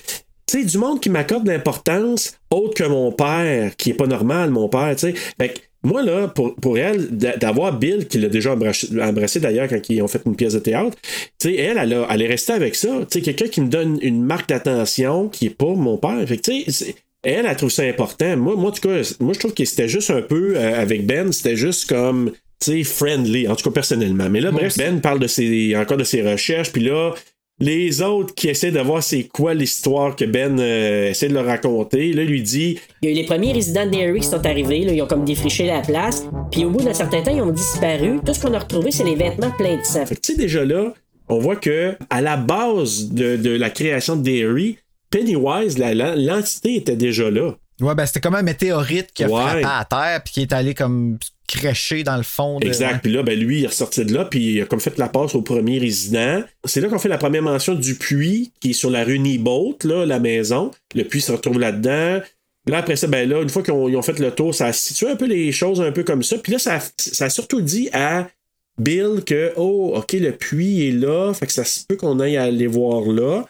D: Tu sais, du monde qui m'accorde de l'importance autre que mon père, qui est pas normal, mon père, tu sais. Fait que moi, là, pour, pour elle, d'a- d'avoir Bill, qui l'a déjà embrassé, embrassé d'ailleurs quand ils ont fait une pièce de théâtre, tu sais, elle, elle, a- elle est restée avec ça. Tu sais, quelqu'un qui me donne une marque d'attention qui est pas mon père. Fait que, tu sais, c'est- elle, elle trouve ça important. Moi, moi, en tout cas, moi, je trouve que c'était juste un peu, euh, avec Ben, c'était juste comme, tu sais, friendly, en tout cas personnellement. Mais là, bref, Ben parle de ses, encore de ses recherches, puis là, Les autres qui essaient de voir c'est quoi l'histoire que Ben euh, essaie de leur raconter, là, lui dit
J: Il y a eu les premiers résidents de Derry qui sont arrivés, là, ils ont comme défriché la place, puis au bout d'un certain temps, ils ont disparu. Tout ce qu'on a retrouvé, c'est les vêtements pleins de sang.
D: Fait que, tu sais, déjà là, on voit que à la base de, de la création de Derry, Pennywise, la- la- l'entité était déjà là.
C: Ouais, ben c'était comme un météorite qui a
D: Ouais.
C: frappé à terre puis qui est allé comme crécher dans le fond. de-
D: Exact. Puis là, ben lui, il est ressorti de là, puis il a comme fait la passe au premier résident. C'est là qu'on fait la première mention du puits qui est sur la rue Nibault, là, la maison. Le puits se retrouve là-dedans. Là, après ça, ben là, une fois qu'ils ont, ils ont fait le tour, ça situe un peu les choses un peu comme ça. Puis là, ça, ça a surtout dit à Bill que, oh, OK, le puits est là, fait que ça se peut qu'on aille aller voir là.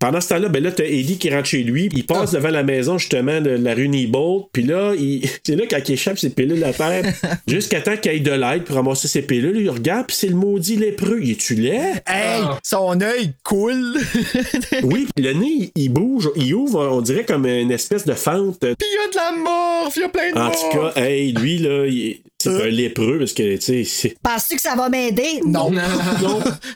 D: Pendant ce temps-là, ben là, t'as Ellie qui rentre chez lui, il passe devant la maison, justement, de la rue Nibolt, puis là, il... c'est là quand il échappe ses pilules à terre, jusqu'à temps qu'il ait de l'aide pour ramasser ses pilules, il regarde, puis c'est le maudit lépreux. Il est-tu laid?
C: Hey, son œil coule.
D: oui, puis le nez, il bouge, il ouvre, on dirait comme une espèce de fente.
C: Puis il y a de la mort, il y a plein de
D: En
C: morts.
D: tout cas, hey, lui, là, il- c'est un lépreux, parce que, tu sais, c'est-
L: Penses-tu que ça va m'aider?
C: Non.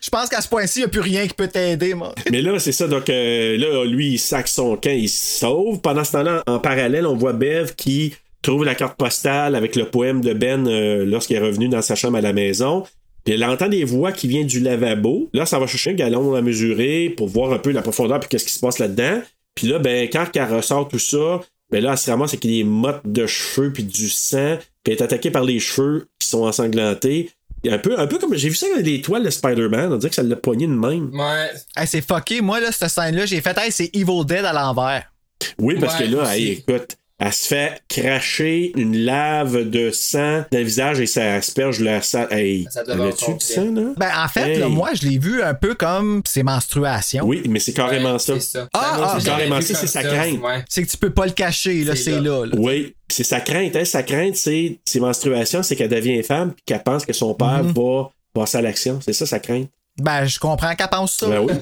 C: Je pense qu'à ce point-ci, il n'y a plus rien qui peut t'aider, moi.
D: Mais là, c'est ça. Donc, euh, là, lui, il sac son camp, il se sauve. Pendant ce temps-là, en parallèle, on voit Bev qui trouve la carte postale avec le poème de Ben euh, lorsqu'il est revenu dans sa chambre à la maison. Puis elle entend des voix qui viennent du lavabo. Là, ça va chercher un galon à mesurer pour voir un peu la profondeur puis qu'est-ce qui se passe là-dedans. Puis là, ben, quand elle ressort tout ça, ben là, elle se ramasse avec des mottes de cheveux puis du sang. Puis elle est attaquée par les cheveux qui sont ensanglantés. Et Un peu, un peu comme j'ai vu ça dans les toiles de Spider-Man. On dirait que ça l'a poigné de même.
E: Ouais.
C: Hey, c'est fucké. Moi, là, cette scène-là, j'ai fait, hey, c'est Evil Dead à l'envers.
D: Oui, parce
E: Ouais,
D: que là,
E: aussi.
D: hey, écoute, elle se fait cracher une lave de sang dans le visage et ça asperge la salle. Hey,
E: Ça devait avoir
D: avais-tu
E: son
D: de ça,
E: bien.
D: là?
C: Ben, en fait,
D: Hey.
C: là, moi, je l'ai vu un peu comme ses menstruations.
D: Oui, mais c'est carrément ça.
E: C'est ça.
C: Ah,
E: Ça, moi,
C: ah,
E: je l'avais
D: carrément,
E: vu
D: ça,
E: comme
D: c'est sa crainte.
E: Ouais.
C: C'est que tu peux pas le cacher, là,
E: C'est
C: c'est là. là.
D: Oui, Puis c'est sa crainte. Hein? Sa crainte, c'est ses menstruations, c'est qu'elle devient femme et qu'elle pense que son père
C: Mhm.
D: va passer à l'action. C'est ça, sa crainte.
C: Ben, je comprends qu'elle pense ça.
D: Ben oui.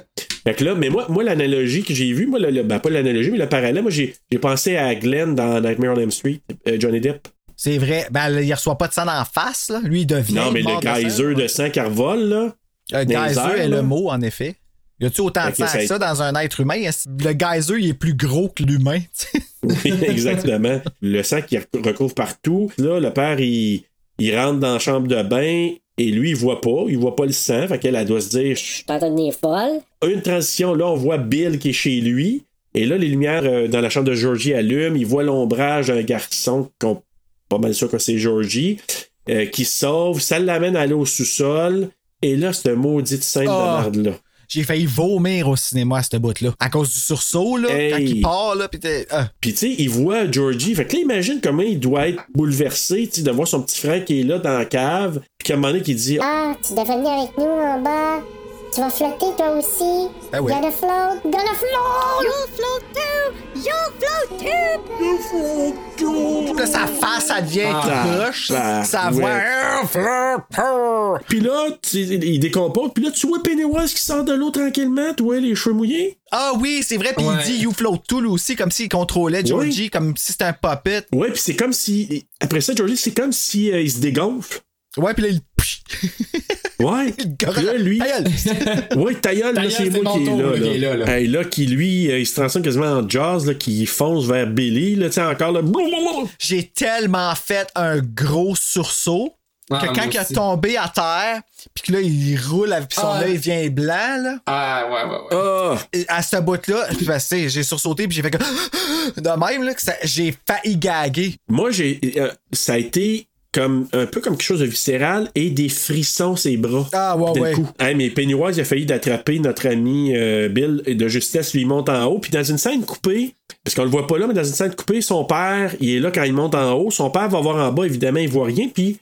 D: Fait que là, mais moi, moi l'analogie que j'ai vue, moi, le, le- ben, pas l'analogie, mais le parallèle, moi, j'ai j'ai pensé à Glenn dans Nightmare on Elm Street, euh, Johnny Depp.
C: C'est vrai. Ben, là, il reçoit pas de sang en face, là. Lui, il devient.
D: Non, mais le
C: mort de sang.
D: geyser de sang qui revole, là.
C: Euh,
D: Dans les
C: geyser
D: airs,
C: est
D: là.
C: le mot, en effet. Y a-tu autant de
D: Ok,
C: sang
D: ça-
C: que ça dans un être humain? Est-ce- Le geyser, il est plus gros que l'humain. tu sais?
D: Oui, exactement. Le sang qui recouvre partout. Là, le père, il, il rentre dans la chambre de bain et lui, il voit pas. Il voit pas le sang. Fait qu'elle, elle doit se dire. Chut.
J: Pas devenir folle.
D: Une transition, là, on voit Bill qui est chez lui. Et là, les lumières euh, dans la chambre de Georgie allument. Il voit l'ombrage d'un garçon qu'on pas mal sûr que c'est Georgie, euh, qui se sauve. Ça l'amène à aller au sous-sol. Et là, c'est un maudit scène
C: Ah.
D: de merde, là.
C: J'ai failli vomir au cinéma à ce bout-là. À cause du sursaut, là,
D: Hey.
C: quand il part, là, pis t'es- ah.
D: Puis, tu sais, il voit Georgie. Fait que là, imagine comment il doit être bouleversé, tu sais, de voir son petit frère qui est là dans la cave. Puis, qu'à un moment donné, qui dit
L: Ah, tu devais venir avec nous en bas. Tu vas flotter toi aussi.
C: ben
D: Ah ouais. Gonna
L: float, gonna float. You'll float too. You'll float too. You'll float too.
C: Là, sa face, elle devient
D: Ah,
C: croche.
D: bah,
C: sa
D: ouais.
C: voix. Ah, fleur, peur.
D: Puis là, tu- il décompose. Puis là, tu vois Pennywise qui sort de l'eau tranquillement. Tu vois les cheveux mouillés.
C: Ah oui, c'est vrai. Puis
E: Ouais.
C: il dit You float too, lui aussi, comme s'il contrôlait Georgie, comme si c'était un puppet.
D: Ouais, puis c'est comme si. Après ça, Georgie, c'est comme si euh, il se dégonfle.
C: Ouais, puis là, il.
D: Ouais. Puis là, lui.
C: Ta gueule.
D: Ouais, ta gueule, là,
E: Ta gueule,
D: c'est
E: c'est
D: moi qui est
E: mon
D: là. là.
E: tour, là, qui est là, là.
D: Hey, là, qui lui, euh, il se transforme quasiment en jazz, là, qui fonce vers Billy. Là, tu sais, encore là. Blou, blou, blou.
C: j'ai tellement fait un gros sursaut
E: Ah,
C: que
E: moi
C: quand il a
E: aussi.
C: tombé à terre, puis que là, il roule, avec- puis son
E: Ah.
C: œil vient blanc, là.
E: Ah, ouais, ouais, ouais.
D: Ah!
C: Et à ce bout-là, puis, ben, tu sais, j'ai sursauté, puis j'ai fait que. De même, là, que ça- j'ai failli gaguer.
D: Moi, j'ai, euh, ça a été comme un peu comme quelque chose de viscéral et des frissons ses bras.
C: Ah, ouais,
D: D'un
C: ouais.
D: coup. Hey, mais Pennywise a failli d'attraper notre ami euh, Bill et de justesse lui il monte en haut. Puis dans une scène coupée, parce qu'on le voit pas là, mais dans une scène coupée, son père, il est là quand il monte en haut. Son père va voir en bas, évidemment, il voit rien. Puis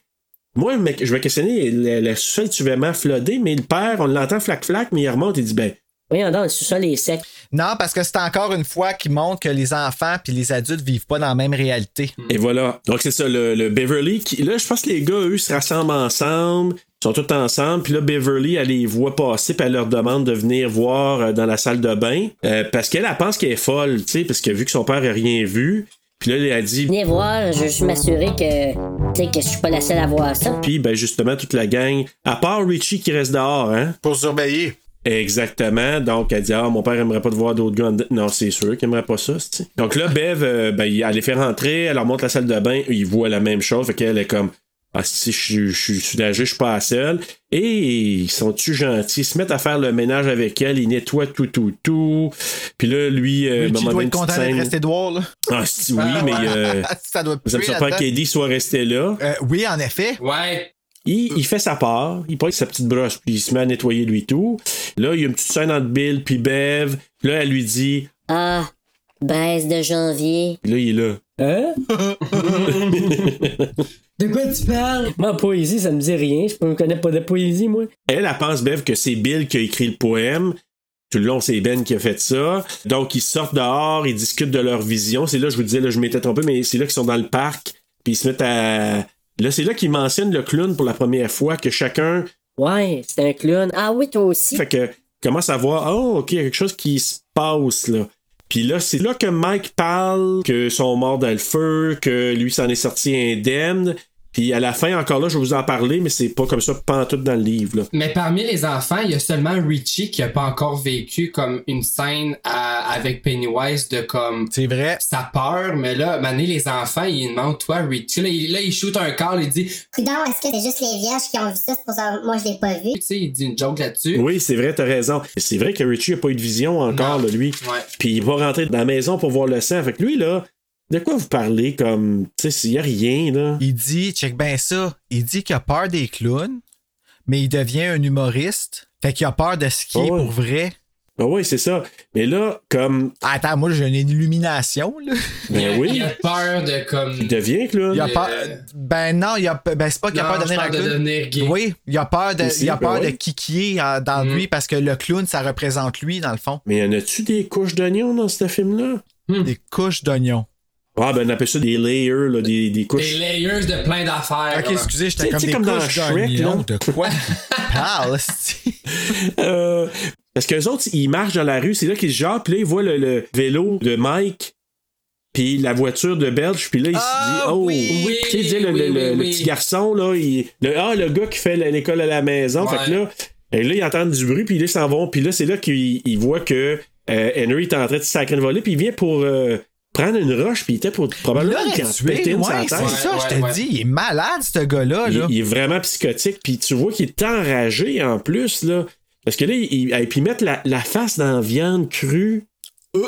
D: moi, mec, je vais questionner le, le sous-sol est-tu vraiment flotté, mais le père, on l'entend flac-flac, mais il remonte et dit ben.
J: Voyons donc, le sous-sol est sec.
C: Non, parce que c'est encore une fois qui montre que les enfants puis les adultes vivent pas dans la même réalité.
D: Et voilà. Donc c'est ça, le, le Beverly qui. Là, je pense que les gars, eux, se rassemblent ensemble, sont tous ensemble. Puis là, Beverly, elle les voit passer, puis elle leur demande de venir voir euh, dans la salle de bain. euh, parce qu'elle, elle pense qu'elle est folle, tu sais, parce que vu que son père a rien vu. Puis là, elle a dit.
I: Venez voir, je veux juste m'assurer que, tu sais, que je suis pas la seule à voir ça.
D: Puis ben justement, toute la gang, à part Richie qui reste dehors, hein.
C: Pour surveiller.
D: Exactement. Donc, elle dit Ah, mon père aimerait pas te voir d'autres gars. Non, c'est sûr qu'il aimerait pas ça. c'ti. Donc là, Bev, euh, ben, il- elle les fait rentrer, elle leur montre la salle de bain, ils voient la même chose. Fait qu'elle est comme Ah, si, je suis- je suis soulagée, je suis pas la seule. Et ils sont-tu gentils Ils se mettent à faire le ménage avec elle, ils nettoient tout, tout, tout. Puis là, lui, euh,
C: Lui, tu
D: maman,
C: dois
D: une
C: être
D: petite
C: content d'être
D: scène.
C: resté Edouard, là. Ah,
D: Ah, si, oui, mais. euh,
C: ça doit
D: ça me
C: puer
D: surprend
C: là-dedans.
D: qu'Eddie soit resté là.
C: Euh, oui, en effet.
E: Ouais.
D: Il, il fait sa part, il prend sa petite brosse, puis il se met à nettoyer lui tout. Là, il y a une petite scène entre Bill puis Bev. Là, elle lui dit.
G: Ah, baisse de janvier.
D: Puis Là, il est là.
J: Hein?
H: De quoi tu parles? Moi, poésie, ça me dit rien. Je ne connais pas de poésie, moi.
D: Elle, elle pense, Bev, que c'est Bill qui a écrit le poème. Tout le long, c'est Ben qui a fait ça. Donc, ils sortent dehors, ils discutent de leur vision. C'est là, je vous disais, là, je m'étais trompé, mais c'est là qu'ils sont dans le parc. Puis ils se mettent à. Là, c'est là qu'ils mentionnent le clown pour la première fois, que chacun
J: Ouais, c'est un clown. Ah oui, toi aussi.
D: Fait que commence à voir, oh, OK, il y a quelque chose qui se passe là. Puis là, c'est là que Mike parle que sont morts dans le feu, que lui s'en est sorti indemne. Puis à la fin, encore là, je vais vous en parler, mais c'est pas comme ça pantoute dans le livre. Là.
E: Mais parmi les enfants, il y a seulement Richie qui a pas encore vécu comme une scène à- avec Pennywise de comme
C: c'est vrai
E: sa peur. Mais là, mané les enfants, ils demandent toi Richie. Là, il, là, il shoot un corps, il dit, tu
L: Coudon, est-ce que c'est juste les vierges qui ont vu ça? C'est pour ça que moi, je l'ai pas vu.
E: sais, il dit une joke là-dessus.
D: Oui, c'est vrai, t'as raison. C'est vrai que Richie a pas eu de vision encore, là, lui.
E: Ouais.
D: Puis il va rentrer dans la maison pour voir le sang. Fait que lui, là, de quoi vous parlez comme. Tu sais, s'il y a rien, là.
C: Il dit, check bien ça, il dit qu'il a peur des clowns, mais il devient un humoriste. Fait qu'il a peur de ce qui est
D: Ah ouais.
C: pour vrai.
D: Ah oui, c'est ça. Mais là, comme.
C: Attends, moi, j'ai une illumination, là.
D: Ben oui.
E: Il a peur de comme.
D: Il devient que là.
C: Il a peur.
E: Euh,
C: Ben non, il a... ben, c'est pas qu'il a
E: Non,
C: peur de
E: je
C: devenir un
E: parle de
C: clown.
E: devenir gay.
C: Oui, il a peur de,
D: Aussi,
C: il a
D: ben
C: peur de
D: ouais.
C: kikier en- dans lui parce que le clown, ça représente lui, dans le fond.
D: Mais y en a-tu des couches d'oignons dans ce film-là?
C: Des couches d'oignons.
D: Ah, ben on appelle ça des layers, là, des, des couches.
E: Des layers de plein d'affaires.
C: Ok,
E: là.
C: excusez,
D: Tu
C: j'étais
D: sais, tu
C: comme
D: sais,
C: des
D: comme dans
C: couches
D: Shrek,
C: d'oignons.
D: là.
C: De quoi tu parles, esti?
D: Euh, parce qu'eux autres, ils marchent dans la rue, c'est là qu'ils se jarrent, puis là, ils voient le, le vélo de Mike, puis la voiture de Belge, puis là, ils se disent, oh,
E: Ah, oui.
D: tu sais, je veux dire, le,
E: Oui,
D: le- le-
E: oui,
D: le
E: oui.
D: petit garçon, là, il, le, ah, le gars qui fait la- l'école à la maison,
E: Ouais.
D: fait que là, et là, ils entendent du bruit, puis là, ils s'en vont, puis là, c'est là qu'ils ils voient que euh, Henry est en train de sacrer une volée, puis il vient pour euh, prendre une roche, puis il était pour probablement
C: Là,
D: lui
C: il
D: en
C: tué,
D: péter une sur la
C: ouais, c'est
D: tête.
C: ça, je te
E: Ouais, ouais.
C: dis, il est malade, ce gars-là.
D: Il,
C: là.
D: il est vraiment psychotique, puis tu vois qu'il est enragé en plus, là. Parce que là, il, et puis ils mettent la, la face dans la viande crue. euh,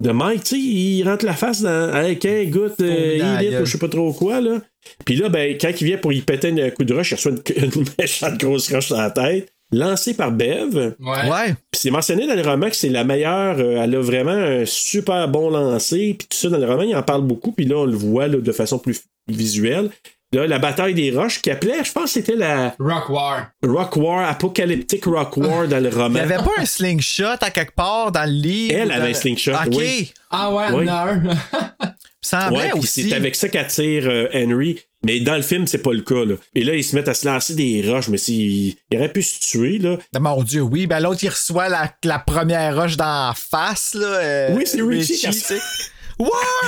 D: De Mike, tu sais, il rentre la face dans, avec un goutte, euh,
C: dans la
D: il
C: gueule.
D: ou je sais pas trop quoi, là. Puis là, ben, quand il vient pour y péter un coup de roche, il reçoit une, une méchante grosse roche dans la tête, lancée par Bev.
E: Ouais.
C: Ouais.
D: Puis c'est mentionné dans le roman que c'est la meilleure, euh, elle a vraiment un super bon lancer, puis tout ça dans le roman, il en parle beaucoup, puis là on le voit là, de façon plus visuelle. Là, la bataille des roches qui appelait, je pense que c'était la
E: Rock War.
D: Rock War, Apocalyptic Rock War dans le
C: Ah, Il
D: roman.
C: avait pas un slingshot à quelque part dans le livre.
D: Elle
C: ou
D: avait
C: dans-
D: un slingshot,
C: Ok.
D: oui.
E: Ah ouais,
D: Oui.
E: non.
D: Ouais,
C: Semblait
D: puis
C: aussi.
D: c'est avec ça qu'attire euh, Henry, mais dans le film, c'est pas le cas. là. Et là, ils se mettent à se lancer des roches, mais s'il il aurait pu se tuer, là.
C: Ah, Mon Dieu, oui. Ben l'autre, il reçoit la, la première roche dans la face, là. euh,
D: Oui, c'est Richie qui a-
C: tu sais. Ouais!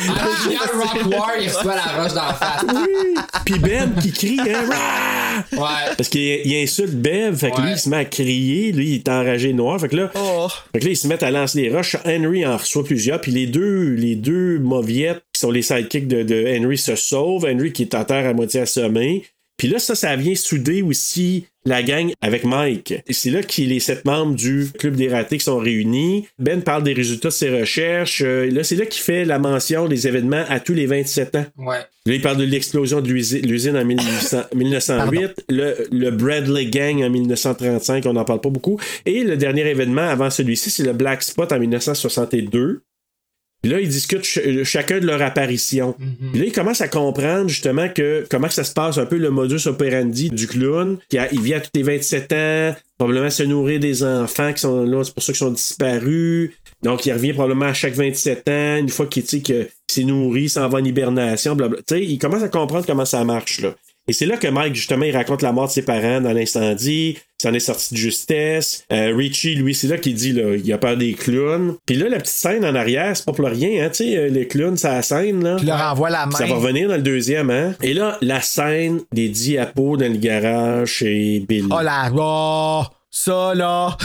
E: Ah, il y a Rock War, il reçoit la roche d'en face.
D: Oui! Puis Ben qui crie, hein, Rah!
E: Ouais.
D: Parce qu'il il insulte Bev, fait que
E: Ouais.
D: lui, il se met à crier, lui, il est enragé noir, fait que là,
C: Oh.
D: fait que là, ils se mettent à lancer des roches. Henry en reçoit plusieurs, puis les deux, les deux mauviettes qui sont les sidekicks de, de Henry se sauvent. Henry qui est à terre à moitié assommé. Puis là, ça, ça vient souder aussi la gang avec Mike. Et c'est là que les sept membres du Club des ratés qui sont réunis. Ben parle des résultats de ses recherches. Euh, là, c'est là qu'il fait la mention des événements à tous les 27 ans.
E: Ouais.
D: Là, il parle de l'explosion de l'usi- l'usine en 1800 1908, le, le Bradley Gang en 1935, on n'en parle pas beaucoup. Et le dernier événement avant celui-ci, c'est le Black Spot en 1962. Puis là, ils discutent ch- euh, chacun de leur apparition. Puis là, ils commencent à comprendre justement que comment que ça se passe un peu le modus operandi du clown. qui a- Il vient à tous les 27 ans, probablement se nourrir des enfants qui sont là, c'est pour ça qu'ils sont disparus. Donc, il revient probablement à chaque 27 ans, une fois qu'il tu sais, que s'est nourri, s'en va en hibernation, blablabla. Tu sais, il commence à comprendre comment ça marche, là. Et c'est là que Mike, justement, il raconte la mort de ses parents dans l'incendie, ça en est sorti de justesse. Euh, Richie, lui, c'est là qu'il dit, là, il a peur des clowns. Puis là, la petite scène en arrière, c'est pas pour rien, hein, tu sais, euh, les clowns, ça la scène, là.
C: Il leur envoie la main.
D: Ça va revenir dans le deuxième, hein? Et
C: Ah,
D: là, la scène des diapos dans le garage chez Bill.
C: Oh la. Oh. Ça, là,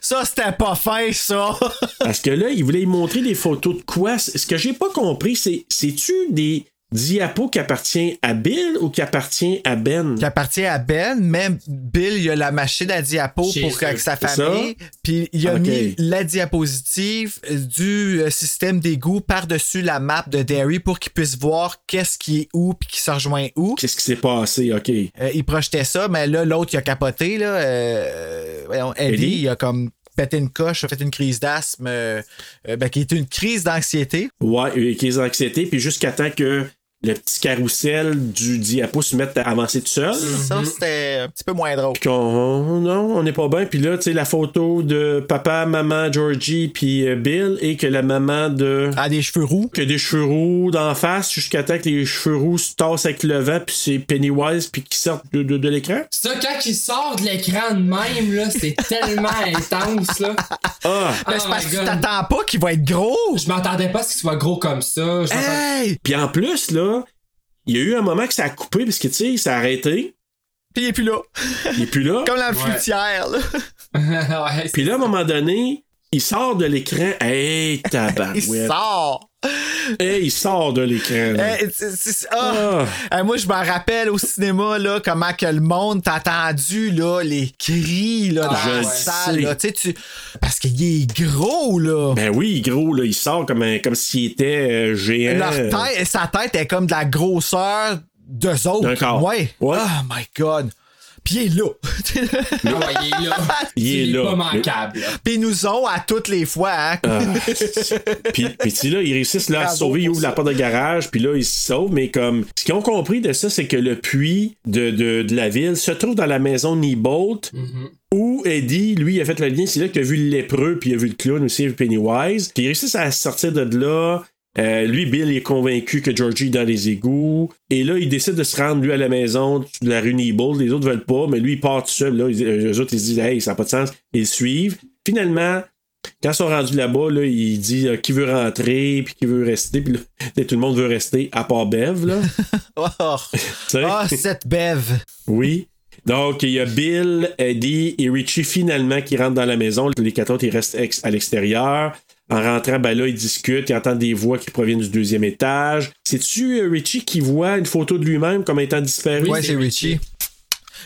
C: ça, c'était pas fin, ça.
D: Parce que là, il voulait y montrer des photos de quoi? C- Ce que j'ai pas compris, c'est c'est-tu des diapos qui appartiennent à Bill ou qui appartiennent à Ben?
C: qui appartient à Ben, mais Bill, il a la machine à diapo
D: Chez
C: pour
D: eux.
C: que sa
D: C'est ça?
C: famille, puis il a
D: Ok.
C: mis la diapositive euh, du euh, système d'égout par-dessus la map de Derry pour qu'il puisse voir qu'est-ce qui est où puis qui se rejoint où.
D: Qu'est-ce qui s'est passé? OK.
C: Euh, il projetait ça, mais là, l'autre, il a capoté, là. euh, voyons, Eddie,
D: Eddie?
C: il a comme pété une coche, a fait une crise d'asthme, euh, euh, ben, qui est une crise d'anxiété.
D: Ouais, euh, et qu'ils ont accepté, puis jusqu'à temps que le petit carrousel du diapo se mette à avancer tout seul.
C: Ça, c'était un petit peu moins drôle.
D: Qu'on- oh, non, on n'est pas bien. Puis là, tu sais, la photo de papa, maman, Georgie, puis euh, Bill, et que la maman de.
C: A des cheveux roux.
D: Que des cheveux roux d'en face, jusqu'à temps que les cheveux roux se tassent avec le vent, puis c'est Pennywise, puis qui sortent de, de- de l'écran.
E: Ça, quand il sort de l'écran de même, là, c'est tellement intense, là.
D: Ah!
C: Mais
E: Oh
C: c'est
E: my
C: parce que tu
E: God.
C: t'attends pas qu'il va être gros.
E: Je m'attendais pas à ce qu'il soit gros comme ça. Je m'attendais-
C: Hey!
D: Puis en plus, là, il y a eu un moment que ça a coupé, parce que, tu sais, ça a arrêté.
C: Puis il est plus là.
D: Et puis là.
C: Comme la
E: Ouais.
C: fruitière, là. Euh.
E: Ouais, c'est-
D: Puis là, à un moment donné, il sort de l'écran. Hey,
C: Il
D: tabarouette!
C: sort.
D: Hey, il sort de l'écran. là.
C: Eh, c'est- c'est- ah. Eh, moi, je me rappelle au cinéma, là, comment que le monde t'a attendu, là, les cris, là, dans
D: Ah,
C: la
D: je
C: salle,
D: sais.
C: là, tu sais, tu... Parce qu'il est gros, là.
D: Ben oui, gros, là, il sort comme, un- comme s'il était euh, géant.
C: Leur tête, sa tête est comme de la grosseur d'eux autres.
D: D'un corps.
C: Ouais.
D: Ouais.
C: Oh my God. Puis il est là.
E: Ah ouais, il est là.
D: Il est là.
E: pas manquable, là.
C: Puis ils nous ont à toutes les fois, hein.
D: Ah, puis, puis tu sais, là, ils réussissent là, à se
C: Bravo
D: sauver, ils
C: pour
D: ouvrent la porte de garage, puis là, ils se sauvent, mais comme. Ce qu'ils ont compris de ça, c'est que le puits de, de, de la ville se trouve dans la maison Nibolt,
C: Mm-hmm.
D: où Eddie, lui, a fait le lien. C'est là qu'il a vu le lépreux, puis il a vu le clown aussi, il a vu Pennywise. Puis ils réussissent à sortir de là. Euh, lui, Bill, il est convaincu que Georgie est dans les égouts. Et là, il décide de se rendre, lui, à la maison de la rue Nibold. Les autres veulent pas, mais lui, il part tout seul. Là, ils- euh, eux autres, ils se disent, hey, ça n'a pas de sens. Ils le suivent. Finalement, quand ils sont rendus là-bas, là, il dit euh, qui veut rentrer, puis qui veut rester. Puis là, et tout le monde veut rester, à part Bev. Là.
C: Oh.
D: Tu sais?
C: Ah, cette bève.
D: oui. Donc, il y a Bill, Eddie et Richie finalement qui rentrent dans la maison. Les quatre autres, ils restent ex- à l'extérieur. En rentrant, ben là, ils discutent, ils entendent des voix qui proviennent du deuxième étage. C'est-tu euh, Richie qui voit une photo de lui-même comme étant disparu?
C: ouais, c'est Richie.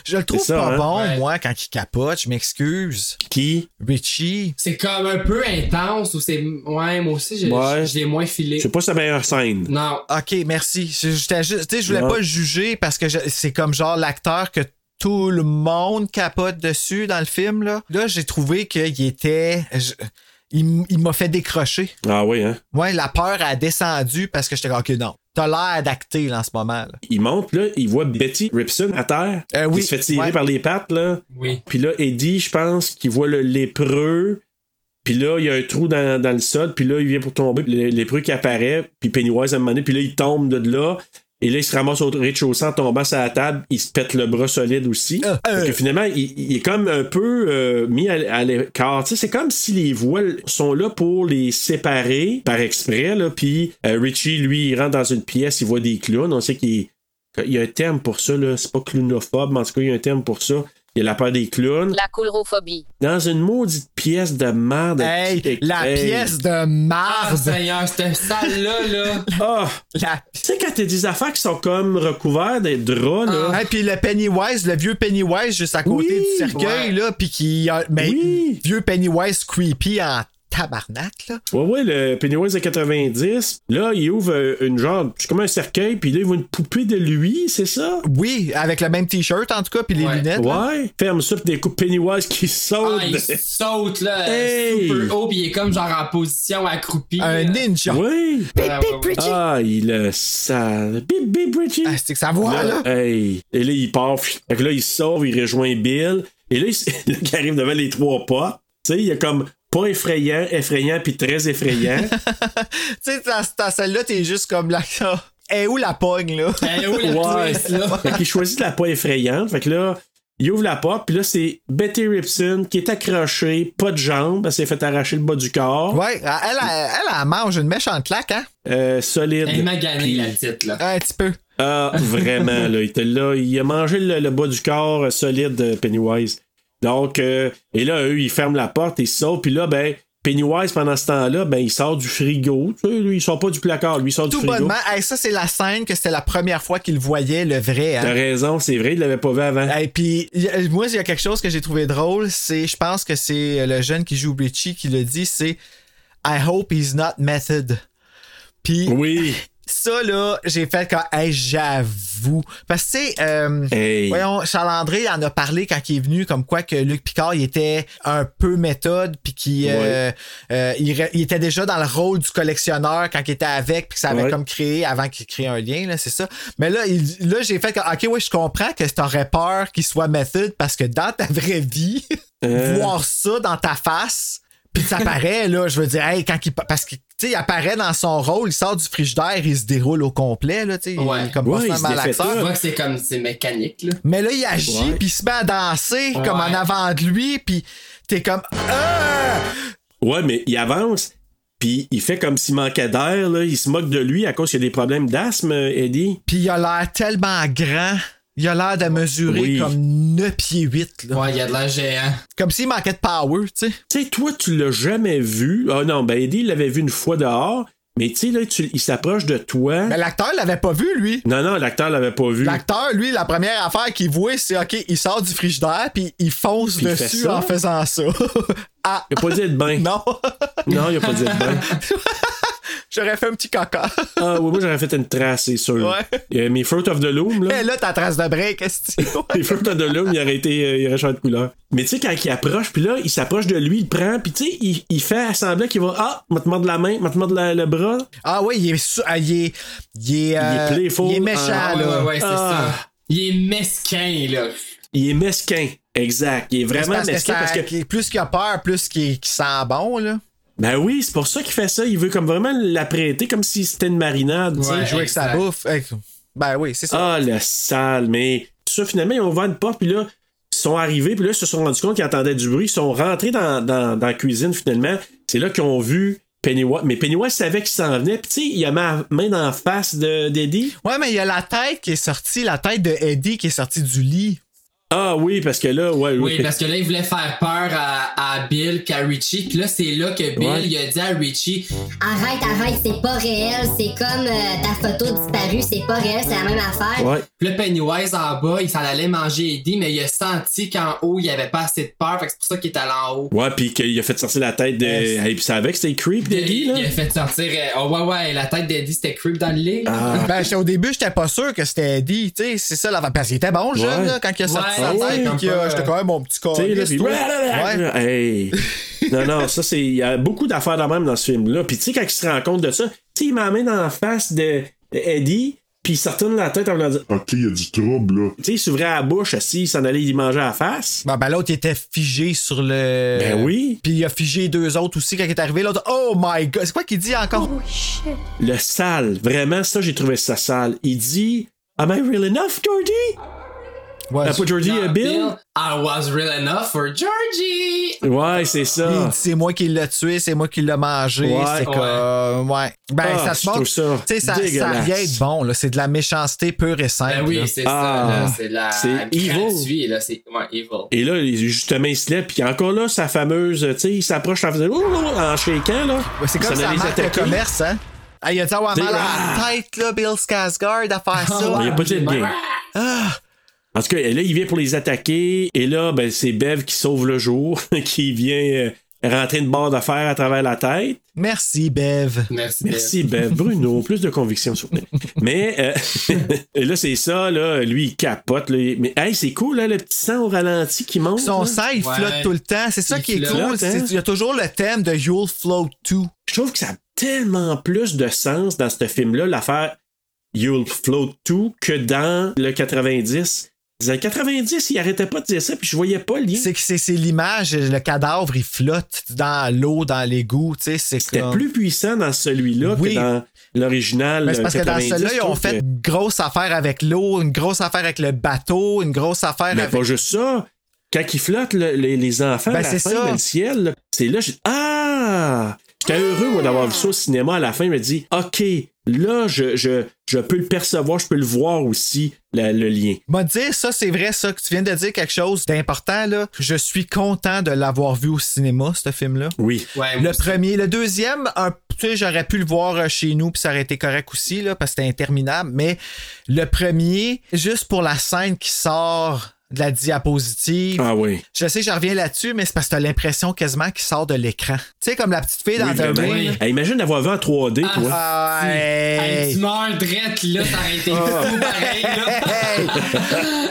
C: Je le trouve
D: ça,
C: pas
D: hein?
C: bon,
E: Ouais.
C: moi, quand il capote, je m'excuse.
D: Qui?
C: Richie.
E: C'est comme un peu intense ou c'est. Ouais, moi aussi, je,
D: Ouais.
E: je- je l'ai moins filé.
D: C'est pas sa meilleure scène.
E: Non.
C: Ok, merci. Je- j'étais juste- tu sais, je voulais
D: Ouais.
C: pas le juger parce que je- c'est comme genre l'acteur que tout le monde capote dessus dans le film. Là, là j'ai trouvé qu'il était. je- il m- il m'a fait décrocher.
D: Ah oui, hein?
C: Ouais, la peur a descendu parce que j'étais comme, ok, non. T'as l'air d'acter là, en ce moment. là.
D: Il monte, là, il voit Betty Ripson à terre.
C: Euh,
D: qui
C: oui,
D: se fait tirer
C: ouais.
D: par les pattes, là.
E: Oui.
D: Puis là, Eddie, je pense qu'il voit le lépreux. Puis là, il y a un trou dans, dans le sol. Puis là, il vient pour tomber. Puis le lépreux qui apparaît. Puis Pennywise à un moment donné. Puis là, il tombe de là. Et là, il se ramasse au rez-de-chaussée en tombant sur la table. Il se pète le bras solide aussi.
C: Ah, ah.
D: Fait que finalement, il, il est comme un peu euh, mis à, à l'écart. Tu sais, c'est comme si les voix sont là pour les séparer par exprès. Là. Puis euh, Richie, lui, il rentre dans une pièce. Il voit des clowns. On sait qu'il il y a un terme pour ça. là. C'est pas clownophobe, mais en tout cas, il y a un terme pour ça. Il y a la peur des clowns
G: La coulrophobie.
D: dans une maudite pièce de merde.
C: Hey, la
D: Hey.
C: pièce de
E: Ah,
C: marde.
E: Seigneur, cette salle-là, là.
D: Ah!
C: La-
D: Tu sais, quand t'as des affaires qui sont comme recouvertes des draps, là.
C: Hey, Ah, puis le Pennywise, le vieux Pennywise juste à côté
D: Ah, Oui,
C: du cercueil,
E: ouais.
C: là, puis qui a- Mais
D: Oui.
C: vieux Pennywise creepy en tabarnak, là.
E: Ah.
D: Ouais, ouais, le Pennywise de 90. Là, il ouvre euh, une genre. C'est comme un cercueil, puis là, il voit une poupée de lui, c'est ça?
C: Oui, avec le même t-shirt en tout cas, puis les
E: Ouais.
C: lunettes. là.
D: Ouais. Ferme ça, puis des coups Pennywise qui
E: Ah,
D: sautent.
E: il saute, là,
D: Hey.
E: super haut, puis il est comme genre en position accroupie.
C: Un
E: là.
C: ninja.
D: oui!
E: Ouais, ouais, ouais.
D: Ah, il le sale. Bip, bip, Richie!
C: Ah, c'est que ça voit, là.
D: Hey. Et là, il part. pff. Fait que là, il sauve, il rejoint Bill. Et là, il, s- là, il arrive devant les trois pas. Tu sais, il y a comme pas effrayant, effrayant, puis très effrayant.
C: Tu sais, dans, dans celle-là, t'es juste comme là. Et où la pogne, là?
E: Eh, où le
D: Ouais.
E: twist, là?
D: fait qu'il choisit la pas effrayante. Fait que là, il ouvre la porte, puis là, c'est Betty Ripson qui est accrochée, pas de jambes, elle s'est fait arracher le bas du corps.
C: Ouais, elle, elle, elle, elle mange une méchante claque, hein?
D: Euh, solide.
E: Elle m'a gagné,
D: Puis-
E: la petite, là.
C: Un petit peu.
D: Ah, vraiment, là. Il était là. Il a mangé le, le bas du corps euh, solide, euh, Pennywise. Donc, euh, et là, eux, ils ferment la porte, ils sautent, puis là, ben, Pennywise, pendant ce temps-là, ben, il sort du frigo. Tu sais, lui, il sort pas du placard, lui, il sort
C: Tout
D: du frigo.
C: bonnement, hey, ça c'est la scène que c'était la première fois qu'il voyait le vrai. hein.
D: T'as raison, c'est vrai, il l'avait pas vu avant.
C: Et puis, il y a- moi, il y a quelque chose que j'ai trouvé drôle, c'est, je pense que c'est euh, le jeune qui joue Richie qui le dit, c'est I hope he's not method. Puis,
D: oui.
C: ça, là, j'ai fait quand, hey, j'avoue. Parce que, tu sais, euh,
D: Hey.
C: voyons, Charles-André en a parlé quand il est venu, comme quoi que Luc Picard, il était un peu méthode, puis qu'il euh, euh, il, re- il était déjà dans le rôle du collectionneur quand il était avec, puis que ça avait
D: Ouais.
C: comme créé, avant qu'il crée un lien, là, c'est ça. Mais là, il- là j'ai fait comme, ok, oui, je comprends que t'aurais peur qu'il soit méthode, parce que dans ta vraie vie,
D: Euh.
C: voir ça dans ta face, puis ça paraît, là, je veux dire, hey, quand il, pa- parce que, tu sais, il apparaît dans son rôle, il sort du frigidaire, il se déroule au complet, là, tu sais, il est comme
E: Ouais,
C: pas
E: il se
C: mal
E: défait
C: acteur.
D: Ah.
E: tout. Tu vois que c'est comme, c'est mécanique, là.
C: Mais là, il agit,
E: Ouais.
C: puis il se met à danser,
E: Ouais.
C: comme en avant de lui, puis t'es comme, Ah!
D: Ouais, mais il avance, puis il fait comme s'il manquait d'air, là. Il se moque de lui à cause qu'il y a des problèmes d'asthme, euh, Eddie.
C: Puis il a l'air tellement grand, il a l'air de mesurer
D: Oui.
C: comme 9 pieds 8, là.
E: Ouais, il y a de l'air géant.
C: Comme s'il manquait de power, tu sais.
D: Tu sais, toi, tu l'as jamais vu. Ah non, ben Eddie, il l'avait vu une fois dehors, mais tu sais, là, tu- il s'approche de toi.
C: Mais l'acteur l'avait pas vu, lui.
D: Non, non, l'acteur l'avait pas vu.
C: L'acteur, lui, la première affaire qu'il voit, c'est OK, il sort du frigidaire puis il fonce
D: Puis il fait
C: dessus
D: ça.
C: en faisant ça. ah,
D: Il a pas dit être bain.
C: non,
D: Non, il a pas dit être bain.
C: j'aurais fait un petit caca.
D: Ah oui, moi j'aurais fait une trace, c'est sûr.
C: Ouais.
D: Euh, mes Fruit of the Loom, là.
C: Mais là, ta trace de break, est-ce que
D: Les Fruit of the Loom, il aurait été, euh, il aurait changé de couleur. Mais tu sais, quand il approche, puis là, il s'approche de lui, il le prend, puis tu sais, il, il fait semblant qu'il va, ah, m'a te mordre la main, m'a te mordre la- le bras.
C: Ah oui, il est, sou- ah, il est, il est, euh,
D: playful.
C: il est méchant,
D: Ah,
E: Ouais,
C: là.
E: ouais, ouais, c'est
D: Ah.
E: ça. Il est mesquin, là.
D: Il est mesquin. Exact. Il est
C: Mais c'est
D: vraiment
C: parce que,
D: mesquin
C: ça-
D: parce que.
C: qu'il- plus qu'il a peur, plus qu'il qu'il sent bon, là.
D: Ben oui, c'est pour ça qu'il fait ça. Il veut comme vraiment l'apprêter comme si c'était une marinade. tu sais.
E: Ouais,
C: Il joue avec sa
E: exact.
C: bouffe. Hey, Ben oui, c'est ça.
D: Ah, le sale, mais ça, finalement, ils ont ouvert une porte, puis là, ils sont arrivés, puis là, ils se sont rendus compte qu'ils entendaient du bruit. Ils sont rentrés dans, dans, dans la cuisine, finalement. C'est là qu'ils ont vu Pennywise. Mais Pennywise savait qu'il s'en venait, puis tu sais, il a mis la main dans la face de- d'Eddie.
C: Ouais, mais il y a la tête qui est sortie, la tête de Eddie qui est sortie du lit.
D: Ah oui, parce que là, ouais,
E: Oui, parce que là, il voulait faire peur à, à Bill qu'à Richie. Puis là, c'est là que Bill
D: Ouais.
E: il a dit à Richie
I: Arrête, arrête, c'est pas réel. C'est comme euh, ta photo disparue, c'est pas réel, c'est la même affaire.
D: Ouais.
E: Puis là, Pennywise en bas, il s'en allait manger Eddie, mais il a senti qu'en haut, il n'y avait pas assez de peur. Fait que c'est pour ça qu'il est allé en haut.
D: Ouais, puis qu'il a fait sortir la tête de.
E: Ouais.
D: Et puis, il savait que c'était creep, d'Eddie, là.
E: Il a fait sortir. euh, Oh, ouais, ouais, la tête d'Eddie, c'était creep dans le lit.
D: Ah.
C: Ben, j'étais- au début, j'étais pas sûr que c'était Eddie, tu sais, c'est ça la parce qu'il était bon le jeune
D: Ouais.
C: là, quand il a sorti
E: Ouais,
C: sa
E: ouais,
C: tête,
E: comme
C: puis, euh,
E: pas,
C: j'étais quand même mon petit corps.
D: Tu sais, là, puis-
C: Ouais.
D: Hey. Non, non, ça, c'est. Il y a beaucoup d'affaires de même dans ce film-là. Puis, tu sais, quand il se rend compte de ça, tu sais, il m'amène en face de de Eddie, puis il se retourne la tête en voulant dire.
K: Ok, il y a du trouble, là.
D: Tu sais, il s'ouvrait la bouche, assis, il s'en allait y manger à la face.
C: Ben, ben, l'autre il était figé sur
K: Euh.
C: le.
D: Ben oui.
C: Puis il a figé deux autres aussi quand il est arrivé. L'autre, oh my god, c'est quoi qu'il dit encore?
D: Le sale. Vraiment, ça, j'ai trouvé ça sale. Il dit. Am I real enough, Jordy?
C: Ouais,
D: Ah, pas Jordy,
E: Non,
D: euh, Bill?
E: I was real enough for Georgie.
D: Ouais, c'est
C: Il
D: ça.
C: dit, c'est moi qui l'ai tué, c'est moi qui l'ai mangé.
D: Ah. Ouais.
C: c'est comme. Ouais. Ben,
D: Ah,
C: ça
D: je
C: se montre.
D: trouve ça
C: Tu sais, ça, ça
D: dégueulasse.
C: rien de bon, là. C'est de la méchanceté pure et simple.
E: Ben
C: là.
E: oui, c'est
D: Ah.
E: ça, là. C'est la.
D: C'est evil.
E: gratuit, là. C'est. Ouais, evil.
D: Et là, il- justement, il se lève, puis encore là, sa fameuse. Tu sais, il s'approche en faisant. Ouh, ouh, en shaking, là.
C: Ouais, c'est comme
D: s'en
C: ça
D: allait les
C: marque le
D: attaquer.
C: commerce, hein? Ah, il a dû avoir
D: Des-
C: mal à
D: Ah!
C: la tête, là, Bill Skarsgård, à faire ça.
D: Il n'y a pas de game. Ah! En tout cas, là, il vient pour les attaquer. Et là, ben, c'est Bev qui sauve le jour, qui vient euh, rentrer une barre d'affaires à travers la tête.
C: Merci, Bev.
E: Merci.
D: Merci, Bev. Bruno, plus de conviction, s'il vous plaît. Mais euh, et là, c'est ça, là. Lui, il capote. là. Mais hey, c'est cool, là, le petit sang au ralenti qui monte.
C: Son
D: là.
C: sang, il
E: Ouais.
C: flotte tout le temps. C'est ça
E: Il
C: qui est
E: flotte,
C: cool.
D: hein?
C: c'est- Il y a toujours le thème de You'll Float Too.
D: Je trouve que ça a tellement plus de sens dans ce film-là, l'affaire You'll Float Too, que dans le 90. Dans le 90, il arrêtait pas de dire ça, puis je voyais pas le lien.
C: C'est que c'est c'est l'image, le cadavre, il flotte dans l'eau, dans l'égout. tu sais, C'est
D: C'était
C: comme-
D: plus puissant dans celui-là
C: Ah. Oui.
D: que dans l'original. euh,
C: Mais c'est parce que dans
D: 90,
C: celui-là,
D: je
C: ils ont
D: trouve
C: fait
D: que-
C: une grosse affaire avec l'eau, une grosse affaire avec le bateau, une grosse affaire
D: Mais
C: avec.
D: pas juste ça. Quand ils flottent, le- les, les enfants,
C: Ben,
D: à la
C: c'est
D: fin,
C: ça.
D: dans le ciel, là, c'est là, j'ai Ah! J'étais heureux, moi, d'avoir vu ça au cinéma à la fin. Il me dit, OK, Là, je, je, je peux le percevoir, je peux le voir aussi, la- le lien.
C: M'a dire ça, c'est vrai, ça, que tu viens de dire quelque chose d'important, là. Je suis content de l'avoir vu au cinéma, ce film-là.
D: Oui.
C: le premier. Le deuxième, un- tu sais, j'aurais pu le voir euh, chez nous, puis ça aurait été correct aussi, là, parce que c'était interminable. Mais le premier, juste pour la scène qui sort de la diapositive.
D: Ah oui.
C: Je sais, je reviens là-dessus, mais c'est parce que t'as l'impression quasiment qu'il sort de l'écran. Tu sais, comme la petite fille dans
D: Oui,
C: The
D: vraiment.
C: Ring, là.
D: Hey, imagine l'avoir vu en 3D, toi.
C: Ah, hey.
E: Hey, tu meurs drette, là, ça aurait été
D: Ah.
E: fou pareil, là.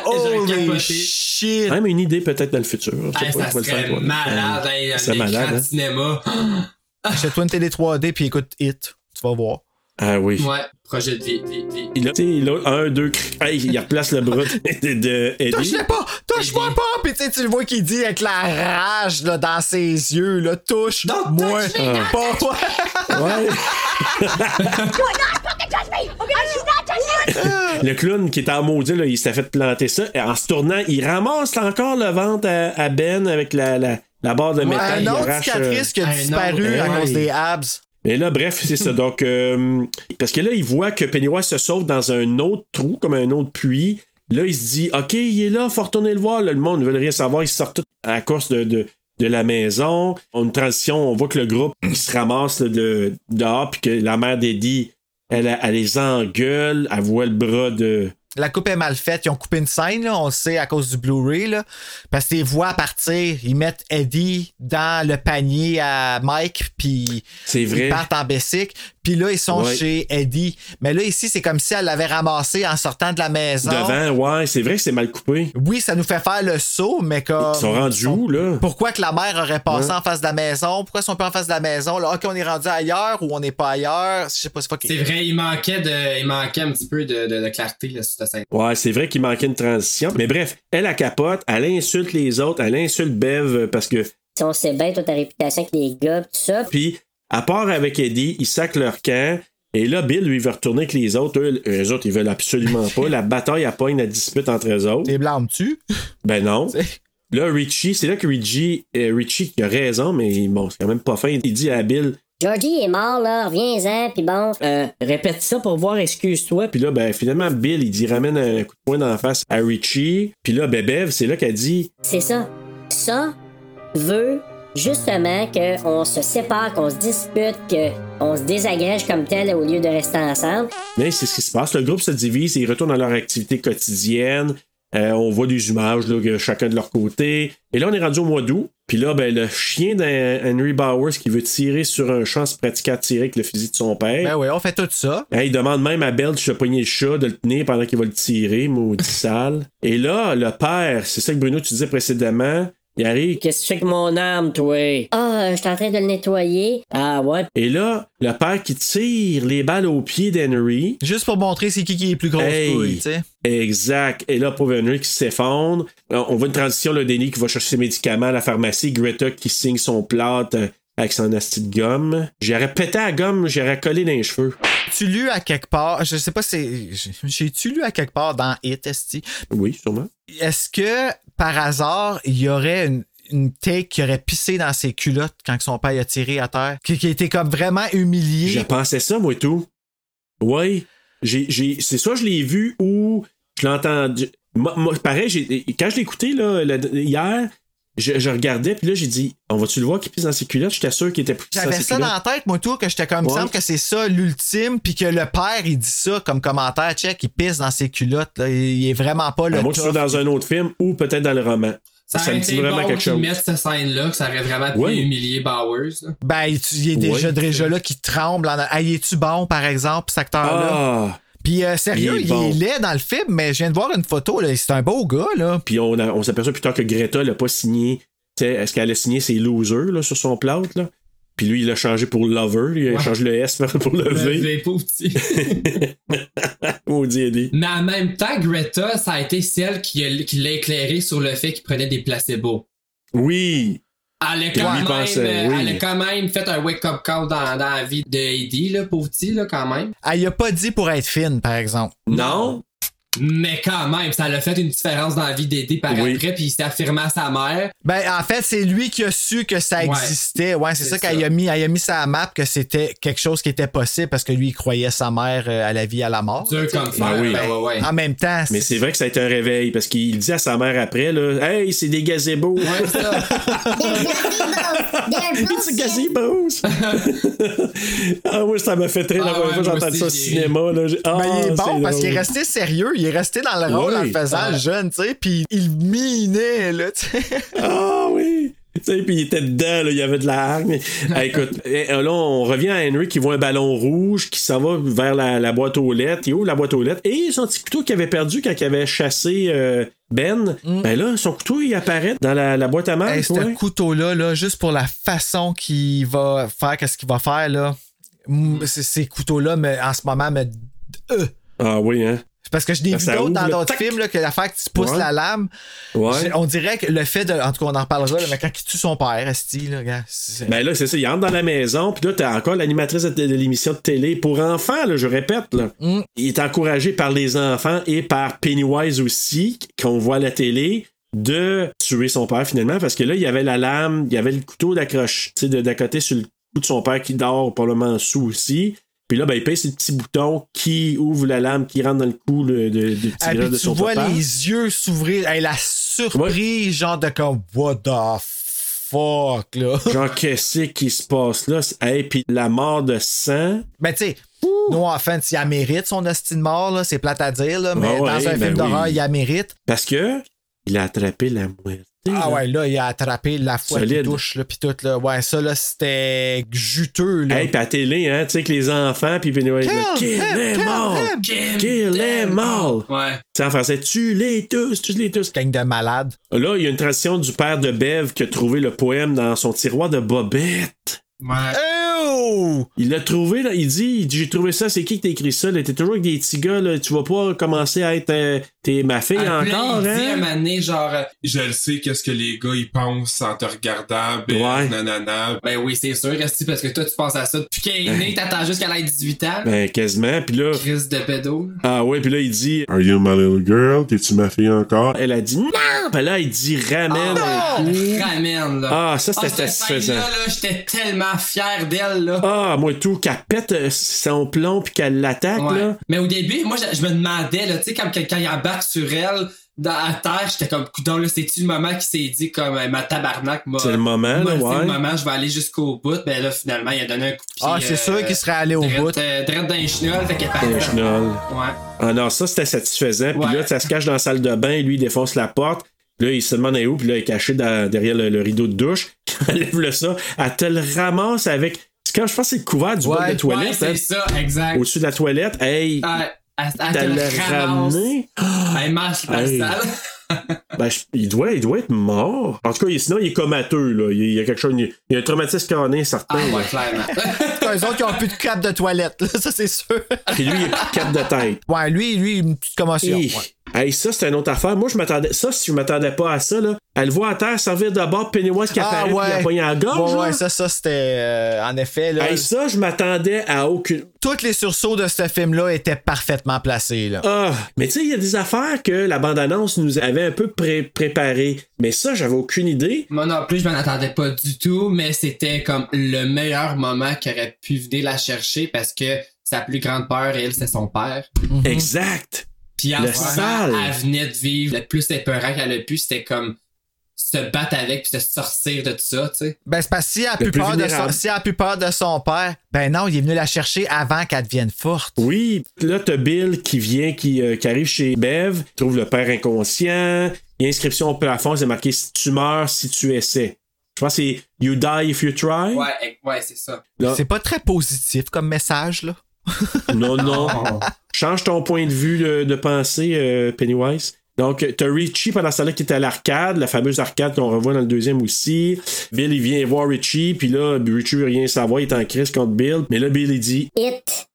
E: J'aurais
C: Holy
E: capoté.
C: shit!
D: Même une idée peut-être dans le futur. Je sais
E: Hey,
D: pas,
E: Ah, ça
D: je vais le faire,
E: serait
D: toi.
E: malade,
D: Hey,
E: hey,
D: ça
E: un
D: serait
E: écran
D: malade,
E: de
D: hein.
E: cinéma.
C: Achète-toi une télé 3D puis écoute Hit. Tu vas voir.
D: Ah oui.
E: Ouais, projet de vie, vie, vie.
D: Il a, tu sais, il a un, deux, cr- hey, il replace le bras de, de Eddie.
C: Touche-le pas! Touche-moi pas! Puis tu sais, tu le vois qu'il dit avec la rage là, dans ses yeux, là, touche-moi
D: Ah.
C: pas!
D: Ouais. Le clown qui était en maudit, là, il s'est fait planter ça. Et en se tournant, il ramasse encore le ventre à, à Ben avec la, la, la barre de métal.
C: un
D: il
C: autre
D: arrache,
C: cicatrice qui
D: euh,
C: a disparu à
D: Ouais.
C: cause des abs.
D: Mais là, bref, c'est ça. Donc, euh, parce que là, il voit que Pennywise se sauve dans un autre trou, comme un autre puits. Là, il se dit, OK, il est là, faut retourner le voir. Là, le monde ne veut rien savoir. Ils sortent tout à cause de, de, de la maison. On une transition, on voit que le groupe il se ramasse là, de, dehors, puis que la mère d'Eddie, elle, elle, les engueule, elle voit le bras de.
C: La coupe est mal faite. Ils ont coupé une scène, là, on le sait, à cause du Blu-ray. là. Parce qu'ils voient partir, ils mettent Eddie dans le panier à Mike, puis
D: C'est vrai.
C: ils partent en Bessic. Puis là, ils sont
D: Ouais.
C: chez Eddie. Mais là, ici, c'est comme si elle l'avait ramassé en sortant de la maison.
D: Devant, ouais, c'est vrai que c'est mal coupé.
C: Oui, ça nous fait faire le saut, mais comme.
D: Ah, Ils sont rendus où, là?
C: Pourquoi que la mère aurait passé
D: Ouais.
C: en face de la maison? Pourquoi ils sont pas en face de la maison? Là, ok, on est rendu ailleurs ou on n'est pas ailleurs? Je sais pas, c'est pas
E: C'est vrai, il manquait, de, il manquait un petit peu de, de, de clarté là, sur cette scène.
D: Ouais, c'est vrai qu'il manquait une transition. Mais bref, elle, elle capote, elle insulte les autres, elle insulte Bev euh, parce que
G: Si on sait bien, toi, ta réputation avec les gars, pis tout ça.
D: Puis, à part avec Eddie, ils sacent leur camp. Et là, Bill, lui, il veut retourner avec les autres. Eux, les autres, ils veulent absolument pas. La bataille, elle pogne, la dispute entre eux autres.
C: Les blâmes-tu?
D: Ben non. Là, Richie, c'est là que Richie, euh, Richie il a raison, mais bon, c'est quand même pas fin. Il dit à Bill,
G: Georgie est mort, là, reviens-en, pis bon.
J: Euh, répète ça pour voir, excuse-toi.
D: puis là, ben finalement, Bill, il dit ramène un coup de poing dans la face à Richie. Puis là, ben, Bev, c'est là qu'elle dit
G: C'est ça. Ça veut justement qu'on se sépare, qu'on se dispute, qu'on se désagrège comme tel au lieu de rester ensemble.
D: Mais c'est ce qui se passe. Le groupe se divise et ils retournent à leur activité quotidienne. Euh, on voit des images, là, que chacun de leur côté. Et là, on est rendu au mois d'août. Puis là, ben, le chien d'Henry Bowers qui veut tirer sur un champ se pratique à tirer avec le fusil de son père.
C: Ben oui, on fait tout ça.
D: Hey, il demande même à Belge de pogner le chat, de le tenir pendant qu'il va le tirer, maudit sale. Et là, le père, c'est ça que Bruno, tu disais précédemment, il arrive.
J: Qu'est-ce que tu fais avec mon arme, toi?
G: Ah, euh, je suis en train de le nettoyer.
J: Ah ouais?
D: Et là, le père qui tire les balles au pied d'Henry.
C: Juste pour montrer c'est qui qui est plus grosse
D: Hey.
C: couille, tu sais.
D: Exact. Et là, pauvre Henry qui s'effondre. On on voit une transition, le déni qui va chercher ses médicaments à la pharmacie. Greta qui signe son plâtre euh, avec son asti de gomme. J'aurais pété à gomme, j'aurais collé dans les cheveux.
C: Tu lu à quelque part, je sais pas si. J'ai-tu lu à quelque part dans It, Esti?
D: Oui, sûrement.
C: Est-ce que par hasard, il y aurait une, une take qui aurait pissé dans ses culottes quand son père a tiré à terre? Qui, qui était comme vraiment humilié?
D: Je pensais ça, moi et tout. Oui. J'ai, j'ai- c'est ça, je l'ai vu ou je l'ai entendu. Moi, moi, pareil, j'ai- quand je l'ai écouté là, la- hier, je, je regardais, puis là, j'ai dit On va-tu le voir qui pisse dans ses culottes J'étais sûr qu'il était pissé dans
C: J'avais
D: ses
C: ça
D: culottes.
C: dans la tête, moi, tout, que j'étais comme, il me
D: Ouais.
C: semble que c'est ça l'ultime, puis que le père, il dit ça comme commentaire, check, il pisse dans ses culottes, là, il est vraiment pas le
D: À moins que ce soit
C: tough.
D: dans un autre film ou peut-être dans le roman.
E: Ça,
D: me
E: aurait
D: dit
E: été
D: vraiment
E: bon
D: quelque
E: qu'ils
D: chose.
E: mettent cette scène-là, que ça aurait vraiment pu
D: Ouais.
E: humilier Bowers. là.
C: Ben, il, tu- il est déjà,
D: Ouais.
C: déjà là qui tremble. En... Ah, il est-tu bon, par exemple, cet acteur-là?
D: Ah!
C: Puis euh, sérieux,
D: Il est
C: il est,
D: bon.
C: laid dans le film, mais je viens de voir une photo, là, c'est un beau gars, là.
D: Puis on, a- on s'aperçoit plus tard que Greta l'a pas signé. Tu sais, Est-ce qu'elle a signé ses losers là, sur son plâtre? Là? Puis lui, il l'a changé pour lover. Il a
E: Ouais.
D: changé le S pour le
E: Le
D: V.
E: vrai pauvre petit.
D: Maudit Eddie.
E: Mais en même temps, Greta, ça a été celle qui, a- qui l'a éclairé sur le fait qu'il prenait des placebos.
D: Oui!
E: Elle a,
D: Qu'elle
E: quand
D: y
E: même,
D: pensait,
E: euh,
D: oui.
E: elle a quand même fait un wake-up call dans, dans la vie de Eddie, là, pauvre petit, là, quand même.
C: Ah, il a pas dit pour être fine, par exemple.
D: Non?
E: Mais quand même, ça l'a fait une différence dans la vie d'Édé par
C: Oui.
E: après, puis il s'est affirmé à sa mère.
C: Ben, en fait, c'est lui qui a su que ça
E: Ouais.
C: existait. Ouais, c'est
E: C'est
C: ça,
E: ça.
C: qu'elle a mis, elle a mis sa map que c'était quelque chose qui était possible parce que lui, il croyait sa mère euh, à la vie, à la mort.
E: Dur comme fer.
D: Ah oui.
E: ben ouais, ouais.
C: En même temps,
D: Mais c'est vrai que ça a été un réveil parce qu'il dit à sa mère après là, Hey, c'est des gazebos!
B: Des
D: gazebos! ah oui, ça m'a fait très la
E: Ah,
D: première
E: ouais,
D: fois
E: moi
D: que j'entends
E: aussi,
D: ça au
E: j'ai-
D: cinéma. Là. J'ai- Ah,
C: Ben, il est bon
D: c'est
C: parce
D: drôle.
C: qu'il est resté sérieux, il est resté dans le rôle
D: Oui.
C: en le faisant
D: Ah.
C: le jeune, tu sais, puis il minait, là, tu sais.
D: Ah oui! Tu sais, puis il était dedans, là, il y avait de la hargne. Ah, écoute, eh, là, on revient à Henry qui voit un ballon rouge qui s'en va vers la, la boîte aux lettres. Il ouvre la boîte aux lettres et son petit couteau qu'il avait perdu quand il avait chassé euh, Ben. Ben là, son couteau, il apparaît dans la, la boîte à main.
C: Hey, ce couteau-là, là, juste pour la façon qu'il va faire, qu'est-ce qu'il va faire, là.
D: Hmm.
C: Mm, c- Ces couteaux-là, me- en ce moment, me. Euh.
D: Ah oui, hein?
C: C'est Parce que je n'ai
D: Ben,
C: vu
D: ça
C: d'autres
D: ouvre,
C: dans
D: là,
C: d'autres
D: tac.
C: films, là, que l'affaire que tu pousses
D: Ouais.
C: la lame,
D: Ouais.
C: je- on dirait que le fait de. En tout cas, on en reparlera, là, mais quand il tue son père, Esti, là, gars. c'est-
D: Ben là, c'est ça, il entre dans la maison, puis là, t'as encore l'animatrice de, de l'émission de télé pour enfants, là, je répète. Là.
C: Mm.
D: Il est encouragé par les enfants et par Pennywise aussi, qu'on voit à la télé, de tuer son père finalement, parce que là, il y avait la lame, il y avait le couteau d'accroche, tu sais, de- d'à côté sur le cou de son père qui dort probablement sous aussi. Puis là, ben, il pèse le petit bouton qui ouvre la lame, qui rentre dans le cou le- de, du petit
C: Ah, puis
D: gars de
C: tu
D: son
C: vois
D: papa.
C: les yeux s'ouvrir. Hey, la surprise, genre de comme What the fuck là?
D: Genre, qu'est-ce qui se passe là? Hey, puis la mort de sang.
C: Ben tu sais, No Offense, il la mérite son hostie de mort, là, c'est plate à dire, là, mais
D: Ah ouais,
C: dans un
D: ben
C: film d'horreur,
D: oui.
C: il la mérite.
D: Parce que il a attrapé la mouette.
C: Ah ouais, là, il a attrapé la foi qui
D: Solide.
C: touche, là, pis tout, là. Ouais, ça, là, c'était juteux, là.
D: Hey, pis à télé, hein, tu sais, que les enfants, puis Pennywise,
C: Kill
D: là, kill
C: them,
D: them
C: kill
D: all!
C: them.
D: Kill them all!
E: Ouais.
D: C'est en français, tu les tous, tu les tous.
C: Gang de malades.
D: Là, il y a une tradition du père de Bev qui a trouvé le poème dans son tiroir de Bobette.
E: Ouais.
C: Oh!
D: Il l'a trouvé, là, il dit, il dit, j'ai trouvé ça, c'est qui qui t'a écrit ça? là? T'es toujours avec des petits gars, là, tu vas pas commencer à être, euh, t'es ma fille
E: Après,
D: encore,
E: il dit à un
D: hein?
E: moment donné, genre, euh,
N: Je le sais, qu'est-ce que les gars ils pensent en te regardant, ben, nanana.
E: ben oui, c'est sûr, Esti, parce que toi, tu penses à ça depuis qu'elle est née, t'attends juste qu'elle ait 18 ans.
D: Ben, quasiment, puis là,
E: Crise de pédo.
D: ah ouais, puis là, il dit,
K: Are you my little girl? T'es-tu ma fille encore?
D: elle a dit, non! Puis là, il dit, ramène.
E: Ah! Ramène, là.
D: Ah, ça, c'était
E: cette
D: satisfaisant.
E: scène-là, là, j'étais tellement fier d'elle, là.
D: Ah, moi, tout, qu'elle pète euh, son plomb puis qu'elle l'attaque,
E: Ouais.
D: là.
E: Mais au début, moi, je, je me demandais, là, tu sais, comme que- quand il embarque sur elle, dans, à terre, j'étais comme, coudon, là, c'est-tu le moment qui s'est dit, comme, euh, ma tabarnak, moi.
D: C'est le moment,
E: moi,
D: là,
E: C'est
D: ouais.
E: le moment, je vais aller jusqu'au bout. Ben là, finalement, il a donné un coup de pied. euh,
C: Ah, c'est sûr qu'il serait allé au bout.
E: Drette d'un chenol, fait qu'elle part.
D: Un chenol.
E: Ouais.
D: Ah non, ça, c'était satisfaisant. Puis là, ça se cache dans la salle de bain, lui, il défonce la porte. Là, il se demande elle est où, puis là, il est caché dans- derrière le, le rideau de douche. Elle lève le ça, elle te le ramasse avec. c'est Quand je pense que c'est le couvert du bol de
E: Ouais,
D: toilette,
E: c'est
D: hein.
E: ça, exact.
D: au-dessus de la toilette, hey,
E: Ah, elle- elle te
D: t'as
E: le
D: le
E: ramasse.
D: ramené.
E: Elle marche dans
D: Hey.
E: la salle.
D: Ben, je- il, doit, il doit être mort. En tout cas, il- sinon, il est comateux, là. Il, il y a quelque chose, il, y a un traumatisme carnien certain. là.
E: Ah, clairement.
C: Eux autres, ils ont plus de cap de toilette, là, ça, c'est sûr.
D: Puis lui, il a plus de cap de tête.
C: Ouais, lui, lui, une petite commotion.
D: Hey,
C: ouais.
D: hey, ça, c'est une autre affaire. Moi, je m'attendais. Ça, si je m'attendais pas à ça, là, elle voit à terre servir de bord Pennywise qui apparaît puis il a pogné en gorge.
C: Ah, Ouais,
D: là.
C: ouais, ça, ça, c'était. euh, en effet, là.
D: Hey, ça, je m'attendais à aucune.
C: Tous les sursauts de ce film-là étaient parfaitement placés, là.
D: Ah, mais tu sais, il y a des affaires que la bande-annonce nous avait un peu pré- préparées. Mais ça, j'avais aucune idée.
E: Moi non plus, je m'en attendais pas du tout, mais c'était comme le meilleur moment qu'elle aurait pu venir la chercher parce que sa plus grande peur, elle, c'est son père.
C: Mhm.
D: Exact.
E: Puis en
D: Le
E: ce moment,
D: sale.
E: elle venait de vivre le plus épeurant qu'elle a pu, c'était comme se battre avec puis se sortir de tout ça, tu sais.
C: Ben, c'est parce que si elle a
E: Le
C: plus
E: plus
C: peur de son,
E: vulnérable.
C: si elle a plus peur de son père, ben non, il est venu la chercher avant qu'elle devienne forte.
D: Oui, là, t'as Bill qui vient, qui, euh, qui arrive chez Bev, trouve le père inconscient. Il y a inscription au plafond, c'est marqué si tu meurs, si tu essaies. Je pense que c'est You die if you try.
E: Ouais, eh, ouais, c'est ça.
D: Là-
C: C'est pas très positif comme message, là.
D: Non, non. Change ton point de vue de, de pensée, euh, Pennywise. Donc, euh, t'as Richie pendant ce temps-là qui était à l'arcade, la fameuse arcade qu'on revoit dans le deuxième aussi. Bill, il vient voir Richie, puis là, Richie veut rien savoir, il est en crise contre Bill. Mais là, Bill, il dit
G: It.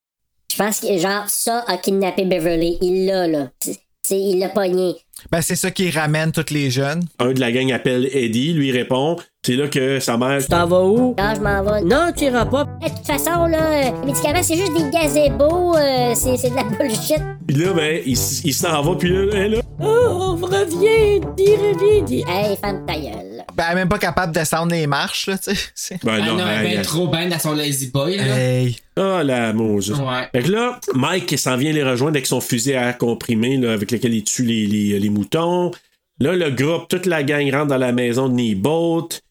G: Je pense que, genre, ça a kidnappé Beverly. Il l'a, là. C'est- c'est- il l'a pogné.
C: Ben, c'est ça qui ramène tous les jeunes.
D: un de la gang appelle Eddie, lui il répond. Tu C'est là que sa mère.
J: T'en vas où?
G: Non, je m'en vais.
J: Non, tu iras pas.
G: Eh, De toute façon, là, euh, les médicaments, c'est juste des gazebos, euh, c'est c'est de la bullshit.
D: Puis là, ben, il, s- il s'en va, puis là, elle, là.
J: Oh, on revient, dis, reviens, dis.
G: Hey, femme ta gueule.
C: Ben, elle est même pas capable de descendre les marches, là, tu sais. C'est-
D: Ben
E: Ah
D: non,
E: non, elle
D: hey,
E: est bien
D: elle-
E: trop bien dans son lazy boy, là.
C: Hey.
D: Ah la Moses.
E: Ouais.
D: Fait que là, Mike il s'en vient les rejoindre avec son fusil à air comprimé là, avec lequel il tue les, les- les moutons. Là, le groupe, toute la gang rentre dans la maison de Nibolt.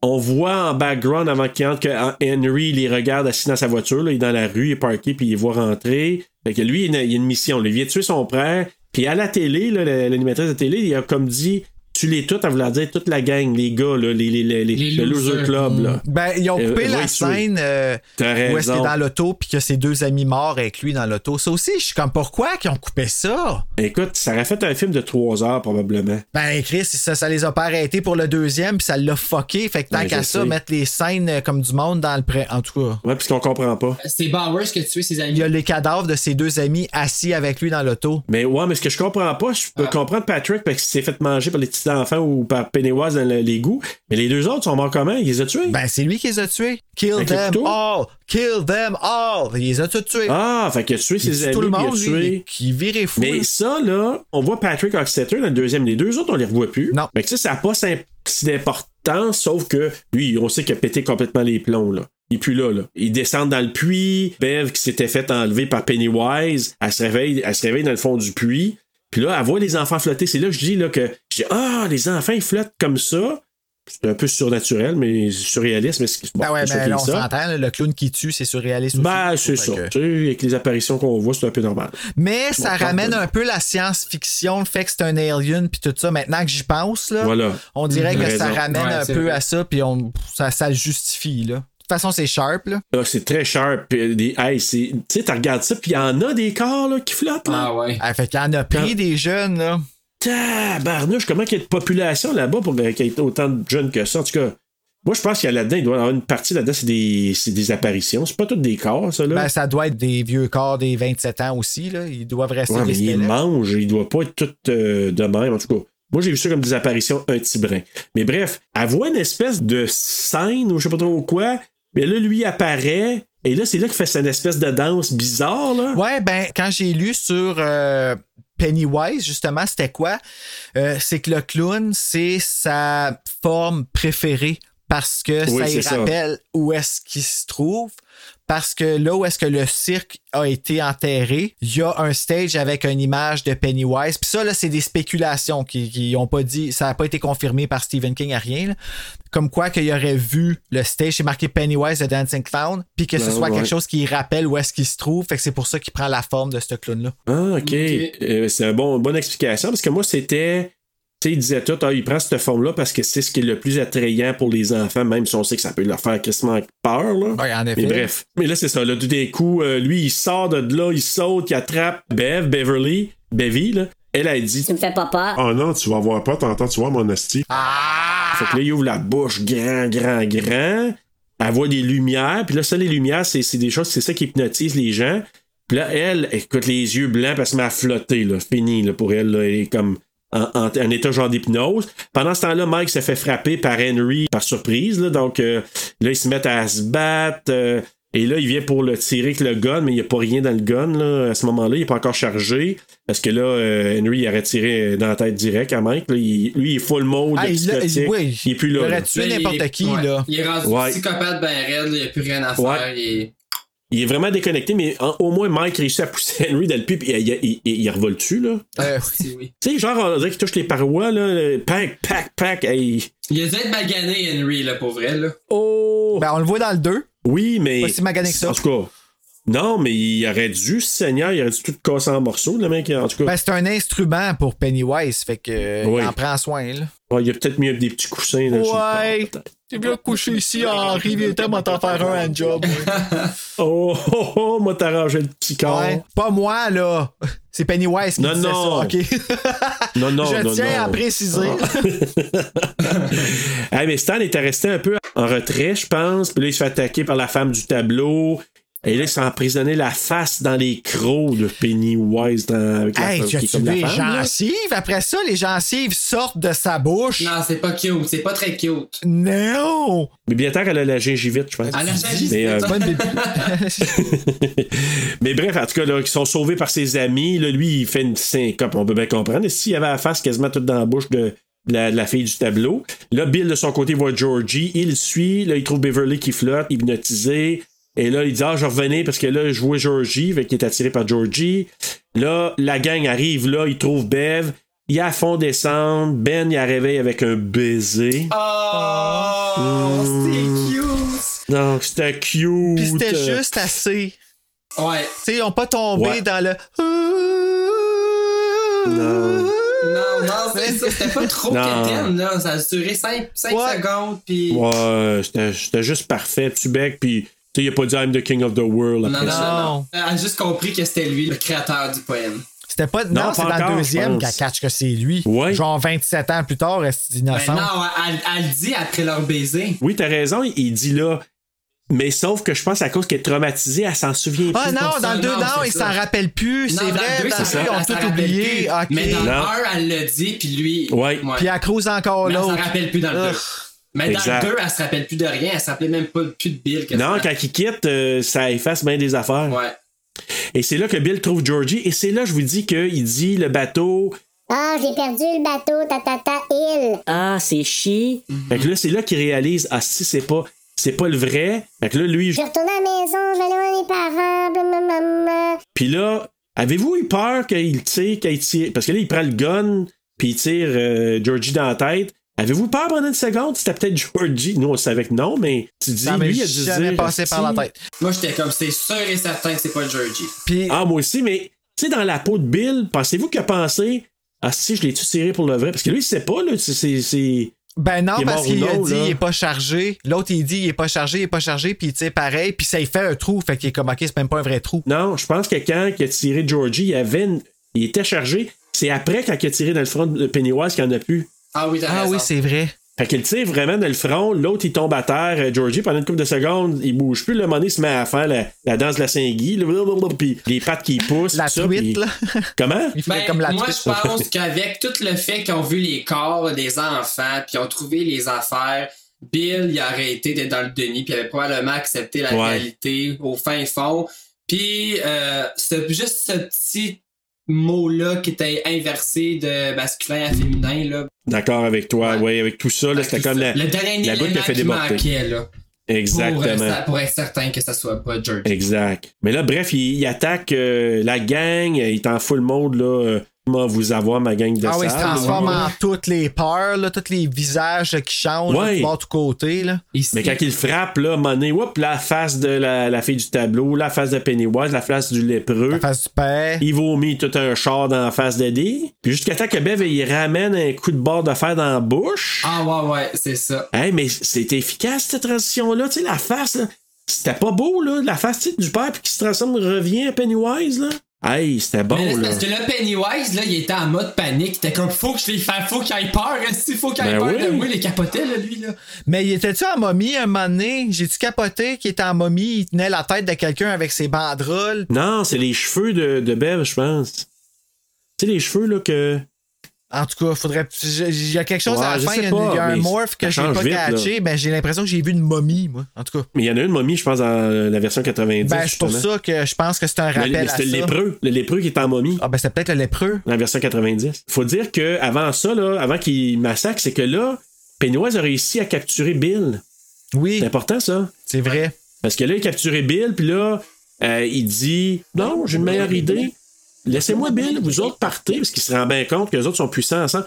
D: On voit en background avant qu'il entre que Henry les regarde assis dans sa voiture. là. il est dans la rue, il est parké, puis il les voit rentrer. Fait que lui, il a une, il a une mission. là. il vient tuer son frère. Puis à la télé, là, la- l'animatrice de télé, il a comme dit tu les toutes, elle voulait dire toute la gang, les gars, là, les, les, les, les-
E: Les
D: le loser
E: losers.
D: club. Là.
C: Ben, ils ont
D: Euh,
C: coupé
D: va
C: la
D: y tuer.
C: scène euh,
D: T'as
C: où est-ce qu'il est
D: raison.
C: dans l'auto puis que ses deux amis morts avec lui dans l'auto. Ça aussi, je suis comme pourquoi qu'ils ont coupé ça?
D: Écoute, ça aurait fait un film de trois heures probablement.
C: Ben Chris, ça, ça les a pas arrêtés pour le deuxième puis ça l'a fucké. Fait que tant
D: Ouais,
C: qu'à
D: je
C: ça,
D: sais.
C: mettre les scènes euh, comme du monde dans le pré. En tout cas.
D: Ouais, puisqu'on comprend pas.
E: C'est Bowers qui a tué ses
C: Il y
E: amis.
C: a les cadavres de ses deux amis assis avec lui dans l'auto.
D: Mais ouais, mais ce que je comprends pas, je
C: Ah.
D: peux comprendre Patrick parce qu'il s'est fait manger par les petits enfants ou par Pennywise dans le- les goûts. Mais les deux autres sont morts comment? Ils les ont tués?
C: Ben, c'est lui qui les a tués. Kill
D: Avec le
C: them
D: couteau?
C: all! Kill them all! Il les a tous tués.
D: Ah, fait qu'il a tué
C: Il
D: ses
C: tue
D: amis,
C: tout le
D: puis
C: monde,
D: il a
C: lui,
D: tué.
C: qui virait fou.
D: Mais
C: là.
D: ça, là, on voit Patrick Oxeter dans le deuxième. Les deux autres, on les revoit plus.
C: Non.
D: Fait que ça, ça n'a pas si si d'importance, sauf que lui, on sait qu'il a pété complètement les plombs, là. Il est plus là, là. Il descend dans le puits. Bev, qui s'était fait enlever par Pennywise, elle se réveille, elle se réveille dans le fond du puits. Puis là, elle voit les enfants flotter. C'est là que je dis, là, que, je dis, ah, les enfants, ils flottent comme ça. C'est un peu surnaturel, mais surréaliste, mais c'est bon,
C: Ben ouais,
D: c'est ça
C: mais
D: qui est
C: là, on
D: ça.
C: s'entend, là, le clown qui tue, c'est surréaliste aussi.
D: Ben, c'est
C: Fait
D: ça.
C: que-
D: Tu sais, avec les apparitions qu'on voit, c'est un peu normal.
C: Mais ça
D: Bon,
C: ramène
D: pardon.
C: un peu la science-fiction, le fait que c'est un alien puis tout ça. Maintenant que j'y pense, là,
D: Voilà.
C: on dirait
D: Mhm.
C: que ça
D: Raison.
C: ramène
E: Ouais,
C: un
E: c'est
C: peu
E: vrai.
C: à ça, puis on, ça, ça le justifie. Là. De toute façon, c'est sharp. Là.
D: Ah, c'est très cher. Puis, euh, des, hey, c'est- tu sais, tu regardes ça, puis il y en a des corps là, qui flottent. Là.
E: Ah ouais.
C: Ah, fait qu'il en a pris
D: Ah.
C: des jeunes. Là.
D: Tabarnouche, comment qu'il y a de population là-bas pour euh, qu'il y ait autant de jeunes que ça? En tout cas, moi, je pense qu'il y a là-dedans, il doit y avoir une partie là-dedans, c'est des, c'est des apparitions. C'est pas toutes des corps, ça, là.
C: Ben, ça doit être des vieux corps des 27 ans aussi. Là. Ils doivent rester
D: Ouais,
C: des
D: mais ils
C: squelettes.
D: mangent, ils doivent pas être tout euh, de même. En tout cas, moi, j'ai vu ça comme des apparitions un petit brin. Mais bref, elle voit une espèce de scène ou je sais pas trop quoi, mais là, lui apparaît, et là, c'est là qu'il fait cette espèce de danse bizarre, là.
C: Ouais, ben, quand j'ai lu sur euh, Pennywise, justement, c'était quoi? Euh, c'est que le clown, c'est sa forme préférée parce que
D: Oui,
C: ça y
D: c'est ça.
C: rappelle où est-ce qu'il se trouve. Parce que là où est-ce que le cirque a été enterré, il y a un stage avec une image de Pennywise. Puis ça, là, c'est des spéculations qui, qui ont pas dit, ça n'a pas été confirmé par Stephen King à rien. là. Comme quoi qu'il aurait vu le stage, c'est marqué Pennywise, The Dancing Clown, puis que ce
D: Ah,
C: soit
D: ouais.
C: quelque chose qui rappelle où est-ce qu'il se trouve. Fait que c'est pour ça qu'il prend la forme de ce clown-là.
D: Ah, OK.
E: Ok.
D: Euh, c'est une bon, bonne explication parce que moi, c'était. Tu sais, il disait tout, ah, il prend cette forme-là parce que c'est ce qui est le plus attrayant pour les enfants, même si on sait que ça peut leur faire quasiment peur. Là.
C: Ouais, en effet.
D: Mais bref. Mais là, c'est ça. Là, tout d'un coup, euh, lui, il sort de là, il saute, il attrape Bev, Beverly, Bevy. Là. Elle, a dit. Ah,
G: Tu me fais pas peur.
K: Oh non, tu vas avoir pas, t'entends, tu vois mon esti.
D: Fait que là, il ouvre la bouche grand, grand, grand. Elle voit des lumières. Puis là, ça, les lumières, c'est c'est des choses, c'est ça qui hypnotise les gens. Puis là, elle, écoute, les yeux blancs, parce qu'elle m'a flotté, là. Fini, là, pour elle, là. Elle est comme en, en- en état genre d'hypnose. Pendant ce temps-là, Mike se fait frapper par Henry par surprise, là. Donc, euh, là, ils se mettent à se battre. euh, et là, il vient pour le tirer avec le gun, mais il n'y a pas rien dans le gun, là. À ce moment-là, il n'est pas encore chargé. Parce que là, euh, Henry, il aurait tiré dans la tête direct à Mike. là. Il- lui, il est full mode.
C: Ah, il l'a-
D: psychotique.
C: il- oui.
D: Il est plus là.
C: Il
D: là.
C: aurait tué
E: Là, il-
C: n'importe qui,
E: ouais.
C: là.
E: Il est rendu
D: Ouais.
E: psychopathe ben raide, là, il n'y a plus rien à faire.
D: Ouais.
E: il est-
D: Il est vraiment déconnecté, mais en- au moins Mike réussit à pousser Henry dans le pipe et il, il, il, il revole dessus, là.
C: Euh,
E: Ah, si, oui.
D: Tu sais, genre, on dirait qu'il touche les parois, là. le Pac, pac, pac. hey.
E: Il a dû être magané, Henry, là, pour vrai, là.
D: Oh!
C: ben, on le voit dans le 2.
D: oui, mais.
C: Pas si magané que ça.
D: En tout cas. Non, mais il aurait dû, Seigneur, il aurait dû tout casser en morceaux, le mec. En tout cas,
C: Ben, c'est un instrument pour Pennywise, fait que euh,
D: Oui.
C: il en prend soin, là.
D: oh, il a peut-être mis des petits coussins, là. sur le
C: Ouais.
D: corps, peut-être.
C: Tu viens coucher ici, Henri, viens t'en t'en faire un handjob.
D: Oh, oh, oh, moi, t'arrangeais le petit corps.
C: Ben Ouais. Pas moi, là. C'est Pennywise qui
D: Non,
C: disait
D: non.
C: ça, OK?
D: Non, non,
C: Je
D: non,
C: tiens
D: non.
C: à préciser.
D: Ah, mais Stan était resté un peu en retrait, je pense. Puis là, il se fait attaquer par la femme du tableau. Et là, ils sont emprisonnés la face dans les crocs de Pennywise dans, avec la
C: Hey,
D: femme
C: tu as
D: qui est comme
C: tué les
D: la femme, là.
C: gencives. Après ça, les gencives sortent de sa bouche.
E: Non, c'est pas cute, c'est pas très cute.
C: Non!
D: Bibliothèque, elle a la gingivite, je pense.
E: Elle a la gingivite.
D: Mais, euh,
C: Bonne bébé.
D: mais bref, en tout cas, là, ils sont sauvés par ses amis. Là, lui, il fait une syncope, on peut bien comprendre. Et s'il avait la face quasiment toute dans la bouche de la, de la fille du tableau, là, Bill, de son côté, voit Georgie. Il le suit. Là, il trouve Beverly qui flotte, hypnotisé. Et là, il dit Ah, je revenais parce que là, je vois Georgie, fait qu'il est attiré par Georgie. Là, la gang arrive, là, il trouve Bev. Il a fond descendre. Ben, il la réveille avec un baiser.
C: Ah.
E: Oh, c'est cute!
D: Donc, c'était cute.
C: Puis c'était juste assez.
E: Ouais.
C: Tu sais, ils n'ont pas tombé
D: Ouais.
C: dans le.
D: Non.
E: Non, non, c'est ça, c'était pas trop
D: Non.
E: quétaine, là. Ça a duré 5,
C: Ouais.
E: secondes, puis...
D: Ouais, c'était c'était juste parfait. Tu bec, puis tu sais, il a pas dit I'm the king of the world
E: Non, non,
D: après
E: non,
D: ça.
E: non. Elle a juste compris que c'était lui, le créateur du poème.
C: C'était pas.
D: Non,
C: Non,
D: pas
C: c'est dans
D: encore, je
C: le deuxième
D: pense.
C: qu'elle catch que c'est lui.
D: Ouais.
C: Genre 27 ans plus tard, elle est
E: Mais
C: innocente.
E: Ben non, elle, elle le dit après leur baiser.
D: Oui, t'as raison, il- il dit là. Mais sauf que je pense à cause qu'elle est traumatisée, elle s'en souvient
C: Ah
D: plus.
C: non,
E: pour
C: dans
E: ça,
C: le deux,
E: non,
C: non,
E: c'est
C: ils
E: ça.
C: s'en rappellent plus.
E: Non,
C: C'est
E: dans
C: vrai,
E: deux,
C: dans
E: ça
C: le deux, ils
E: s'en-
C: ont
E: elle s'en
C: tout
E: rappelle
C: oublié.
E: plus.
C: Ok.
E: Mais dans le
D: Non.
E: 1, elle le dit, puis lui.
D: Ouais.
C: Puis elle crouse encore
E: Mais elle s'en
C: l'autre.
E: rappelle plus dans le 2.
C: Ugh.
E: Mais dans
D: Exact.
E: le 2, elle se rappelle plus de rien. Elle s'appelait même pas plus de Bill.
D: Non,
E: quasiment.
D: quand il quitte, euh, ça efface bien des affaires.
E: Ouais.
D: Et c'est là que Bill trouve Georgie, et c'est là, je vous dis, qu'il dit le bateau.
L: Ah, j'ai perdu le bateau, ta ta ta, il.
J: Ah, c'est chi.
D: Fait que là, c'est là qu'il réalise, ah si, c'est pas, c'est pas le vrai. Fait que là, lui,
L: Je retourne à la maison, je vais aller voir mes parents, blablabla.
D: Puis là, avez-vous eu peur qu'il tire, qu'il tire? Parce que là, il prend le gun, puis il tire euh, Georgie dans la tête. Avez-vous peur pendant une seconde? C'était peut-être Georgie. Nous, on savait que non, mais tu dis,
C: Ça m'est
D: lui, il a dû se
C: jamais
D: dire,
C: passé par la
D: Asti.
C: tête.
E: Moi, j'étais comme, c'est sûr et certain que c'est pas Georgie.
C: Puis,
D: Ah, moi aussi, mais tu sais, dans la peau de Bill, pensez-vous qu'il a pensé, ah si, je l'ai-tu tiré pour le vrai? Parce que lui, il sait pas, là, c'est- c'est. c'est-
C: ben non,
D: il est
C: parce
D: mort
C: qu'il
D: ou
C: a
D: non,
C: dit
D: là.
C: il est pas chargé. L'autre, il dit il est pas chargé, il est pas chargé, puis tu sais, pareil, puis ça y fait un trou. Fait qu'il est comme, ok, c'est même pas un vrai trou.
D: Non, je pense que quand il a tiré Georgie, il avait une- il était chargé. C'est après, quand il a tiré dans le front de Pennywise, qu'il en a plus.
E: Ah oui, t'as
C: Ah
E: raison.
C: oui, c'est vrai.
D: Fait qu'il tire vraiment dans le front, l'autre il tombe à terre, Euh, Georgie pendant une couple de secondes, il bouge plus, le moment donné, il se met à faire la, la danse de la Saint-Guy, là, blablabla, puis les pattes qui poussent.
C: La
D: tout ça,
C: truite,
D: puis-
C: là.
D: Comment?
C: Il fait
E: Ben,
C: comme la
E: moi,
C: truite.
E: je pense qu'avec tout le fait qu'ils ont vu les corps des enfants, puis ils ont trouvé les affaires, Bill, il a arrêté d'être dans le déni, puis il avait probablement accepté la
D: Ouais.
E: réalité au fin fond. Puis, euh, c'est juste ce petit mot-là qui était inversé de masculin à féminin, là.
D: D'accord avec toi, ouais. avec tout ça, là, c'était comme la,
E: le dernier
D: la goutte qui a
E: élément
D: fait
E: qui
D: déborder.
E: manquait, là. Pour, euh,
D: Exactement.
E: ça- pour être certain que ça soit pas George.
D: Exact. Mais là, bref, il, il attaque euh, la gang, il est en full mode, là, euh, comment vous avoir ma gang de
C: Ah oui, il se
D: sales.
C: transforme
D: Ouais.
C: en toutes les peurs, là, tous les visages qui changent
D: Ouais.
C: là, de bord, tous côtés. Là.
D: Mais quand il frappe, là, monnaie, whoop, la face de la, la fille du tableau, la face de Pennywise, la face du lépreux.
C: La face du père.
D: Il vomit tout un char dans la face d'Eddie. Puis jusqu'à temps que Bev il ramène un coup de bord de fer dans la bouche.
E: Ah ouais, ouais, c'est ça.
D: Hey, mais c'était efficace cette transition-là. Tu sais, la face, là, c'était pas beau, là. La face tu sais, du père puis qui se transforme revient à Pennywise, là. Hey, c'était bon,
E: Mais là, c'est
D: Oh, là.
E: parce que là, Pennywise, là, il était en mode panique. Il était comme, faut que je les fasse, faut qu'il ait peur, il faut qu'il ait
D: Ben
E: peur
D: oui.
E: de moi, les capotait, là, lui, là.
C: Mais il était-tu en momie un moment donné? J'ai-tu capoté qu'il était en momie? Il tenait la tête de quelqu'un avec ses banderoles.
D: Non, c'est les cheveux de, de Bev, je pense. Tu sais, les cheveux, là, que.
C: En tout cas, faudrait. je- Il y a quelque chose
D: Ouais,
C: à la
D: je
C: fin.
D: sais
C: Il y a,
D: pas,
C: il y a
D: mais
C: un morph
D: ça
C: que j'ai
D: change
C: pas
D: vite, là.
C: catché. Ben, j'ai l'impression que j'ai vu une momie, moi. En tout cas.
D: Mais il y en a une momie, je pense, dans la version 90.
C: Ben, c'est pour
D: justement.
C: ça que je pense que c'est un
D: Mais-
C: rappel
D: mais
C: à
D: C'était le
C: ça.
D: lépreux. Le lépreux qui est en momie.
C: Ah, ben, c'est peut-être le lépreux.
D: dans la version 90. Faut dire que avant ça, là, avant qu'il massacre, c'est que là, Pennywise a réussi à capturer Bill.
C: Oui,
D: C'est important ça.
C: c'est vrai.
D: Parce que là, il a capturé Bill, puis là, euh, il dit Non, j'ai une meilleure idée. Laissez-moi Bill, vous autres partez, parce qu'il se rend bien compte que les autres sont puissants ensemble.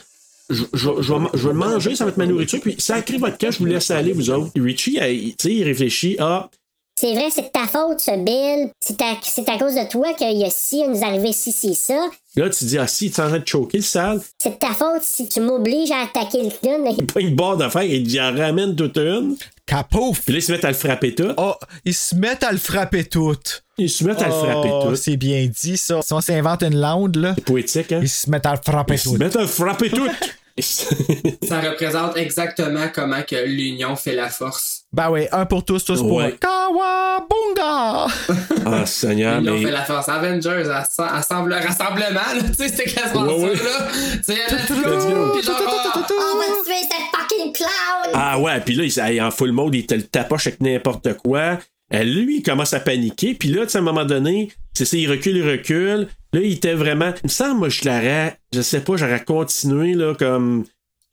D: Je, je, je vais ma- je vais le manger, ça va être ma nourriture, puis sacré votre cas, je vous laisse aller, vous autres. Richie, elle, il, tu sais, il réfléchit Ah,
L: C'est vrai, c'est de ta faute, ce Bill. C'est à, c'est à cause de toi qu'il y a ci, il nous arrivé ci, ci, ça.
D: là, tu dis Ah, si, il est en train de choquer le sale.
L: C'est de ta faute si tu m'obliges à attaquer le clown.
D: Il prend une barre d'affaires, il en ramène toute une,
C: Capouf!
D: puis là, ils se mettent à le frapper tout.
C: Oh, ils se mettent à le frapper tout.
D: Ils se mettent à le frapper
C: Oh,
D: tout.
C: C'est bien dit, ça. Si on s'invente une langue, là,
D: poétique, hein?
C: ils se mettent à le frapper
D: Ils se
C: tout.
D: mettent à frapper tout!
E: Ça représente exactement comment que l'union fait la force.
C: Ben oui, un pour tous, tous pour
D: Ouais.
C: un. Kawabunga! tard.
D: Ah, Seigneur,
E: Ils ont
D: mais.
E: fait la force Avengers, assemble- assemble- rassemblement, là, tu sais, c'était quasiment
D: Ouais, ouais.
E: ça, là. Tu sais, let's
D: tout, tout,
E: go! Puis genre,
B: On va tuer cette fucking clown!
D: Ah ouais, puis là, il, hey, en full mode, il te le tapoche avec n'importe quoi. Euh, lui, il commence à paniquer. Puis là, tu sais, à un moment donné, c'est ça, il recule, il recule. Là, il était vraiment. Il me semble, moi, je l'aurais. Je sais pas, j'aurais continué, là, comme.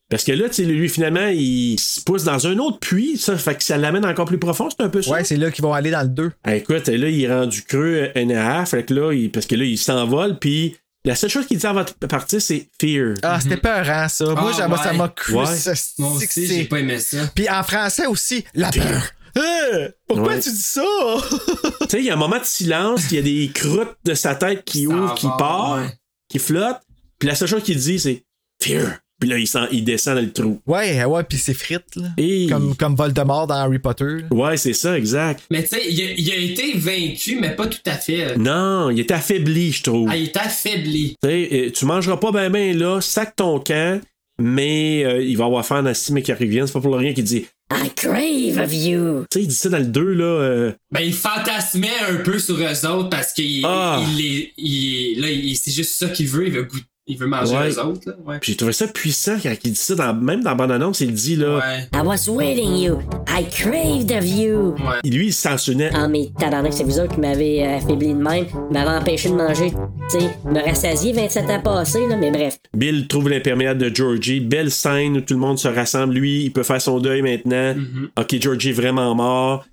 D: Parce que là, tu sais, lui, finalement, il se pousse dans un autre puits, ça, fait que ça l'amène encore plus profond, c'est un peu ça.
C: Ouais, c'est là qu'ils vont aller dans le 2.
D: Ah, écoute, là, il est rendu creux un half, fait que là, il- parce que là, il s'envole, puis la seule chose qu'il dit avant de partir, c'est fear.
C: Ah, c'était peurant, ça. Moi,
D: Ah,
C: ça m'a- ça
D: ouais.
C: m'a cru.
D: Ouais.
C: ça,
E: Moi
C: c'est que
E: aussi,
C: c'est-
E: j'ai pas aimé ça.
C: Puis en français aussi, la peur. Hein? pourquoi
D: Ouais.
C: tu dis ça?
D: tu sais, il y a un moment de silence, puis il y a des croûtes de sa tête qui ouvrent, qui
E: va,
D: part,
E: ouais.
D: qui flottent, puis la seule chose qu'il dit, c'est fear. Puis là, il, s'en- il descend dans le trou.
C: ouais, ouais, puis c'est frites, là.
D: Et...
C: Comme, comme Voldemort dans Harry Potter. là.
D: Ouais, c'est ça, exact.
E: Mais tu sais, il, a- il a été vaincu, mais pas tout à fait.
D: Non, il est affaibli, je trouve.
E: Ah, il est affaibli.
D: Tu sais, euh, tu mangeras pas ben ben là, sac ton camp, mais euh, il va avoir faim à mais qui revienne. C'est pas pour le rien qu'il dit.
G: I crave of you.
D: Tu sais, il dit ça dans le 2, là. euh,
E: Ben, il fantasmait un peu sur eux autres parce qu'il
D: Ah.
E: il, les- il- là, il- c'est juste ça qu'il veut, il veut, goût- il veut manger
D: Ouais.
E: eux autres. Là. Ouais.
D: Puis j'ai trouvé ça puissant quand il dit ça, dans- même dans la bande-annonce, il dit là.
G: I was waiting you. I craved of you.
D: Lui, il se sanctionnait.
G: Ah, mais tabarnak, c'est vous autres qui m'avez euh, affaibli de même, m'avez empêché de manger, tu sais, me rassasier 27 ans passés, là, mais bref.
D: Bill trouve l'imperméable de Georgie. Belle scène où tout le monde se rassemble. Lui, il peut faire son deuil maintenant. Ok, Georgie est vraiment mort.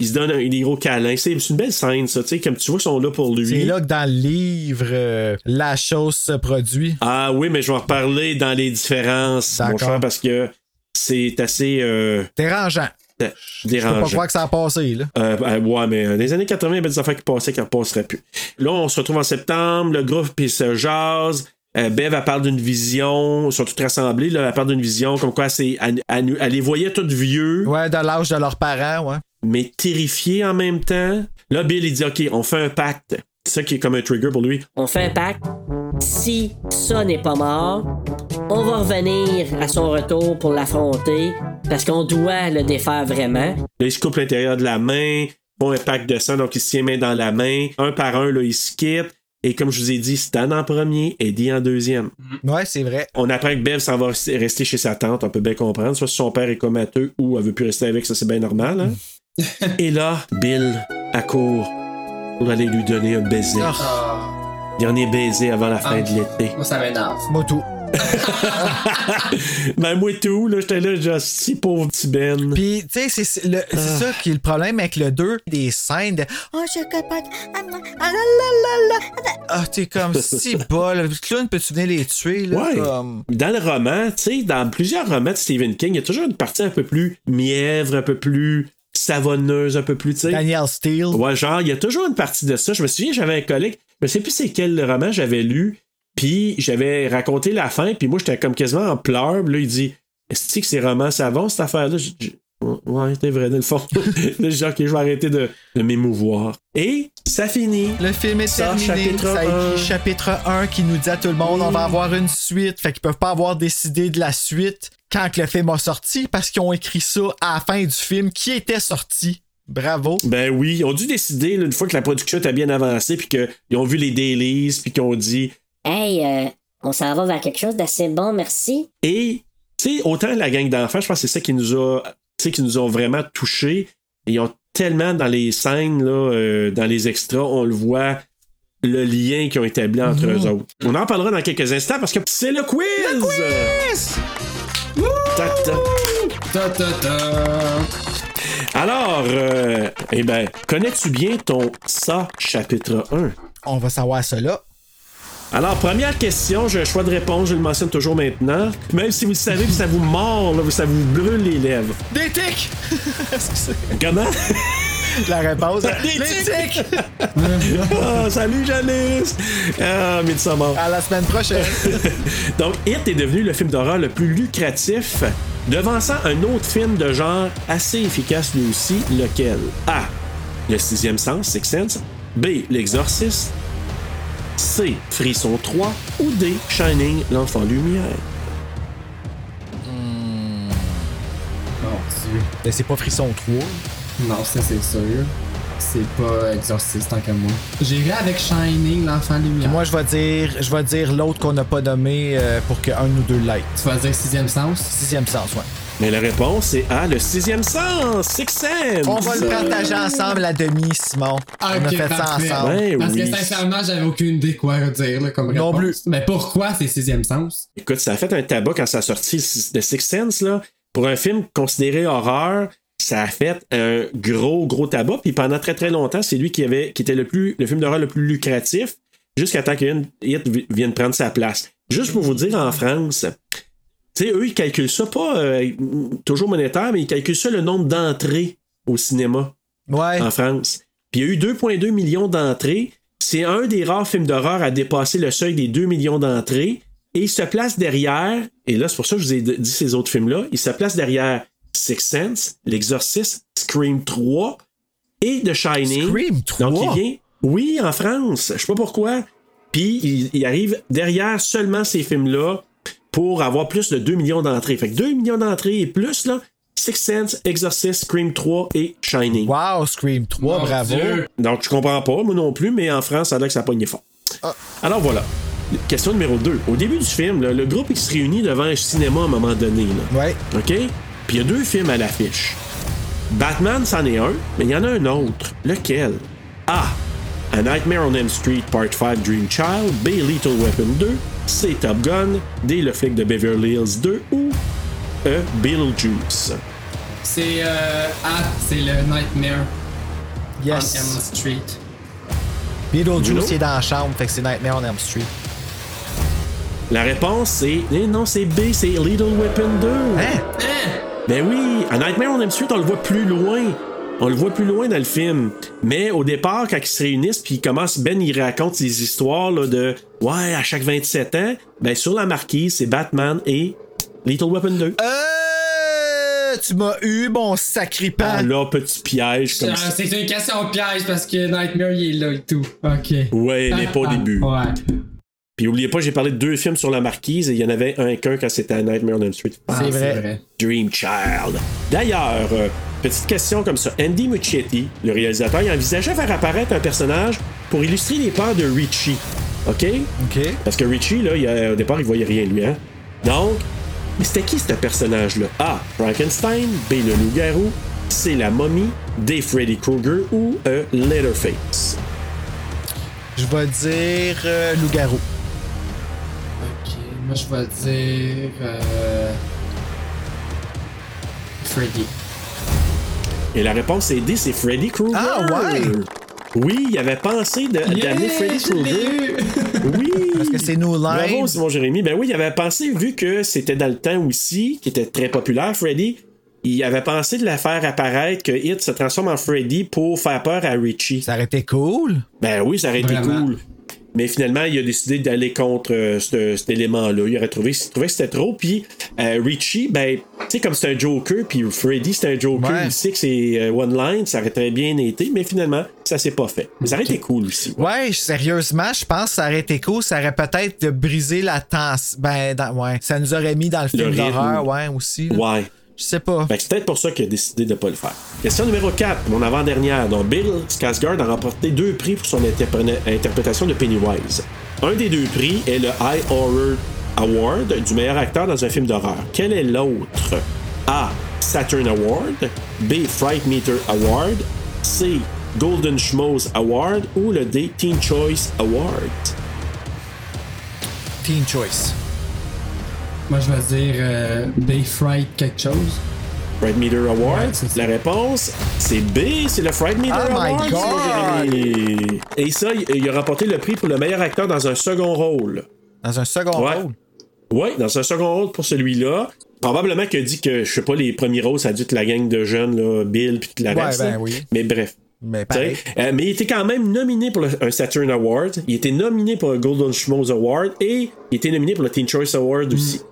D: Il se donne un des gros câlin. C'est c'est une belle scène, ça. Tu sais, comme tu vois, ils sont là pour lui.
C: C'est là que dans le livre, euh, la chose se produit.
D: Ah oui, mais je vais en reparler dans les différences, mon
C: D'accord.
D: cher, parce que c'est assez euh,
C: Dérangeant.
D: euh,
C: Je peux pas
D: dérangeant.
C: croire que ça a passé, là.
D: Euh, euh, ouais, mais euh, dans les années 80, il y avait des affaires qui passaient qui ne repasseraient plus. Là, on se retrouve en septembre, le groupe puis se jase. Euh, Bev, elle parle d'une vision, ils sont tous rassemblés, là, elle parle d'une vision, comme quoi c'est, elle, elle- elle les voyait toutes vieux,
C: Ouais, de l'âge de leurs parents, ouais.
D: mais terrifiés en même temps. Là, Bill, il dit, OK, on fait un pacte. C'est ça qui est comme un trigger pour lui.
J: On fait un pacte. Si ça n'est pas mort, on va revenir à son retour pour l'affronter parce qu'on doit le défaire
D: Là,
J: vraiment.
D: il se coupe l'intérieur de la main, font un pacte de sang, donc il se tient main dans la main. Un par un, là, il se quitte. Et comme je vous ai dit, Stan en premier, Eddie en deuxième.
C: Ouais, c'est vrai.
D: On apprend que Bev s'en va rester chez sa tante, on peut bien comprendre. Soit son père est comateux ou elle veut plus rester avec, ça c'est bien normal. hein. Et là, Bill accourt pour aller lui donner un baiser.
E: Ah,
D: Dernier baiser avant la fin
E: Ah.
D: de l'été.
E: moi, ça m'énerve.
C: Moi, tout.
D: Ben moi tout, là, j'étais là, genre, si pauvre petit Ben.
C: Puis, tu sais, c'est- c'est le- c'est ça qui est le problème avec le 2, des scènes de
L: Oh, je capote. Ah, ah, ah, la, la, la, la.
C: Ah, t'es comme si bol. Clown, peux-tu venir les tuer, là?
D: Ouais.
C: Comme...
D: Dans le roman, tu sais, dans plusieurs romans de Stephen King, il y a toujours une partie un peu plus mièvre, un peu plus savonneuse, un peu plus, tu sais.
C: Daniel Steele.
D: Ouais, genre, il y a toujours une partie de ça. Je me souviens, j'avais un collègue, je ne sais plus c'est quel roman j'avais lu, puis j'avais raconté la fin, puis moi, j'étais comme quasiment en pleurs. Puis Là, il dit Est-ce que ces romans savants, cette affaire-là J'ai dit, Ouais, t'es vrai, dans le fond. là, j'ai dit, Ok, je vais arrêter de, de m'émouvoir. Et ça finit.
C: Le film est
D: Sort
C: terminé.
D: chapitre
C: ça
D: un.
C: écrit chapitre 1 qui nous dit à tout le monde on va avoir une suite. Fait qu'ils peuvent pas avoir décidé de la suite quand que le film a sorti parce qu'ils ont écrit ça à la fin du film qui était sorti. Bravo.
D: Ben oui, ils ont dû décider, là, une fois que la production était bien avancée, puis qu'ils ont vu les délices, puis qu'ils ont dit
G: Hey, euh, on s'en va vers quelque chose d'assez bon, merci.
D: Et, tu sais, autant la gang d'enfants, je pense que c'est ça qui nous a, tu sais, qui nous ont vraiment touchés. Ils ont tellement dans les scènes, là, euh, dans les extras, on le voit, le lien qu'ils ont établi entre eux autres. On en parlera dans quelques instants parce que c'est le quiz! Ta, ta.
E: Ta, ta, ta.
D: Alors, euh, eh ben, connais-tu bien ton ça chapitre 1?
C: On va savoir cela.
D: Alors, première question, j'ai un choix de réponse, je le mentionne toujours maintenant. Même si vous le savez, puis ça vous mord, là, ça vous brûle les lèvres.
C: Des tics! Excusez.
D: Comment?
C: La réponse.
D: Des
C: Les tics!
D: Ah, salut Janice! Ah, Midsommar.
C: À la semaine prochaine.
D: Donc, It est devenu le film d'horreur le plus lucratif, devançant un autre film de genre assez efficace lui aussi, lequel A. Le sixième sens, Sixth Sense. B. L'Exorciste. C. Frisson 3. Ou D. Shining, l'enfant lumière.
E: Mon Dieu.
C: Mais c'est pas Frisson 3.
E: Non, ça, c'est sûr. c'est pas Exorciste tant qu'à moi. J'irai avec Shining, l'enfant lumière.
C: Moi, je vais dire, je vais dire l'autre qu'on n'a pas nommé euh, pour qu'un ou deux like.
E: Tu vas dire sixième sens?
C: Sixième sens, ouais.
D: Mais la réponse est A, le sixième sens, Six Sense.
C: On va le partager ensemble à demi, Simon.
E: Ah,
C: On a
E: ok,
C: fait ça
E: parfait.
C: ensemble. Ben
E: Parce que sincèrement, j'avais aucune idée quoi dire là, comme réponse.
D: plus.
E: Mais pourquoi c'est sixième sens?
D: Écoute, ça a fait un tabac quand ça a sorti The Sixth Sense, là. Pour un film considéré horreur, ça a fait un gros, gros tabac. Puis pendant très, très longtemps, c'est lui qui, avait, qui était le, plus, le film d'horreur le plus lucratif, jusqu'à temps qu'une hit vi- vienne prendre sa place. Juste pour vous dire, en France, tu sais, eux, ils calculent ça pas euh, toujours monétaire, mais ils calculent ça le nombre d'entrées au cinéma
C: Ah.
D: en France. Puis il y a eu 2,2 millions d'entrées. C'est un des rares films d'horreur à dépasser le seuil des 2 millions d'entrées. Et il se place derrière, et là, c'est pour ça que je vous ai d- dit ces autres films-là, il se place derrière Six Sense, L'Exorciste, Scream 3 et The Shining.
C: Scream 3?
D: Donc il vient, oui, en France, je sais pas pourquoi. Puis il, il arrive derrière seulement ces films-là pour avoir plus de 2 millions d'entrées. Fait que 2 millions d'entrées et plus, là, Six Sense, Exorcist, Scream 3 et Shining.
C: Wow, Scream 3, bravo.
D: Donc, je comprends pas, moi non plus, mais en France, ça a l'air que ça pogne fort. Alors voilà. Question numéro 2. Au début du film, là, le groupe il se réunit devant un cinéma à un moment donné. Là.
C: Ouais.
D: OK? Puis il y a deux films à l'affiche. Batman, c'en est un, mais il y en a un autre. Lequel? A. A Nightmare on Elm Street Part 5 Dream Child. B. Lethal Weapon 2. C. Top Gun. D. Le flic de Beverly Hills 2. Ou E. Beetlejuice.
E: C'est euh, Ah, c'est le Nightmare
C: Yes.
E: on
D: Ah,
E: Elm Street.
D: Bruno?
C: Beetlejuice il est dans la chambre, fait que c'est Nightmare on Elm Street.
D: La réponse, c'est. eh non, c'est B, c'est Little Weapon 2.
C: Hein?
D: Ben oui, à Nightmare on Elm Street, on le voit plus loin. On le voit plus loin dans le film. Mais au départ, quand ils se réunissent, puis ils commencent, Ben, il raconte ces histoires là, de Ouais, à chaque 27 ans, ben sur la marquise, c'est Batman et Little Weapon 2.
C: Euh, tu m'as eu, mon sacripant.
D: Ah là, petit piège comme
E: Ah,
D: ça.
E: Euh, c'est une question piège parce que Nightmare il est là et tout. Ok.
D: Ouais, mais pas au
E: Ah,
D: début.
E: Ouais.
D: Puis oubliez pas, j'ai parlé de deux films sur la marquise et il y en avait un qu'un quand c'était à Nightmare on Elm Street.
E: Ah, c'est vrai. vrai.
D: Dream Child. D'ailleurs, euh, petite question comme ça. Andy Muschietti, le réalisateur, il envisageait faire apparaître un personnage pour illustrer les peurs de Richie. OK?
C: OK.
D: Parce que Richie, là, il, euh, au départ, il voyait rien, lui, hein? Donc, mais c'était qui ce personnage-là? A. Frankenstein. B. Le loup-garou. C. La momie. D. Freddy Krueger. Ou E. Leatherface.
C: Je vais dire euh, Loup-garou.
E: Ok, moi je vais dire. Euh... Freddy.
D: Et la réponse est D, c'est Freddy Krueger.
C: Ah, ouais?
D: Oui, il avait pensé de- d'amener Freddy
E: je l'ai
D: Krueger.
E: eu.
D: Oui!
C: Parce que c'est New Line.
D: Bravo, Simon Jérémy. Ben oui, il avait pensé, vu que c'était dans le temps aussi, qui était très populaire, Freddy, il avait pensé de la faire apparaître que Hit se transforme en Freddy pour faire peur à Richie.
C: Ça aurait été cool.
D: Ben oui, ça aurait été
E: Vraiment.
D: cool. Mais finalement, il a décidé d'aller contre euh, ce- cet élément-là. Il aurait trouvé, il trouvait que c'était trop. Puis euh, Richie, ben, tu sais, comme c'est un Joker, puis Freddy, c'est un Joker, il sait que c'est euh, One Line, ça aurait très bien été, mais finalement, ça s'est pas fait. Mais ça aurait été cool aussi.
C: Ouais, sérieusement, je pense que ça aurait été cool. Ça aurait peut-être brisé la tension. Ben, dans- ouais. Ça nous aurait mis dans le film
D: rythme.
C: d'horreur, ouais, aussi. là.
D: Ouais. Ben.
C: Je sais pas.
D: Fait que c'est peut-être pour ça qu'il a décidé de pas le faire. Question numéro 4, mon avant-dernière. Donc, Bill Skarsgård a remporté deux prix pour son interpré- interprétation de Pennywise. Un des deux prix est le High Horror Award du meilleur acteur dans un film d'horreur. Quel est l'autre? A. Saturn Award. B. Fright Meter Award. C. Golden Schmoes Award. Ou le D. Teen Choice Award.
C: Teen Choice.
E: Moi je vais dire euh, Bay Fright quelque chose.
D: Fright Meter Award. La réponse, c'est B, c'est le Fright Meter
C: Oh my
D: Award.
C: God!
D: Simon Jérémy. Et ça, il- il a remporté le prix pour le meilleur acteur dans un second rôle.
C: Dans un second
D: Ouais.
C: rôle.
D: Oui, dans un second rôle pour celui-là. Probablement qu'il a dit que, je sais pas, les premiers rôles, ça a dû être la gang de jeunes, là, Bill, puis toute la
C: Ouais,
D: reste.
C: ben
D: là.
C: oui.
D: Mais bref.
C: Mais
D: Tu sais,
C: pareil.
D: euh, mais il était quand même nominé pour le, un Saturn Award. Il était nominé pour le Golden Schmoes Award et il était nominé pour le Teen Choice Award aussi.
C: Hmm.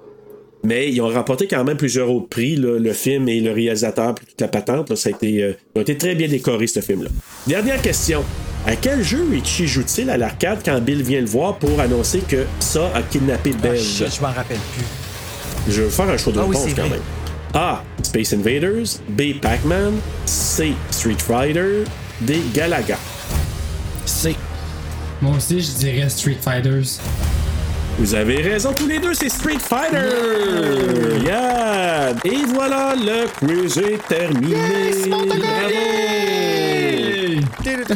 D: Mais ils ont remporté quand même plusieurs autres prix, là, le film et le réalisateur, puis toute la patente. là, ça a été, euh, ils ont été très bien décorés, ce film-là. Dernière question. À quel jeu Richie joue-t-il à l'arcade quand Bill vient le voir pour annoncer que ça a kidnappé
C: Ah,
D: Belle?
C: shit, je m'en rappelle plus.
D: Je vais faire un choix de
C: Ah oui,
D: réponse
C: c'est
D: quand
C: vrai.
D: même. A. Space Invaders. B. Pac-Man. C. Street Fighter. des Galaga.
C: C'est.
E: Moi aussi, je dirais Street Fighters.
D: Vous avez raison tous les deux, c'est Street Fighter! Yeah! Et voilà, le quiz est terminé! Bravo!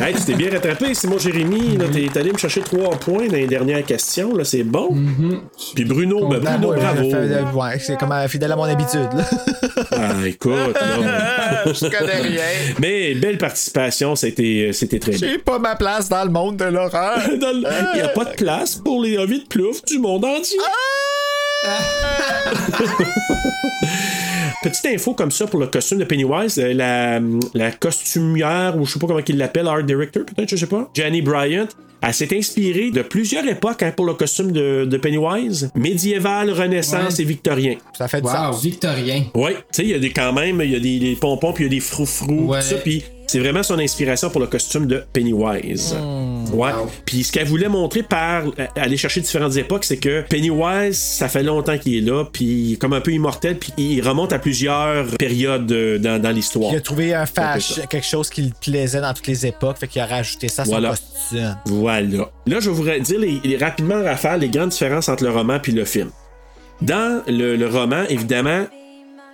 D: Hey, tu t'es bien rattrapé, Simon Jérémy. là, T'es allé me chercher trois points dans les dernières questions. Là, c'est bon. Puis Bruno, ben,
C: Ah,
D: Bruno,
C: ouais,
D: Mm-hmm. bravo.
C: je fais- ouais, c'est comme euh, fidèle à mon habitude. là.
D: Ah, écoute. là.
C: Je connais rien.
D: Mais belle participation, c'était, euh, c'était très bien.
C: J'ai pas ma place dans le monde de l'horreur.
D: Dans le- Il n'y a pas de place pour les avis de plouf du monde entier. Petite info comme ça pour le costume de Pennywise, euh, la, la costumière, ou je sais pas comment il l'appelle, art director peut-être, je sais pas, Jenny Bryant, elle s'est inspirée de plusieurs époques hein, pour le costume de, de Pennywise, médiéval, renaissance et victorien.
C: Ça fait du
E: Wow,
C: sens.
E: Victorien.
D: Oui, tu sais, il y a des, quand même, il y a des, des pompons, puis il y a des froufrous,
E: Ouais.
D: tout ça, puis c'est vraiment son inspiration pour le costume de Pennywise. Ouais. Puis ce qu'elle voulait montrer par euh, aller chercher différentes époques, c'est que Pennywise, ça fait longtemps qu'il est là, puis il est comme un peu immortel, puis il remonte à plusieurs périodes euh, dans, dans l'histoire.
C: Il a trouvé un
D: Ça fait
C: fâche, quelque chose qui le plaisait dans toutes les époques, fait qu'il a rajouté ça à son
D: Voilà.
C: costume.
D: Voilà. Là, je vais vous ra- dire les, les- rapidement, en rafale, les grandes différences entre le roman puis le film. Dans le, le roman, évidemment,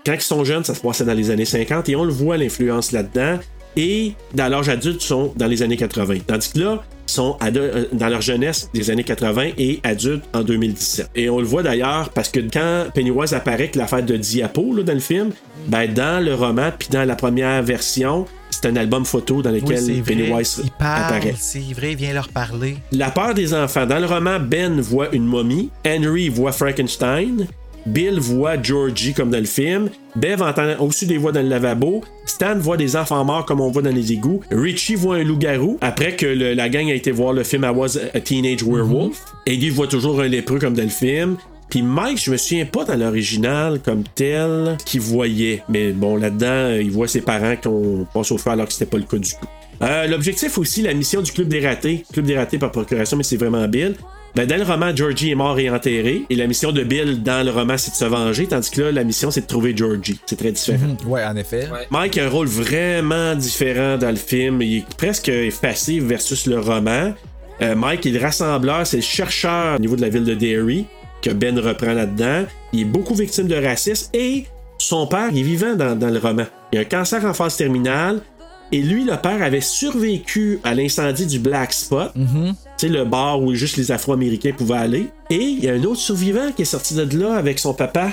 D: quand ils sont jeunes, ça se passait dans les années 50 et on le voit l'influence là-dedans. Et dans l'âge adulte, ils sont dans les années 80. Tandis que là, ils sont ado- euh, dans leur jeunesse des années 80 et adultes en 2017. Et on le voit d'ailleurs parce que quand Pennywise apparaît que l'affaire de Diapo là, dans le film, ben dans le roman puis dans la première version, c'est un album photo dans
C: Oui,
D: lequel
C: c'est vrai.
D: Pennywise
C: Il parle,
D: apparaît.
C: c'est vrai, il vient leur parler.
D: La peur des enfants. Dans le roman, Ben voit une momie, Henry voit Frankenstein, Bill voit Georgie comme dans le film, Bev entend aussi des voix dans le lavabo, Stan voit des enfants morts comme on voit dans les égouts, Richie voit un loup-garou après que le- la gang a été voir le film I Was a Teenage Werewolf, Eddie voit toujours un lépreux comme dans le film. Puis Mike, je me souviens pas dans l'original comme tel qu'il voyait. Mais bon, là-dedans, euh, il voit ses parents qu'on passe au feu alors que c'était pas le cas du tout. Euh, L'objectif aussi, la mission du Club des ratés. Club des ratés par procuration, mais c'est vraiment Bill. Ben, dans le roman, Georgie est mort et enterré. Et la mission de Bill dans le roman, c'est de se venger. Tandis que là, la mission, c'est de trouver Georgie. C'est très différent.
C: Ouais, en effet.
D: Mike a un rôle vraiment différent dans le film. Il est presque effacé versus le roman. Euh, Mike est le rassembleur, c'est le chercheur au niveau de la ville de Derry que Ben reprend là-dedans. Il est beaucoup victime de racisme et son père il est vivant dans, dans le roman. Il a un cancer en phase terminale et lui, le père, avait survécu à l'incendie du Black Spot. Tu sais, le bar où juste les Afro-Américains pouvaient aller. Et il y a un autre survivant qui est sorti de là avec son papa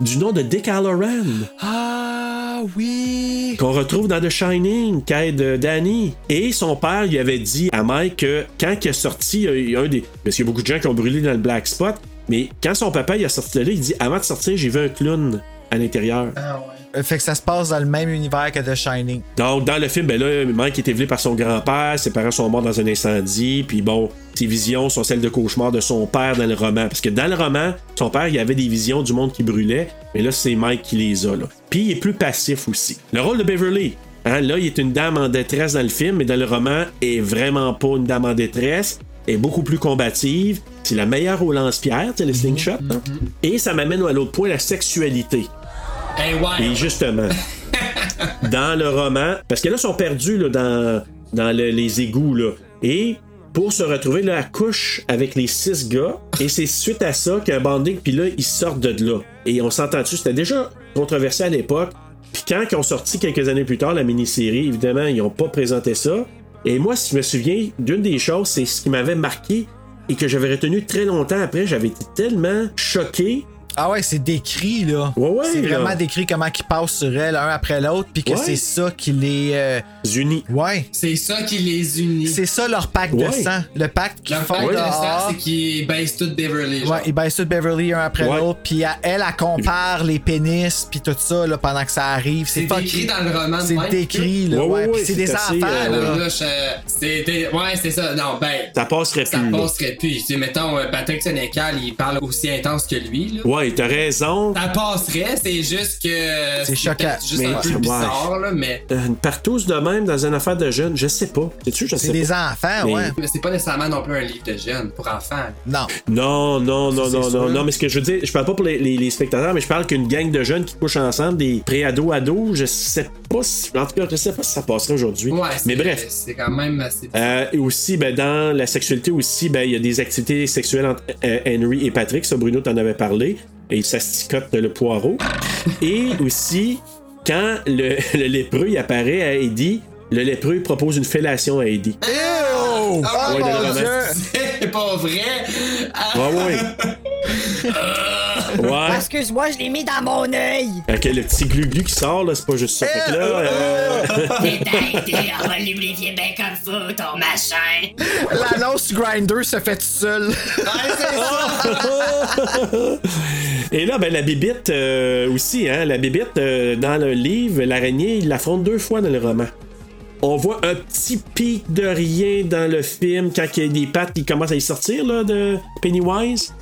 D: du nom de Dick Halloran
C: Ah oui!
D: qu'on retrouve dans The Shining, qui aide euh, Danny. Et son père lui avait dit à Mike que quand il est sorti, il y a un des. Parce qu'il y a beaucoup de gens qui ont brûlé dans le Black Spot, mais quand son papa il a sorti de là, il dit Avant de sortir, j'ai vu un clown à l'intérieur.
C: Euh, Fait que ça se passe dans le même univers que The Shining.
D: Donc, dans le film, ben là, Mike est élevé par son grand-père, ses parents sont morts dans un incendie, puis bon, ses visions sont celles de cauchemar de son père dans le roman. Parce que dans le roman, son père, il y avait des visions du monde qui brûlait, mais là, c'est Mike qui les a, là. Puis, il est plus passif aussi. Le rôle de Beverly, hein, là, il est une dame en détresse dans le film, mais dans le roman, elle est vraiment pas une dame en détresse, elle est beaucoup plus combative, c'est la meilleure au lance-pierre, tu sais, le slingshot. hein. Et ça m'amène à l'autre point, la sexualité.
E: Hey, ouais.
D: Et justement, dans le roman, parce que là, ils sont perdus là, dans, dans le- les égouts. Là, et pour se retrouver, là, elle couche avec les six gars. Et c'est suite à ça qu'un bandit, puis là, ils sortent de là. Et on s'entend dessus. C'était déjà controversé à l'époque. Puis quand ils ont sorti quelques années plus tard la mini-série, évidemment, ils n'ont pas présenté ça. Et moi, si je me souviens, d'une des choses, c'est ce qui m'avait marqué et que j'avais retenu très longtemps après. J'avais été tellement choqué.
C: Ah ouais, c'est décrit, là.
D: Ouais, ouais,
C: c'est
D: là.
C: vraiment décrit comment ils passent sur elle un après l'autre, puis que
D: Ouais.
C: c'est ça qui les. euh,
D: Unis.
C: Ouais.
E: C'est ça qui les unit.
C: C'est ça leur pacte
D: Ouais.
C: de sang. Le pacte qu'ils
E: Le
C: font
E: fait de
C: dehors.
E: ça, c'est qu'ils baissent tout Beverly. genre.
C: Ouais, ils baissent tout Beverly un après
D: Ouais.
C: l'autre, puis à- elle, elle compare les pénis, puis tout ça, là, pendant que ça arrive.
E: C'est
C: pas-
E: décrit dans le roman de
C: C'est
E: même.
C: décrit, là,
D: Ouais,
C: ouais.
D: ouais,
C: puis
D: ouais,
C: c'est
D: c'est
C: des enfants,
D: assez, euh,
C: là.
E: Ouais, Ah, là, je- c'était- ouais, c'est ça. Non, ben,
D: Ça passerait plus.
E: ça
D: là.
E: passerait plus. Tu sais, mettons, euh, Patrick Sénécal, il parle aussi intense que lui. Là.
D: Ouais, t'as raison.
E: Ça passerait, c'est juste que.
C: C'est choquant.
E: peut-être juste
D: Mais-
E: un peu
D: ouais.
E: bizarre, là, mais.
D: Euh, Une partouze de même dans une affaire de jeunes, je sais pas. Sais-tu, je sais
C: C'est des
D: pas.
C: enfants,
D: Mais-
C: ouais.
E: mais c'est pas nécessairement non plus un livre de jeunes pour enfants.
C: Non.
D: Non, non, non, non,
C: sûr.
D: non, non, mais ce que je veux dire, je parle pas pour les, les- les spectateurs, mais je parle qu'une gang de jeunes qui couchent ensemble, des pré-ados, ados, je sais pas pas si. En tout cas, je sais pas si ça passerait aujourd'hui. Mais bref.
E: C'est quand même assez.
D: Euh, et aussi, ben, dans la sexualité aussi, ben, il y a des activités sexuelles entre euh, Henry et Patrick. Ça, Bruno t'en avait parlé. Et ça sticote le poireau. et aussi, quand le, le lépreux il apparaît à Eddie, le lépreux propose une fellation à Eddie.
C: Oh,
D: Ah, ouais,
E: mon
D: le roman.
E: Dieu! C'est pas vrai! Ah,
D: Ouais, ouais. ouais.
L: Ah. Excuse-moi, je l'ai mis dans mon œil.
D: Fait que le petit glu-glu qui sort, là, c'est pas juste ça. Fait que là. euh,
I: T'es têté, on va l'oublier bien comme faut, ton machin.
C: L'annonce du Grinder se fait tout seul.
D: Et là, ben, la bibite euh, aussi, hein, la bibite, euh, dans le livre, l'araignée, il l'affronte deux fois dans le roman. On voit un petit pic de rien dans le film quand il y a des pattes qui commencent à y sortir là, de Pennywise.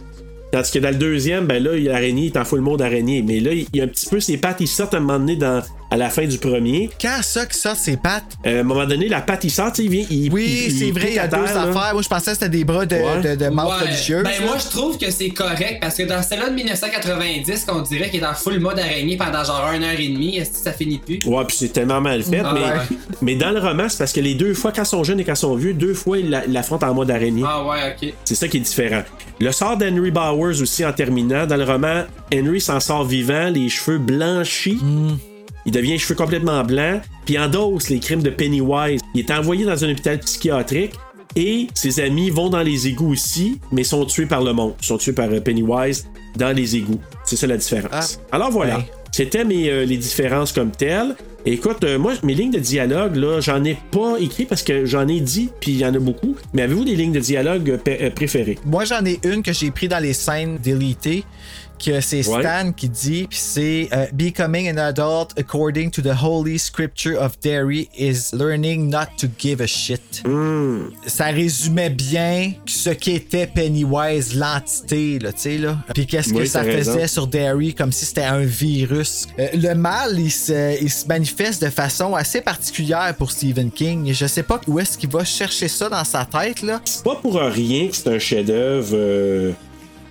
D: Tandis que dans le deuxième, ben là, il y a l'araignée, il t'en fout le monde araignée. Mais là, il y a un petit peu ses pattes, ils sortent à un moment donné dans, à la fin du premier. Euh,
C: Quand ça qui sort ses pattes?
D: à un moment donné, la patte, il sort, tu sais, il vient. Il,
C: Oui, c'est vrai, il y a deux affaires. Moi, je pensais que c'était des bras de,
D: Ouais.
C: de, de mort
E: Ouais.
C: religieuse.
E: Ben,
C: là.
E: moi, je trouve que c'est correct parce que dans celle-là de 1990, qu'on dirait qu'il est en full mode araignée pendant genre 1 heure et demie, est-ce que ça finit plus?
D: Ouais, puis c'est tellement mal fait.
E: Ah
D: mais,
E: ouais.
D: mais dans le roman, c'est parce que les deux fois, quand ils sont jeunes et quand ils sont vieux, deux fois, ils la- l'affrontent en mode araignée.
E: Ah ouais, ok.
D: C'est ça qui est différent. Le sort d'Henry Bowers aussi en terminant. Dans le roman, Henry s'en sort vivant, les cheveux blanchis. Il devient les cheveux complètement blancs, puis endosse les crimes de Pennywise. Il est envoyé dans un hôpital psychiatrique et ses amis vont dans les égouts aussi, mais sont tués par le monstre. Sont tués par euh, Pennywise dans les égouts. C'est ça la différence. Alors voilà.
C: Ouais.
D: C'était mes, euh, les différences comme telles. Écoute, euh, moi, mes lignes de dialogue, là, j'en ai pas écrit parce que j'en ai dit, puis il y en a beaucoup. Mais avez-vous des lignes de dialogue euh, pé- euh, préférées?
C: Moi, j'en ai une que j'ai pris dans les scènes délitées, que c'est
D: Ouais.
C: Stan qui dit, puis c'est euh, Becoming an adult according to the holy scripture of Derry is learning not to give a shit.
D: Hmm.
C: Ça résumait bien ce qu'était Pennywise, l'entité, là, tu sais, là. Puis qu'est-ce que
D: Oui,
C: ça
D: t'as raison.
C: faisait sur Derry, comme si c'était un virus. Euh, le mal, il se, il se manifeste de façon assez particulière pour Stephen King. Je sais pas où est-ce qu'il va chercher ça dans sa tête, là.
D: C'est pas pour rien que c'est un chef-d'œuvre, euh,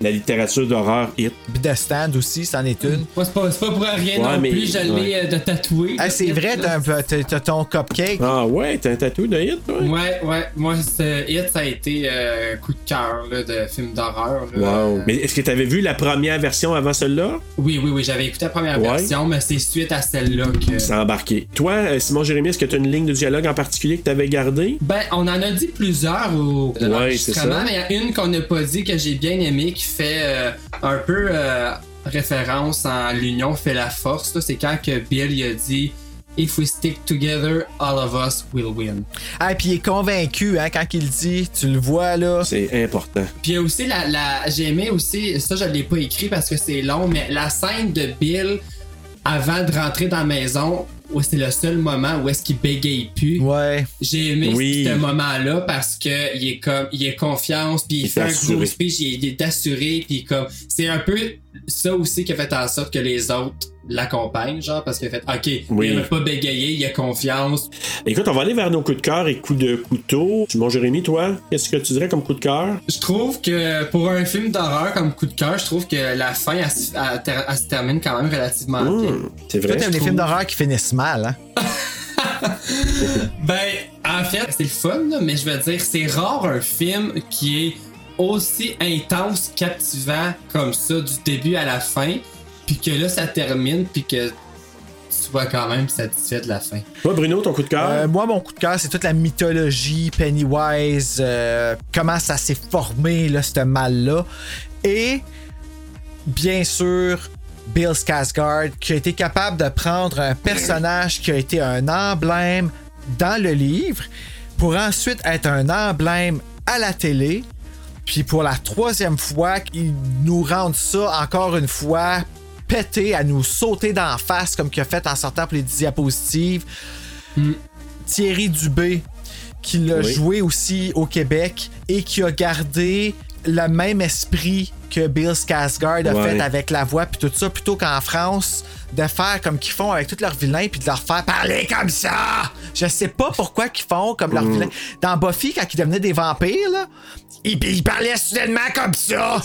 D: la littérature d'horreur hit.
C: Puis de Stand aussi, c'en est une.
E: Moi, c'est pas, c'est pas pour rien
D: Ouais,
E: non
D: mais-
E: plus, je l'ai
D: ouais.
E: euh, de tatoué.
C: Ah, c'est vrai, t'as, un peu- t'as- t'as ton cupcake.
D: Ah ouais, t'as un tatou de hit, toi?
E: Ouais, ouais, moi, ce hit, ça a été euh, coup de cœur là, de film d'horreur. là. Euh,
D: Wow. Mais est-ce que t'avais vu la première version avant celle-là?
E: Oui, oui, oui, j'avais écouté la première
D: Ouais.
E: version, mais c'est suite à celle-là que.
D: C'est embarqué. Toi, euh, Simon Jérémy, est-ce que t'as une ligne de dialogue en particulier que t'avais gardée?
E: Ben, on en a dit plusieurs au de
D: Ouais,
E: l'enregistrement,
D: c'est ça.
E: mais il y en a une qu'on n'a pas dit que j'ai bien aimée qui fait euh, un peu euh, référence en l'union fait la force. là. C'est quand que Bill il a dit If we stick together, all of us will win.
C: Ah, puis il est convaincu, hein, quand il dit, tu le vois, là.
D: C'est important.
E: Puis il y a aussi la, la j'ai aimé aussi ça je l'ai pas écrit parce que c'est long mais la scène de Bill avant de rentrer dans la maison où c'est le seul moment où est-ce qu'il bégaye plus.
C: Ouais.
E: J'ai aimé
D: Oui.
E: ce moment-là parce que il est comme il est confiance puis il,
D: Il est
E: fait un
D: assuré.
E: gros speech, il est assuré puis comme c'est un peu ça aussi qui a fait en sorte que les autres l'accompagnent genre parce qu'il a fait OK,
D: Oui.
E: il veut pas bégayer, il a confiance.
D: Écoute, on va aller vers nos coups de cœur et coups de couteau. Simon Jérémy, toi, qu'est-ce que tu dirais comme coup de cœur?
E: Je trouve que pour un film d'horreur comme coup de cœur, je trouve que la fin elle, se- elle ter- elle se termine quand même relativement
D: Mmh.
E: bien.
D: Hmm, C'est
C: Toi,
D: vrai.
C: t'aimes les films d'horreur qui finissent mal, hein.
E: Ben, en fait, c'est le fun, là, mais je veux dire, c'est rare un film qui est aussi intense, captivant comme ça, du début à la fin, puis que là, ça termine, puis que tu vas quand même satisfait de la fin.
D: Toi, Bruno, ton coup de cœur?
C: Euh, moi, mon coup de cœur, c'est toute la mythologie, Pennywise, euh, comment ça s'est formé, là, ce mal-là. Et, bien sûr, Bill Skarsgård, qui a été capable de prendre un personnage qui a été un emblème dans le livre, pour ensuite être un emblème à la télé. Puis pour la troisième fois, ils nous rendent ça encore une fois pété, à nous sauter d'en face comme qu'il a fait en sortant pour les diapositives. Thierry Dubé, qui l'a
D: Oui.
C: joué aussi au Québec et qui a gardé le même esprit que Bill Skarsgård a
D: Ouais.
C: fait avec la voix puis tout ça, plutôt qu'en France, de faire comme qu'ils font avec tous leurs vilains puis de leur faire parler comme ça. Je sais pas pourquoi qu'ils font comme
D: Mm.
C: leurs vilains. Dans Buffy, quand ils devenaient des vampires, là, ils, ils parlaient soudainement comme ça.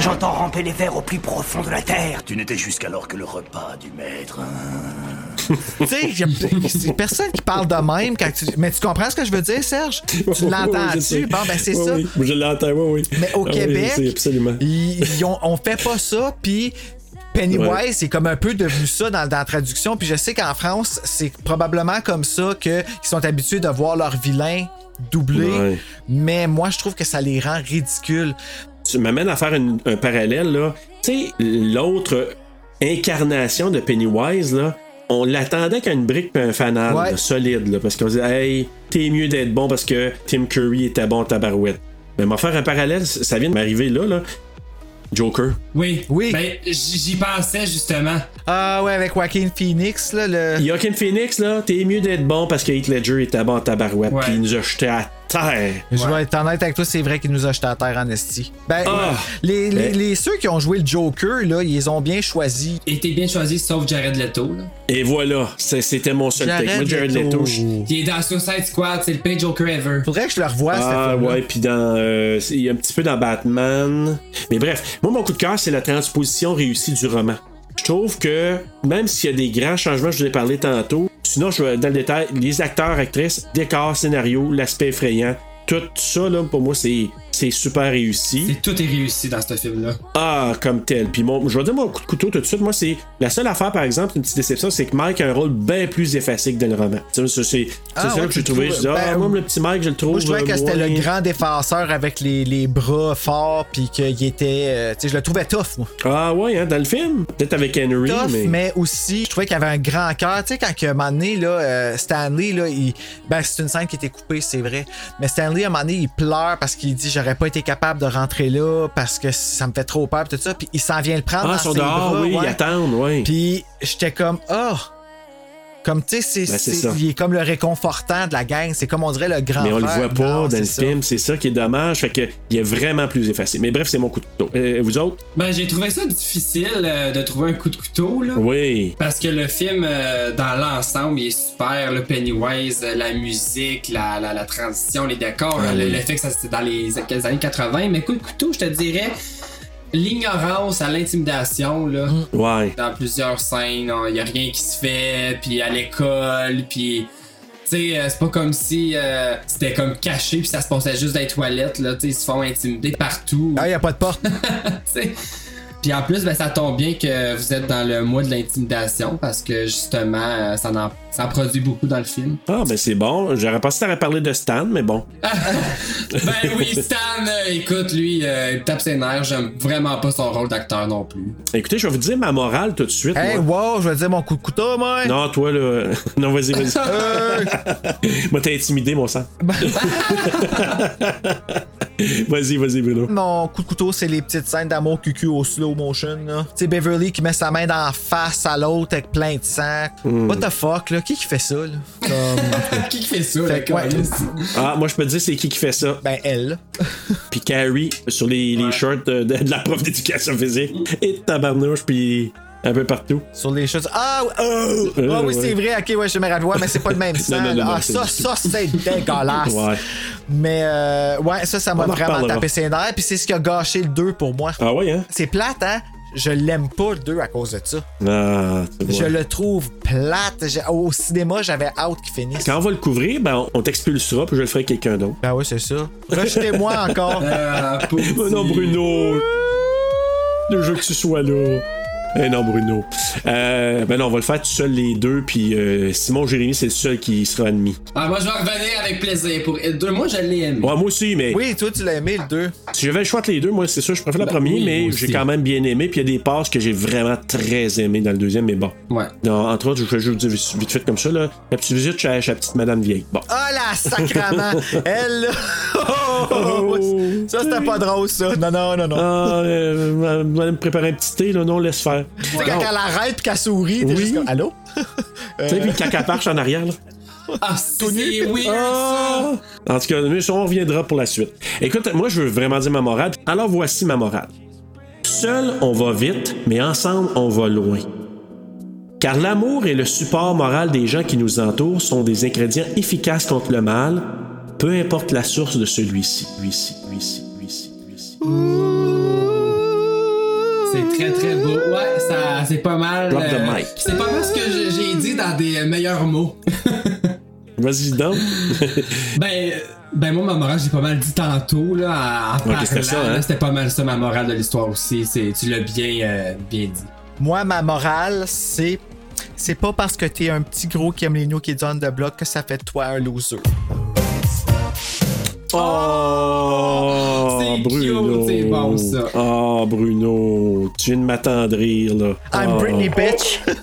O: J'entends ramper les vers au plus profond de la terre. Tu n'étais jusqu'alors que le repas du maître.
C: tu sais, y a- c'est personne qui parle de même quand tu- Mais tu comprends ce que je veux dire, Serge? Tu l'entends-tu? Bon, ben c'est
D: Oui,
C: ça.
D: oui, je l'entends, oui, oui.
C: Mais au
D: Ah oui,
C: Québec,
D: c'est absolument.
C: ils- ils ont- on fait pas ça, puis Pennywise
D: Ouais.
C: c'est comme un peu devenu ça dans, dans la traduction. Puis je sais qu'en France, c'est probablement comme ça qu'ils sont habitués de voir leurs vilains doublés.
D: Ouais.
C: Mais moi, je trouve que ça les rend ridicules.
D: Tu m'amènes à faire une- un parallèle, là. Tu sais, l'autre incarnation de Pennywise, là, on l'attendait qu'à une brique puis un fanal,
C: Ouais.
D: là, solide, là, parce qu'on disait, hey, t'es mieux d'être bon parce que Tim Curry était bon tabarouette. Mais m'en faire un parallèle, c- ça vient de m'arriver là, là. Joker.
E: Oui.
C: Oui.
E: Ben, j- j'y pensais justement.
C: Ah ouais, avec Joaquin Phoenix, là, le.
D: Joaquin Phoenix, là, t'es mieux d'être bon parce que Heath Ledger était bon tabarouette,
E: Ouais.
D: puis il nous a jeté à terre.
C: Je vais être honnête avec toi, c'est vrai qu'il nous a jeté à terre en esti. Ben,
D: Ah!
C: les, les-
D: Ben.
C: les- ceux qui ont joué le Joker, là, ils les ont bien choisis.
E: Il était bien choisi, sauf Jared Leto. Là.
D: Et voilà, c'est- c'était mon seul
C: Jared
D: take. Moi, Jared
C: Leto.
D: Leto, je-
E: Il est dans Suicide Squad, c'est le pire Joker ever.
C: Faudrait que je le revoie,
D: Ah
C: cette fois
D: ouais, puis dans euh, il y a un petit peu dans Batman. Mais bref, moi mon coup de cœur c'est la transposition réussie du roman. Je trouve que même s'il y a des grands changements, je vous ai parlé tantôt. Sinon, je vais dans le détail, les acteurs, actrices, décors, scénario, l'aspect effrayant, tout ça là pour moi c'est c'est super réussi.
E: Et tout est réussi dans ce film-là.
D: Ah, comme tel. Puis mon, je vais donner mon coup de couteau tout de suite. Moi, c'est la seule affaire, par exemple, une petite déception, c'est que Mike a un rôle bien plus effacé que dans le roman. Tu sais, C'est c'est- c'est
C: Ah,
D: ça
C: ouais,
D: que
C: tu
D: j'ai trouvé.
C: le
D: Je dis,
C: trouves-
D: ah,
C: ben,
D: moi, le petit Mike, je le trouve.
C: Moi, je trouvais que
D: euh,
C: c'était le
D: moyen.
C: grand défenseur avec les, les bras forts, puis qu'il était. euh, tu sais, je le trouvais tough, moi.
D: Ah ouais, hein, dans le film. Peut-être avec Henry,
C: Tough, mais...
D: mais...
C: aussi, je trouvais qu'il avait un grand cœur. Tu sais, quand que, à un moment donné, là, euh, Stanley, là, il... ben, c'est une scène qui était coupée, c'est vrai. Mais Stanley, à un moment donné, il pleure parce qu'il dit J'aurais pas été capable de rentrer là parce que ça me fait trop peur, pis tout ça. Puis il s'en vient le prendre.
D: Ah,
C: dans
D: ils sont
C: ses
D: dehors,
C: bras,
D: oui,
C: ouais.
D: ils attendent, oui.
C: Puis j'étais comme Ah Comme tu sais, c'est,
D: Ben, c'est
C: c'est-
D: ça.
C: il est comme le réconfortant de la gang. C'est comme on dirait le grand
D: Mais on le
C: frère.
D: voit pas
C: Non,
D: dans
C: c'est
D: le
C: ça.
D: film, c'est ça qui est dommage. Fait que il est vraiment plus effacé. Mais bref, c'est mon coup de couteau. Euh, vous autres?
E: Ben, j'ai trouvé ça difficile euh, de trouver un coup de couteau, là.
D: Oui.
E: Parce que le film, euh, dans l'ensemble, il est super. Le Pennywise, euh, la musique, la, la, la transition, les décors,
D: Ah
E: euh, le,
D: oui.
E: le fait que ça c'était dans les, les années 80. Mais coup de couteau, je te dirais, l'ignorance à l'intimidation, là.
D: Ouais.
E: Dans plusieurs scènes, il n'y a rien qui se fait, puis à l'école, puis. Tu sais, euh, c'est pas comme si euh, c'était comme caché, puis ça se passait juste dans les toilettes, là. Tu sais, ils se font intimider partout.
C: Ah, il a pas de porte.
E: T'sais. Puis en plus, ben, ça tombe bien que vous êtes dans le mois de l'intimidation parce que justement, euh, ça en, ça en produit beaucoup dans le film.
D: Ah, ben c'est bon. J'aurais pensé que t'aurais parlé de Stan, mais bon.
E: Ben oui, Stan, euh, écoute, lui, euh, il tape ses nerfs. J'aime vraiment pas son rôle d'acteur non plus.
D: Écoutez, je vais vous dire ma morale tout de suite.
C: Hey,
D: moi.
C: wow, je vais dire mon coup de couteau, moi.
D: Non, toi, là. non, vas-y, vas-y.
C: Euh,
D: Moi, t'as intimidé, mon sang. vas-y, vas-y, Bruno.
C: Mon coup de couteau, c'est les petites scènes d'amour cucu au slow motion. là. Tu sais, Beverly qui met sa main dans la face à l'autre avec plein de sang.
D: Hmm.
C: What the fuck, là? Qui qui fait ça, là? Comme-
E: Ah, qui qui fait ça,
C: Fait
E: la
C: que, ouais.
E: câlisse?
D: Ah, moi, je peux te dire c'est qui qui fait ça.
C: ben, elle.
D: Puis Carrie, sur les, les shirts de, de- de la prof d'éducation physique. Et de tabarnouche, puis un peu partout.
C: Sur les choses. Ah, oh, oh,
D: Euh,
C: Ah oui,
D: ouais.
C: c'est vrai. Ok, ouais, je me vois, mais c'est pas le même sang.
D: non, non,
C: là.
D: non,
C: ah,
D: c'est
C: ça,
D: du-
C: ça, Ah, c'est dégueulasse.
D: Ouais.
C: Mais, euh, ouais, ça, ça m'a
D: On en
C: vraiment
D: reparlera.
C: tapé ses nerfs. Puis c'est ce qui a gâché le 2 pour moi.
D: Ah ouais, hein?
C: C'est plate, hein? Je l'aime pas, le 2, à cause de ça.
D: Ah, tu vois.
C: Je le trouve plate. J'ai- Au cinéma, j'avais hâte qu'il finisse.
D: Quand on va le couvrir, ben, on- on t'expulsera, puis je le ferai à quelqu'un d'autre.
C: Ben oui, c'est ça. Rejetez-moi encore.
E: Ah, pauvre
D: Mais Oh non,
E: petit.
D: Bruno! Le jeu que tu sois là. Eh non, Bruno. Euh, ben non, on va le faire tout seul, les deux, puis euh, Simon Jérémy, c'est le seul qui sera admis.
E: Ah, moi, je vais revenir avec plaisir pour Hit 2. Moi, je l'ai aimé.
D: Ouais, moi aussi, mais
C: Oui, Bah toi, tu l'as aimé, le 2.
D: si j'avais le choix entre les deux, moi, c'est sûr, je préfère le
E: Ben
D: premier,
E: oui, moi
D: mais
E: aussi.
D: j'ai quand même bien aimé, puis il y a des passes que j'ai vraiment très aimées dans le deuxième, mais bon.
E: Ouais.
D: Non, entre autres, je vais juste vous dire vite fait comme ça, là, la petite visite chez, chez la petite madame vieille. Bon.
C: Ah la sacrament! Elle, là. Oh, oh, oh. Ça, c'était pas drôle, ça. Non, non, non, non.
D: Ah, euh, vous allez me préparer un petit thé, là, non, laisse faire.
C: Tu sais, quand elle arrête puis qu'elle sourit, t'es
D: Oui.
C: juste comme, Allô?
D: Tu sais, puis quand elle marche en arrière, là.
E: Ah, c'est weird, ça!
D: Ah! En tout cas, mais on reviendra pour la suite. Écoute, moi, je veux vraiment dire ma morale. Alors, voici ma morale. Seul, on va vite, mais ensemble, on va loin. Car l'amour et le support moral des gens qui nous entourent sont des ingrédients efficaces contre le mal, peu importe la source de celui-ci. Lui-ci, lui-ci, lui-ci, lui-ci.
E: C'est très très beau. Ouais, ça, c'est pas mal.
D: Drop the
E: euh,
D: mic.
E: C'est pas mal ce que j'ai- j'ai dit dans des euh, meilleurs mots.
D: Vas-y donc.
E: ben, ben moi, ma morale, j'ai pas mal dit tantôt, là, en
D: Ouais,
E: parlant,
D: que c'était ça, hein?
E: là, C'était pas mal ça, ma morale de l'histoire aussi. C'est, tu l'as bien, euh, bien dit.
C: Moi, ma morale, c'est. C'est pas parce que t'es un petit gros qui aime les nous qui est on the block que ça fait de toi un loser.
D: Oh,
E: c'est
D: Bruno.
E: cute, c'est bon, ça.
D: Oh, Bruno. Tu viens de m'attendrir, là.
C: I'm
D: Oh.
C: Britney Bitch.
D: Oh,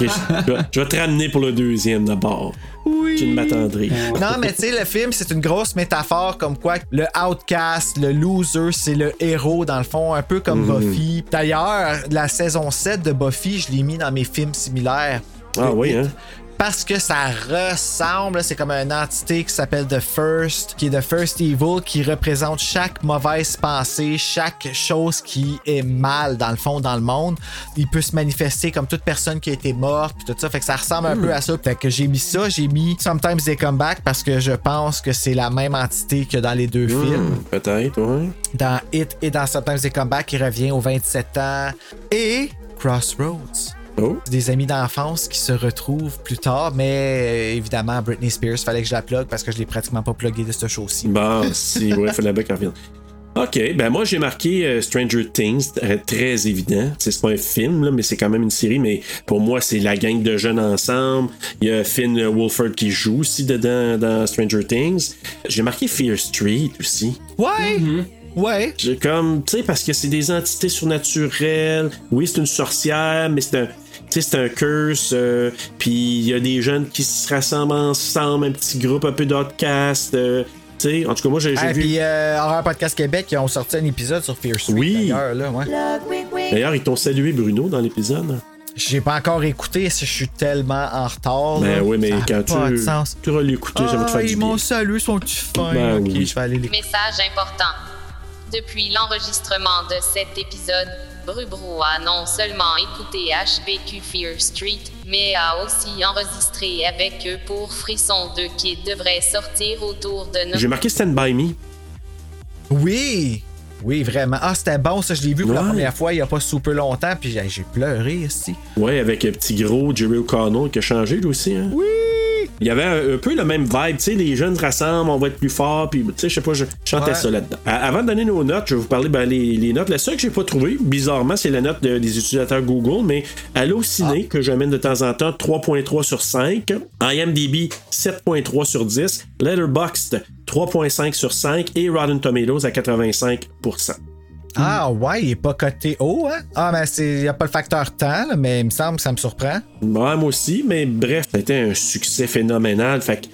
D: je, je vais- je vais te ramener pour le deuxième d'abord.
C: Oui.
D: Tu viens de m'attendrir.
C: Non, mais tu sais, le film, c'est une grosse métaphore comme quoi le outcast, le loser, c'est le héros, dans le fond, un peu comme
D: Mhm.
C: Buffy. D'ailleurs, la saison 7 de Buffy, je l'ai mis dans mes films similaires.
D: Ah oui, hein?
C: Parce que ça ressemble, c'est comme une entité qui s'appelle The First, qui est The First Evil, qui représente chaque mauvaise pensée, chaque chose qui est mal dans le fond, dans le monde. Il peut se manifester comme toute personne qui a été morte, puis tout ça. Fait que ça ressemble un
O: Hmm.
C: peu à ça. Fait que j'ai mis ça, j'ai mis Sometimes They Come Back parce que je pense que c'est la même entité que dans les deux films.
D: Hmm, Peut-être, ouais.
C: Dans It et dans Sometimes They Come Back, qui revient aux 27 ans. Et Crossroads
D: Oh.
C: des amis d'enfance qui se retrouvent plus tard, mais euh, évidemment, Britney Spears, fallait que je la plug parce que je l'ai pratiquement pas plugué de ce show-ci.
D: Bon, si, ouais, faut la bec en revienne. Ok, ben moi j'ai marqué euh, Stranger Things, euh, très évident. C'est c'est pas un film, là, mais c'est quand même une série. Mais pour moi, c'est la gang de jeunes ensemble. Il y a Finn euh, Wolford qui joue aussi dedans dans Stranger Things. J'ai marqué Fear Street aussi.
C: Ouais!
D: Mhm.
C: Ouais!
D: J'ai comme, tu sais, parce que c'est des entités surnaturelles. Oui, c'est une sorcière, mais c'est un. tu sais, C'est un curse, euh, puis il y a des jeunes qui se rassemblent ensemble, un petit groupe un peu d'outcast. euh, tu sais, en tout cas, moi, j'ai j'ai
C: Et
D: vu.
C: puis, euh, Horror Podcast Québec, ils ont sorti un épisode sur Fear Street.
D: Oui.
C: d'ailleurs, là, ouais.
L: Ah,
D: D'ailleurs, ils t'ont salué, Bruno, dans l'épisode.
C: J'ai pas encore écouté, je suis tellement en retard.
D: Ben
C: là.
D: oui, mais
C: Ça a
D: quand
C: pas de
D: tu,
C: sens.
D: tu auras l'écouté, ça va te
C: Ah,
D: faire du
C: ils
D: bien.
C: m'ont salué, sont-tu fins?
D: Ben
C: ok,
D: oui.
C: je vais aller l'écouter.
P: Message important. Depuis l'enregistrement de cet épisode, Brubro a non seulement écouté HBQ Fear Street, mais a aussi enregistré avec eux pour Frisson 2 qui devrait sortir autour de nos...
D: J'ai marqué Stand By Me.
C: Oui! Oui, vraiment. Ah, c'était bon, ça, je l'ai vu pour la
D: Ouais.
C: première fois il y a pas super longtemps, puis j'ai j'ai pleuré ici.
D: Ouais, avec le petit gros Jerry O'Connell qui a changé, lui aussi. Hein? Oui! Il y avait un, un peu le même vibe, tu sais, les jeunes se rassemblent, on va être plus fort, puis tu sais, je sais pas, je chantais
C: Ouais.
D: ça là-dedans. À- avant de donner nos notes, je vais vous parler ben, les, les notes. La seule que j'ai pas trouvée, bizarrement, c'est la note de- des utilisateurs Google, mais Allociné, que j'amène de temps en temps, 3.3 sur 5. IMDb, 7.3 sur 10. Letterboxd, 3.5 sur 5. Et Rotten Tomatoes à 85%.
C: Ah ouais, il est pas coté haut, hein? Ah mais c'est. Y a pas le facteur temps, là, mais il me semble que ça me surprend.
D: Ouais, moi aussi, mais bref, c'était un succès phénoménal. Fait que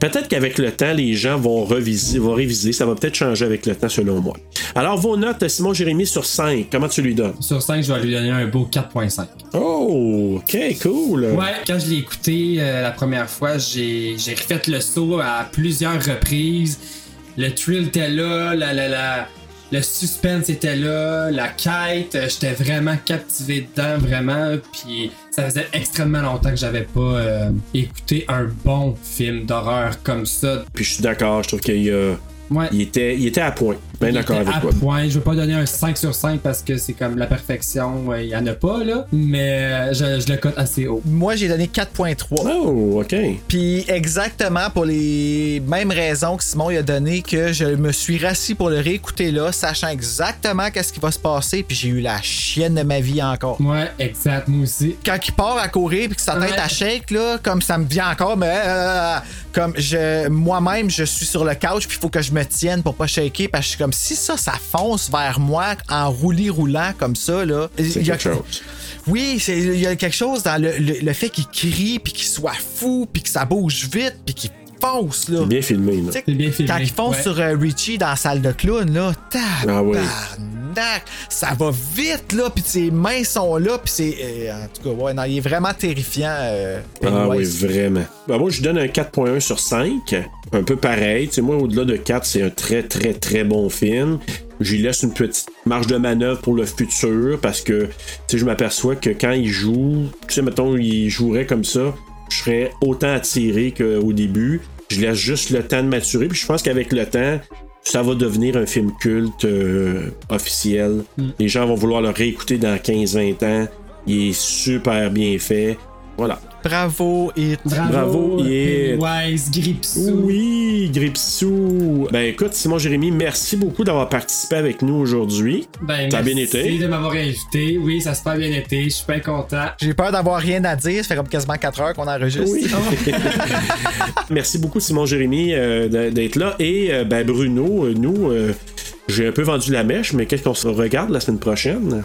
D: peut-être qu'avec le temps, les gens vont reviser, vont réviser. Ça va peut-être changer avec le temps, selon moi. Alors, vos notes, Simon Jérémy, sur 5, comment tu lui donnes?
E: Sur 5, je vais lui donner un beau 4.5.
D: Oh, ok, cool.
E: Ouais, quand je l'ai écouté euh, la première fois, j'ai j'ai refait le saut à plusieurs reprises. Le thrill était là, la, la, la- le suspense était là, la quête, euh, j'étais vraiment captivé dedans, vraiment. Puis ça faisait extrêmement longtemps que j'avais pas euh, écouté un bon film d'horreur comme ça.
D: Puis je suis d'accord, je trouve qu'il euh,
E: Ouais.
D: il était, il était à point. Ben d'accord
E: J'étais
D: avec
E: à
D: toi.
E: point. Je veux pas donner un 5 sur 5 parce que c'est comme la perfection, euh, il y en a pas là, mais euh, je, je le cote assez haut.
C: Moi j'ai donné 4.3.
D: Oh, ok.
C: Puis exactement pour les mêmes raisons que Simon y a donné que je me suis rassis pour le réécouter là, sachant exactement qu'est-ce qui va se passer, puis j'ai eu la chienne de ma vie encore.
E: Ouais, exact, moi aussi.
C: Quand il part à courir puis que sa tête à shake là, comme ça me vient encore, mais euh, comme je moi-même je suis sur le couch puis il faut que je me tienne pour pas shaker parce que je suis comme si ça ça fonce vers moi en roulis roulant comme ça là.
D: C'est
C: Il y a-
D: quelque chose.
C: oui, c'est- il y a quelque chose dans le, le- le fait qu'il crie, puis qu'il soit fou, puis que ça bouge vite, puis qu'il fonce, là.
D: Bien filmé, là.
C: Tu sais,
E: C'est bien filmé,
C: Quand il fonce
E: ouais.
C: sur euh, Richie dans la salle de clown, là,
D: Ah oui.
C: tabarnak, ça va vite, là, puis ses mains sont là, puis c'est... euh, en tout cas, ouais, non, il est vraiment terrifiant, euh,
D: Ah oui,
C: Pennywise.
D: vraiment. Ben, moi, je donne un 4.1 sur 5. Un peu pareil. Tu sais, moi, au-delà de 4, c'est un très, très, très bon film. J'y laisse une petite marge de manœuvre pour le futur parce que tu sais, je m'aperçois que quand il joue, tu sais, mettons, il jouerait comme ça, je serais autant attiré qu'au début. Je laisse juste le temps de maturer. Puis je pense qu'avec le temps, ça va devenir un film culte euh, officiel.
J: Mm.
D: Les gens vont vouloir le réécouter dans 15-20 ans. Il est super bien fait. Voilà.
C: Bravo, It.
D: Bravo, It.
O: Pennywise, Gripsou.
D: Oui, Gripsou. Ben écoute, Simon Jérémy, merci beaucoup d'avoir participé avec nous aujourd'hui.
E: Ben,
D: T'as bien
E: merci
D: été.
E: de m'avoir invité. Oui, ça se passe bien été. Je suis bien content.
C: J'ai peur d'avoir rien à dire. Ça fait comme quasiment 4 heures qu'on enregistre.
D: Oui. Merci beaucoup, Simon Jérémy, euh, d- d'être là. Et euh, ben, Bruno, euh, nous, euh, j'ai un peu vendu la mèche, mais qu'est-ce qu'on se regarde la semaine prochaine?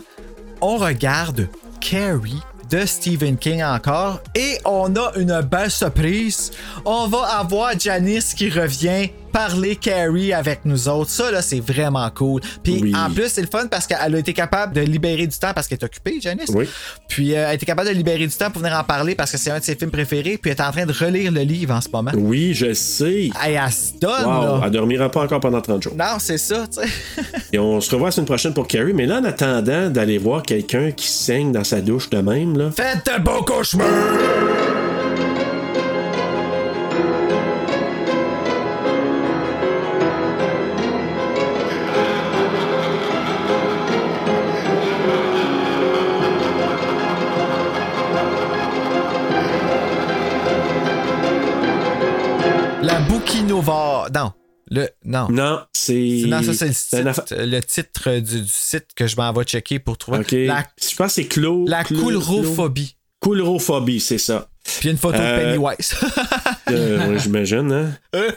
C: on regarde Carrie de Stephen King encore et on a une belle surprise. On va avoir Janice qui revient parler Carrie avec nous autres. Ça, là, c'est vraiment cool. Puis
D: Oui.
C: en plus, c'est le fun parce qu'elle a été capable de libérer du temps parce qu'elle est occupée, Janice.
D: Oui.
C: Puis euh, elle a été capable de libérer du temps pour venir en parler parce que c'est un de ses films préférés. Puis elle est en train de relire le livre en ce moment.
D: Oui, je sais.
C: Hey, elle se donne,
D: Wow,
C: là.
D: elle dormira pas encore pendant 30 jours.
C: Non, c'est ça, tu sais.
D: Et on se revoit la semaine prochaine pour Carrie, mais là, en attendant d'aller voir quelqu'un qui saigne dans sa douche de même, là.
C: Faites de beaux cauchemars! La Bouquinova. Non. Le, non.
D: Non, c'est.
C: Non, ça, c'est le
D: un
C: titre,
D: affaire-
C: le titre du, du site que je m'en vais checker pour trouver.
D: Ok.
C: La,
D: Je pense que c'est Clo.
C: la
D: Clo-
C: coulrophobie.
D: Clo- Coulrophobie, c'est ça.
C: Puis une photo
D: Euh,
C: de Pennywise.
D: Euh, ouais, J'imagine, hein?